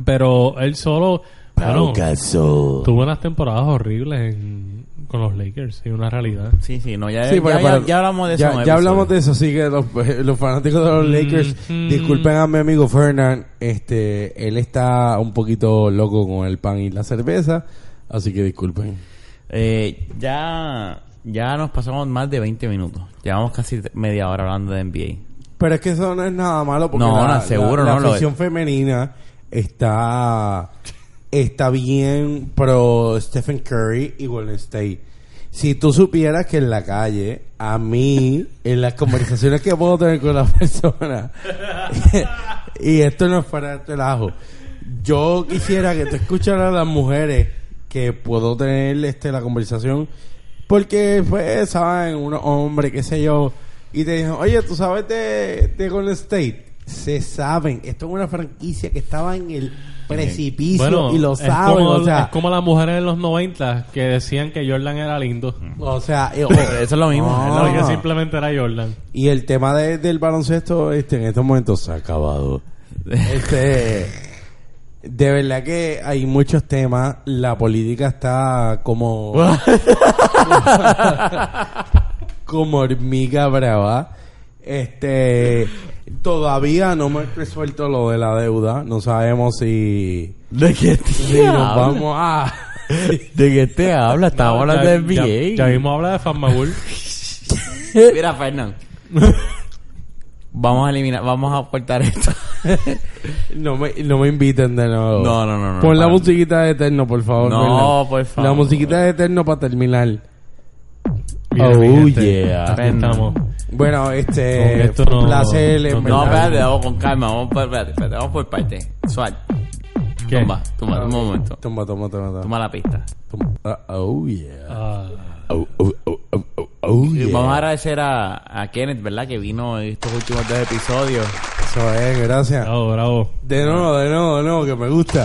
Speaker 3: Pero él solo... bueno, Tuvo unas temporadas horribles en- con los Lakers, es una realidad.
Speaker 5: sí sí no ya,
Speaker 4: Sí,
Speaker 5: ya-
Speaker 4: pero-
Speaker 5: Eh, ya-
Speaker 4: pero-
Speaker 5: ya hablamos de eso
Speaker 4: ya-
Speaker 5: en un
Speaker 4: Ya,
Speaker 5: episodio.
Speaker 4: hablamos de eso, así que los, los fanáticos de los Lakers,
Speaker 3: mm.
Speaker 4: disculpen a mi amigo Fernan, este, él está un poquito loco con el pan y la cerveza, así que disculpen.
Speaker 5: Eh, ya, ya nos pasamos más de 20 minutos. Llevamos casi t- media hora hablando de NBA.
Speaker 4: Pero es que eso no es nada malo porque
Speaker 5: No,
Speaker 4: la,
Speaker 5: no, seguro
Speaker 4: la, la
Speaker 5: no lo es.
Speaker 4: afición femenina está está bien pro Stephen Curry y Golden State. Si tú supieras que en la calle, a mí, en las conversaciones que puedo tener con las personas, y esto no es para el relajo, yo quisiera que tú escucharas a las mujeres que puedo tener este la conversación, porque pues, saben, unos hombres, qué sé yo, y te dicen, oye, ¿tú sabes de, de Golden State? Se saben, esto es una franquicia que estaba en el precipicio y lo saben,
Speaker 3: es como,
Speaker 4: o sea,
Speaker 3: es como las mujeres en los 90 que decían que Jordan era lindo.
Speaker 4: o sea, eh,
Speaker 5: Eso es lo mismo.
Speaker 4: Ah.
Speaker 5: es lo
Speaker 3: No, que
Speaker 5: mismo.
Speaker 3: simplemente era Jordan.
Speaker 4: Y el tema de- del baloncesto este, en estos momentos se ha acabado. Este, de verdad que hay muchos temas. La política está como. como hormiga brava. Este. Todavía no hemos resuelto lo de la deuda. No sabemos si.
Speaker 5: ¿De qué te
Speaker 4: Si nos
Speaker 5: hablas?
Speaker 4: vamos a.
Speaker 5: ¿De qué te hablas? Estamos
Speaker 3: Ya-
Speaker 5: hablando de
Speaker 3: ya-
Speaker 5: NBA.
Speaker 3: Ya, mismo habla de Farmagul.
Speaker 5: Mira, Fernando. vamos a eliminar, vamos a cortar esto.
Speaker 4: No me, no me inviten de nuevo.
Speaker 5: No, no, no, no,
Speaker 4: Oh. Pon la
Speaker 5: para.
Speaker 4: musiquita de Eterno, por favor.
Speaker 5: No,
Speaker 4: Fernan.
Speaker 5: por favor.
Speaker 4: La musiquita de Eterno para terminar.
Speaker 3: Mira,
Speaker 4: Oh,
Speaker 3: mi gente,
Speaker 4: yeah.
Speaker 3: Así estamos.
Speaker 4: Bueno,
Speaker 3: Con
Speaker 4: este.
Speaker 3: esto
Speaker 4: fue un
Speaker 3: no-
Speaker 4: placer. en
Speaker 3: no-
Speaker 2: No,
Speaker 4: verdad.
Speaker 2: espérate, vamos con calma, vamos por, espérate, espérate, vamos por parte. Sual,
Speaker 3: ¿Qué? Ah,
Speaker 2: tumba, tumba, un momento.
Speaker 4: Toma, toma, toma, toma.
Speaker 2: Toma la pista.
Speaker 4: Toma. Ah, oh, yeah.
Speaker 3: Ah,
Speaker 4: Oh, oh, oh, oh, oh, oh,
Speaker 2: Y
Speaker 4: yeah.
Speaker 2: Vamos a agradecer a, a Kenneth, ¿verdad? Que vino en estos últimos dos episodios.
Speaker 4: Eso es, gracias.
Speaker 3: bravo, bravo.
Speaker 4: De nuevo, de nuevo, de nuevo, que me gusta.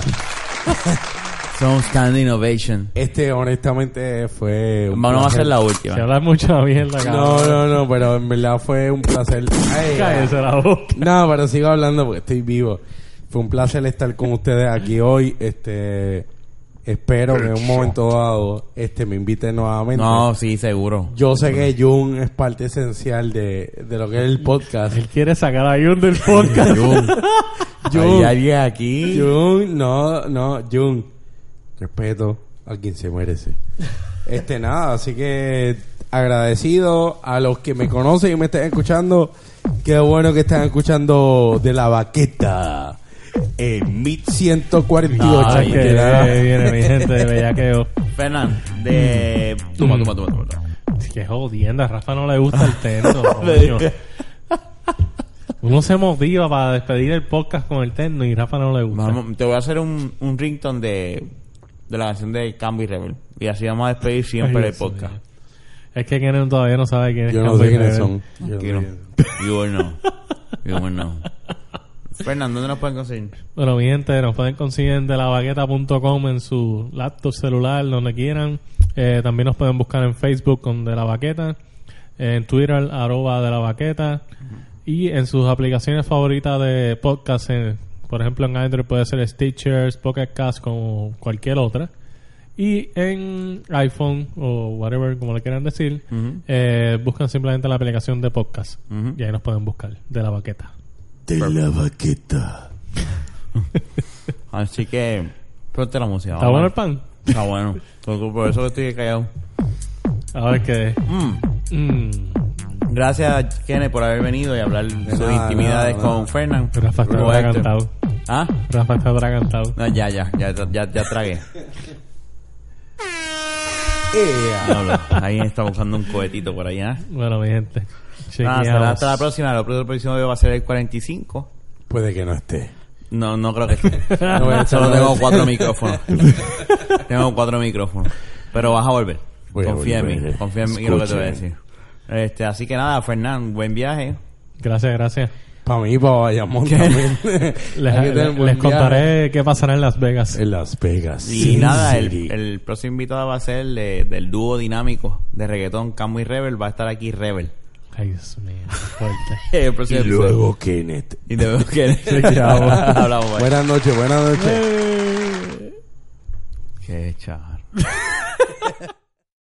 Speaker 2: Soundstand Innovation.
Speaker 4: Este, honestamente, fue. un
Speaker 2: Vamos a
Speaker 4: placer.
Speaker 2: hacer la
Speaker 3: Se
Speaker 2: última.
Speaker 3: habla mucha mierda, cabrón.
Speaker 4: No, no, no, pero en verdad fue un placer. Ay,
Speaker 3: Cállese la boca.
Speaker 4: No, pero sigo hablando porque estoy vivo. Fue un placer estar con ustedes aquí hoy. Este, espero que en un momento dado este me inviten nuevamente.
Speaker 2: No, sí, seguro.
Speaker 4: Yo sé que Jun es parte esencial de, de lo que es el podcast.
Speaker 3: Él quiere sacar a Jun del podcast.
Speaker 2: Hay alguien aquí.
Speaker 4: Jun, no, no, Jun. Respeto a quien se merece. Este, nada, así que agradecido a los que me conocen y me están escuchando. Qué bueno que están escuchando de la baqueta. En 1148.
Speaker 3: Ah,
Speaker 4: me
Speaker 3: que
Speaker 4: queda.
Speaker 3: viene mi gente de bellaqueo.
Speaker 2: Fernán, de...
Speaker 3: Mm.
Speaker 2: Toma, toma, toma, toma. toma.
Speaker 3: Es que jodienda, a Rafa no le gusta el terno. coño. Uno se motiva para despedir el podcast con el terno y Rafa no le gusta.
Speaker 2: Vamos, te voy a hacer un, un ringtone de, de la canción de Cambo y Rebel. Y así vamos a despedir
Speaker 3: Ay,
Speaker 2: siempre el
Speaker 3: Dios
Speaker 2: podcast.
Speaker 3: mío. Es que Kenneth todavía no sabe quién es
Speaker 4: Yo no
Speaker 3: Campo
Speaker 4: sé
Speaker 3: y
Speaker 4: quiénes
Speaker 3: Rebel.
Speaker 4: son. Yo no sé
Speaker 2: Tranquilo.
Speaker 4: quiénes son.
Speaker 2: Yo no. Yo no. Fernán, ¿dónde nos pueden conseguir?
Speaker 3: Bueno, mi gente, nos pueden conseguir en delabaqueta.com en su laptop, celular, donde quieran. Eh, también nos pueden buscar en Facebook con De La Baqueta, en Twitter, arroba De La Baqueta, y en sus aplicaciones favoritas de podcast. en- por ejemplo, en Android puede ser Stitchers, Pocket Cast, como cualquier otra. Y en iPhone o whatever, como le quieran decir, eh, buscan simplemente la aplicación de podcast.
Speaker 2: Ujú.
Speaker 3: Y ahí nos pueden buscar, De La Baqueta.
Speaker 4: De la baqueta.
Speaker 2: Así que, ponte la música.
Speaker 3: ¿Está
Speaker 2: vamos.
Speaker 3: bueno el pan?
Speaker 2: Está bueno. Por por eso que estoy callado.
Speaker 3: A ver qué...
Speaker 2: Mm.
Speaker 3: Mm.
Speaker 2: Gracias, Kenneth, por haber venido y hablar de sus
Speaker 4: nada,
Speaker 2: intimidades
Speaker 4: nada, nada.
Speaker 2: con Fernán.
Speaker 3: Rafa está
Speaker 2: Con Héctor.
Speaker 3: atragantado.
Speaker 2: ¿Ah?
Speaker 3: Rafa está atragantado.
Speaker 2: No, ya, ya, ya, ya, ya tragué.
Speaker 4: Ea.
Speaker 2: Diablo, Alguien está buscando un cohetito por allá.
Speaker 3: Bueno, mi gente.
Speaker 2: Nada,
Speaker 3: chequeamos.
Speaker 2: será hasta la próxima. La próxima episodio va a ser el 45.
Speaker 4: Puede que no esté.
Speaker 2: No, no creo que esté.
Speaker 4: No voy a
Speaker 2: Solo
Speaker 4: echarlo.
Speaker 2: tengo cuatro micrófonos. tengo cuatro micrófonos. Pero vas a volver.
Speaker 4: Voy a
Speaker 2: confía en mí.
Speaker 4: volver. pues,
Speaker 2: Confía en mí que es lo que te voy a
Speaker 4: Escuchen.
Speaker 2: decir. Este, así que nada, Fernán, buen viaje.
Speaker 3: Gracias, gracias.
Speaker 4: Para mí, para Bayamón también. Hay que
Speaker 3: Les,
Speaker 4: tener
Speaker 3: les-
Speaker 4: buen
Speaker 3: les
Speaker 4: viaje.
Speaker 3: contaré qué pasará en Las Vegas.
Speaker 4: En Las Vegas.
Speaker 2: Y
Speaker 4: Sin
Speaker 2: nada,
Speaker 4: City.
Speaker 2: el, el próximo invitado va a ser el de- del dúo dinámico de reggaetón, Camo y Rebel. Va a estar aquí Rebel.
Speaker 3: Ay, Dios mío, qué fuerte.
Speaker 2: El próximo
Speaker 4: Y
Speaker 2: episodio.
Speaker 4: luego Kenneth.
Speaker 2: Y te veo que hablamos. bye.
Speaker 4: Buenas noches, buenas noches.
Speaker 2: Qué chaval.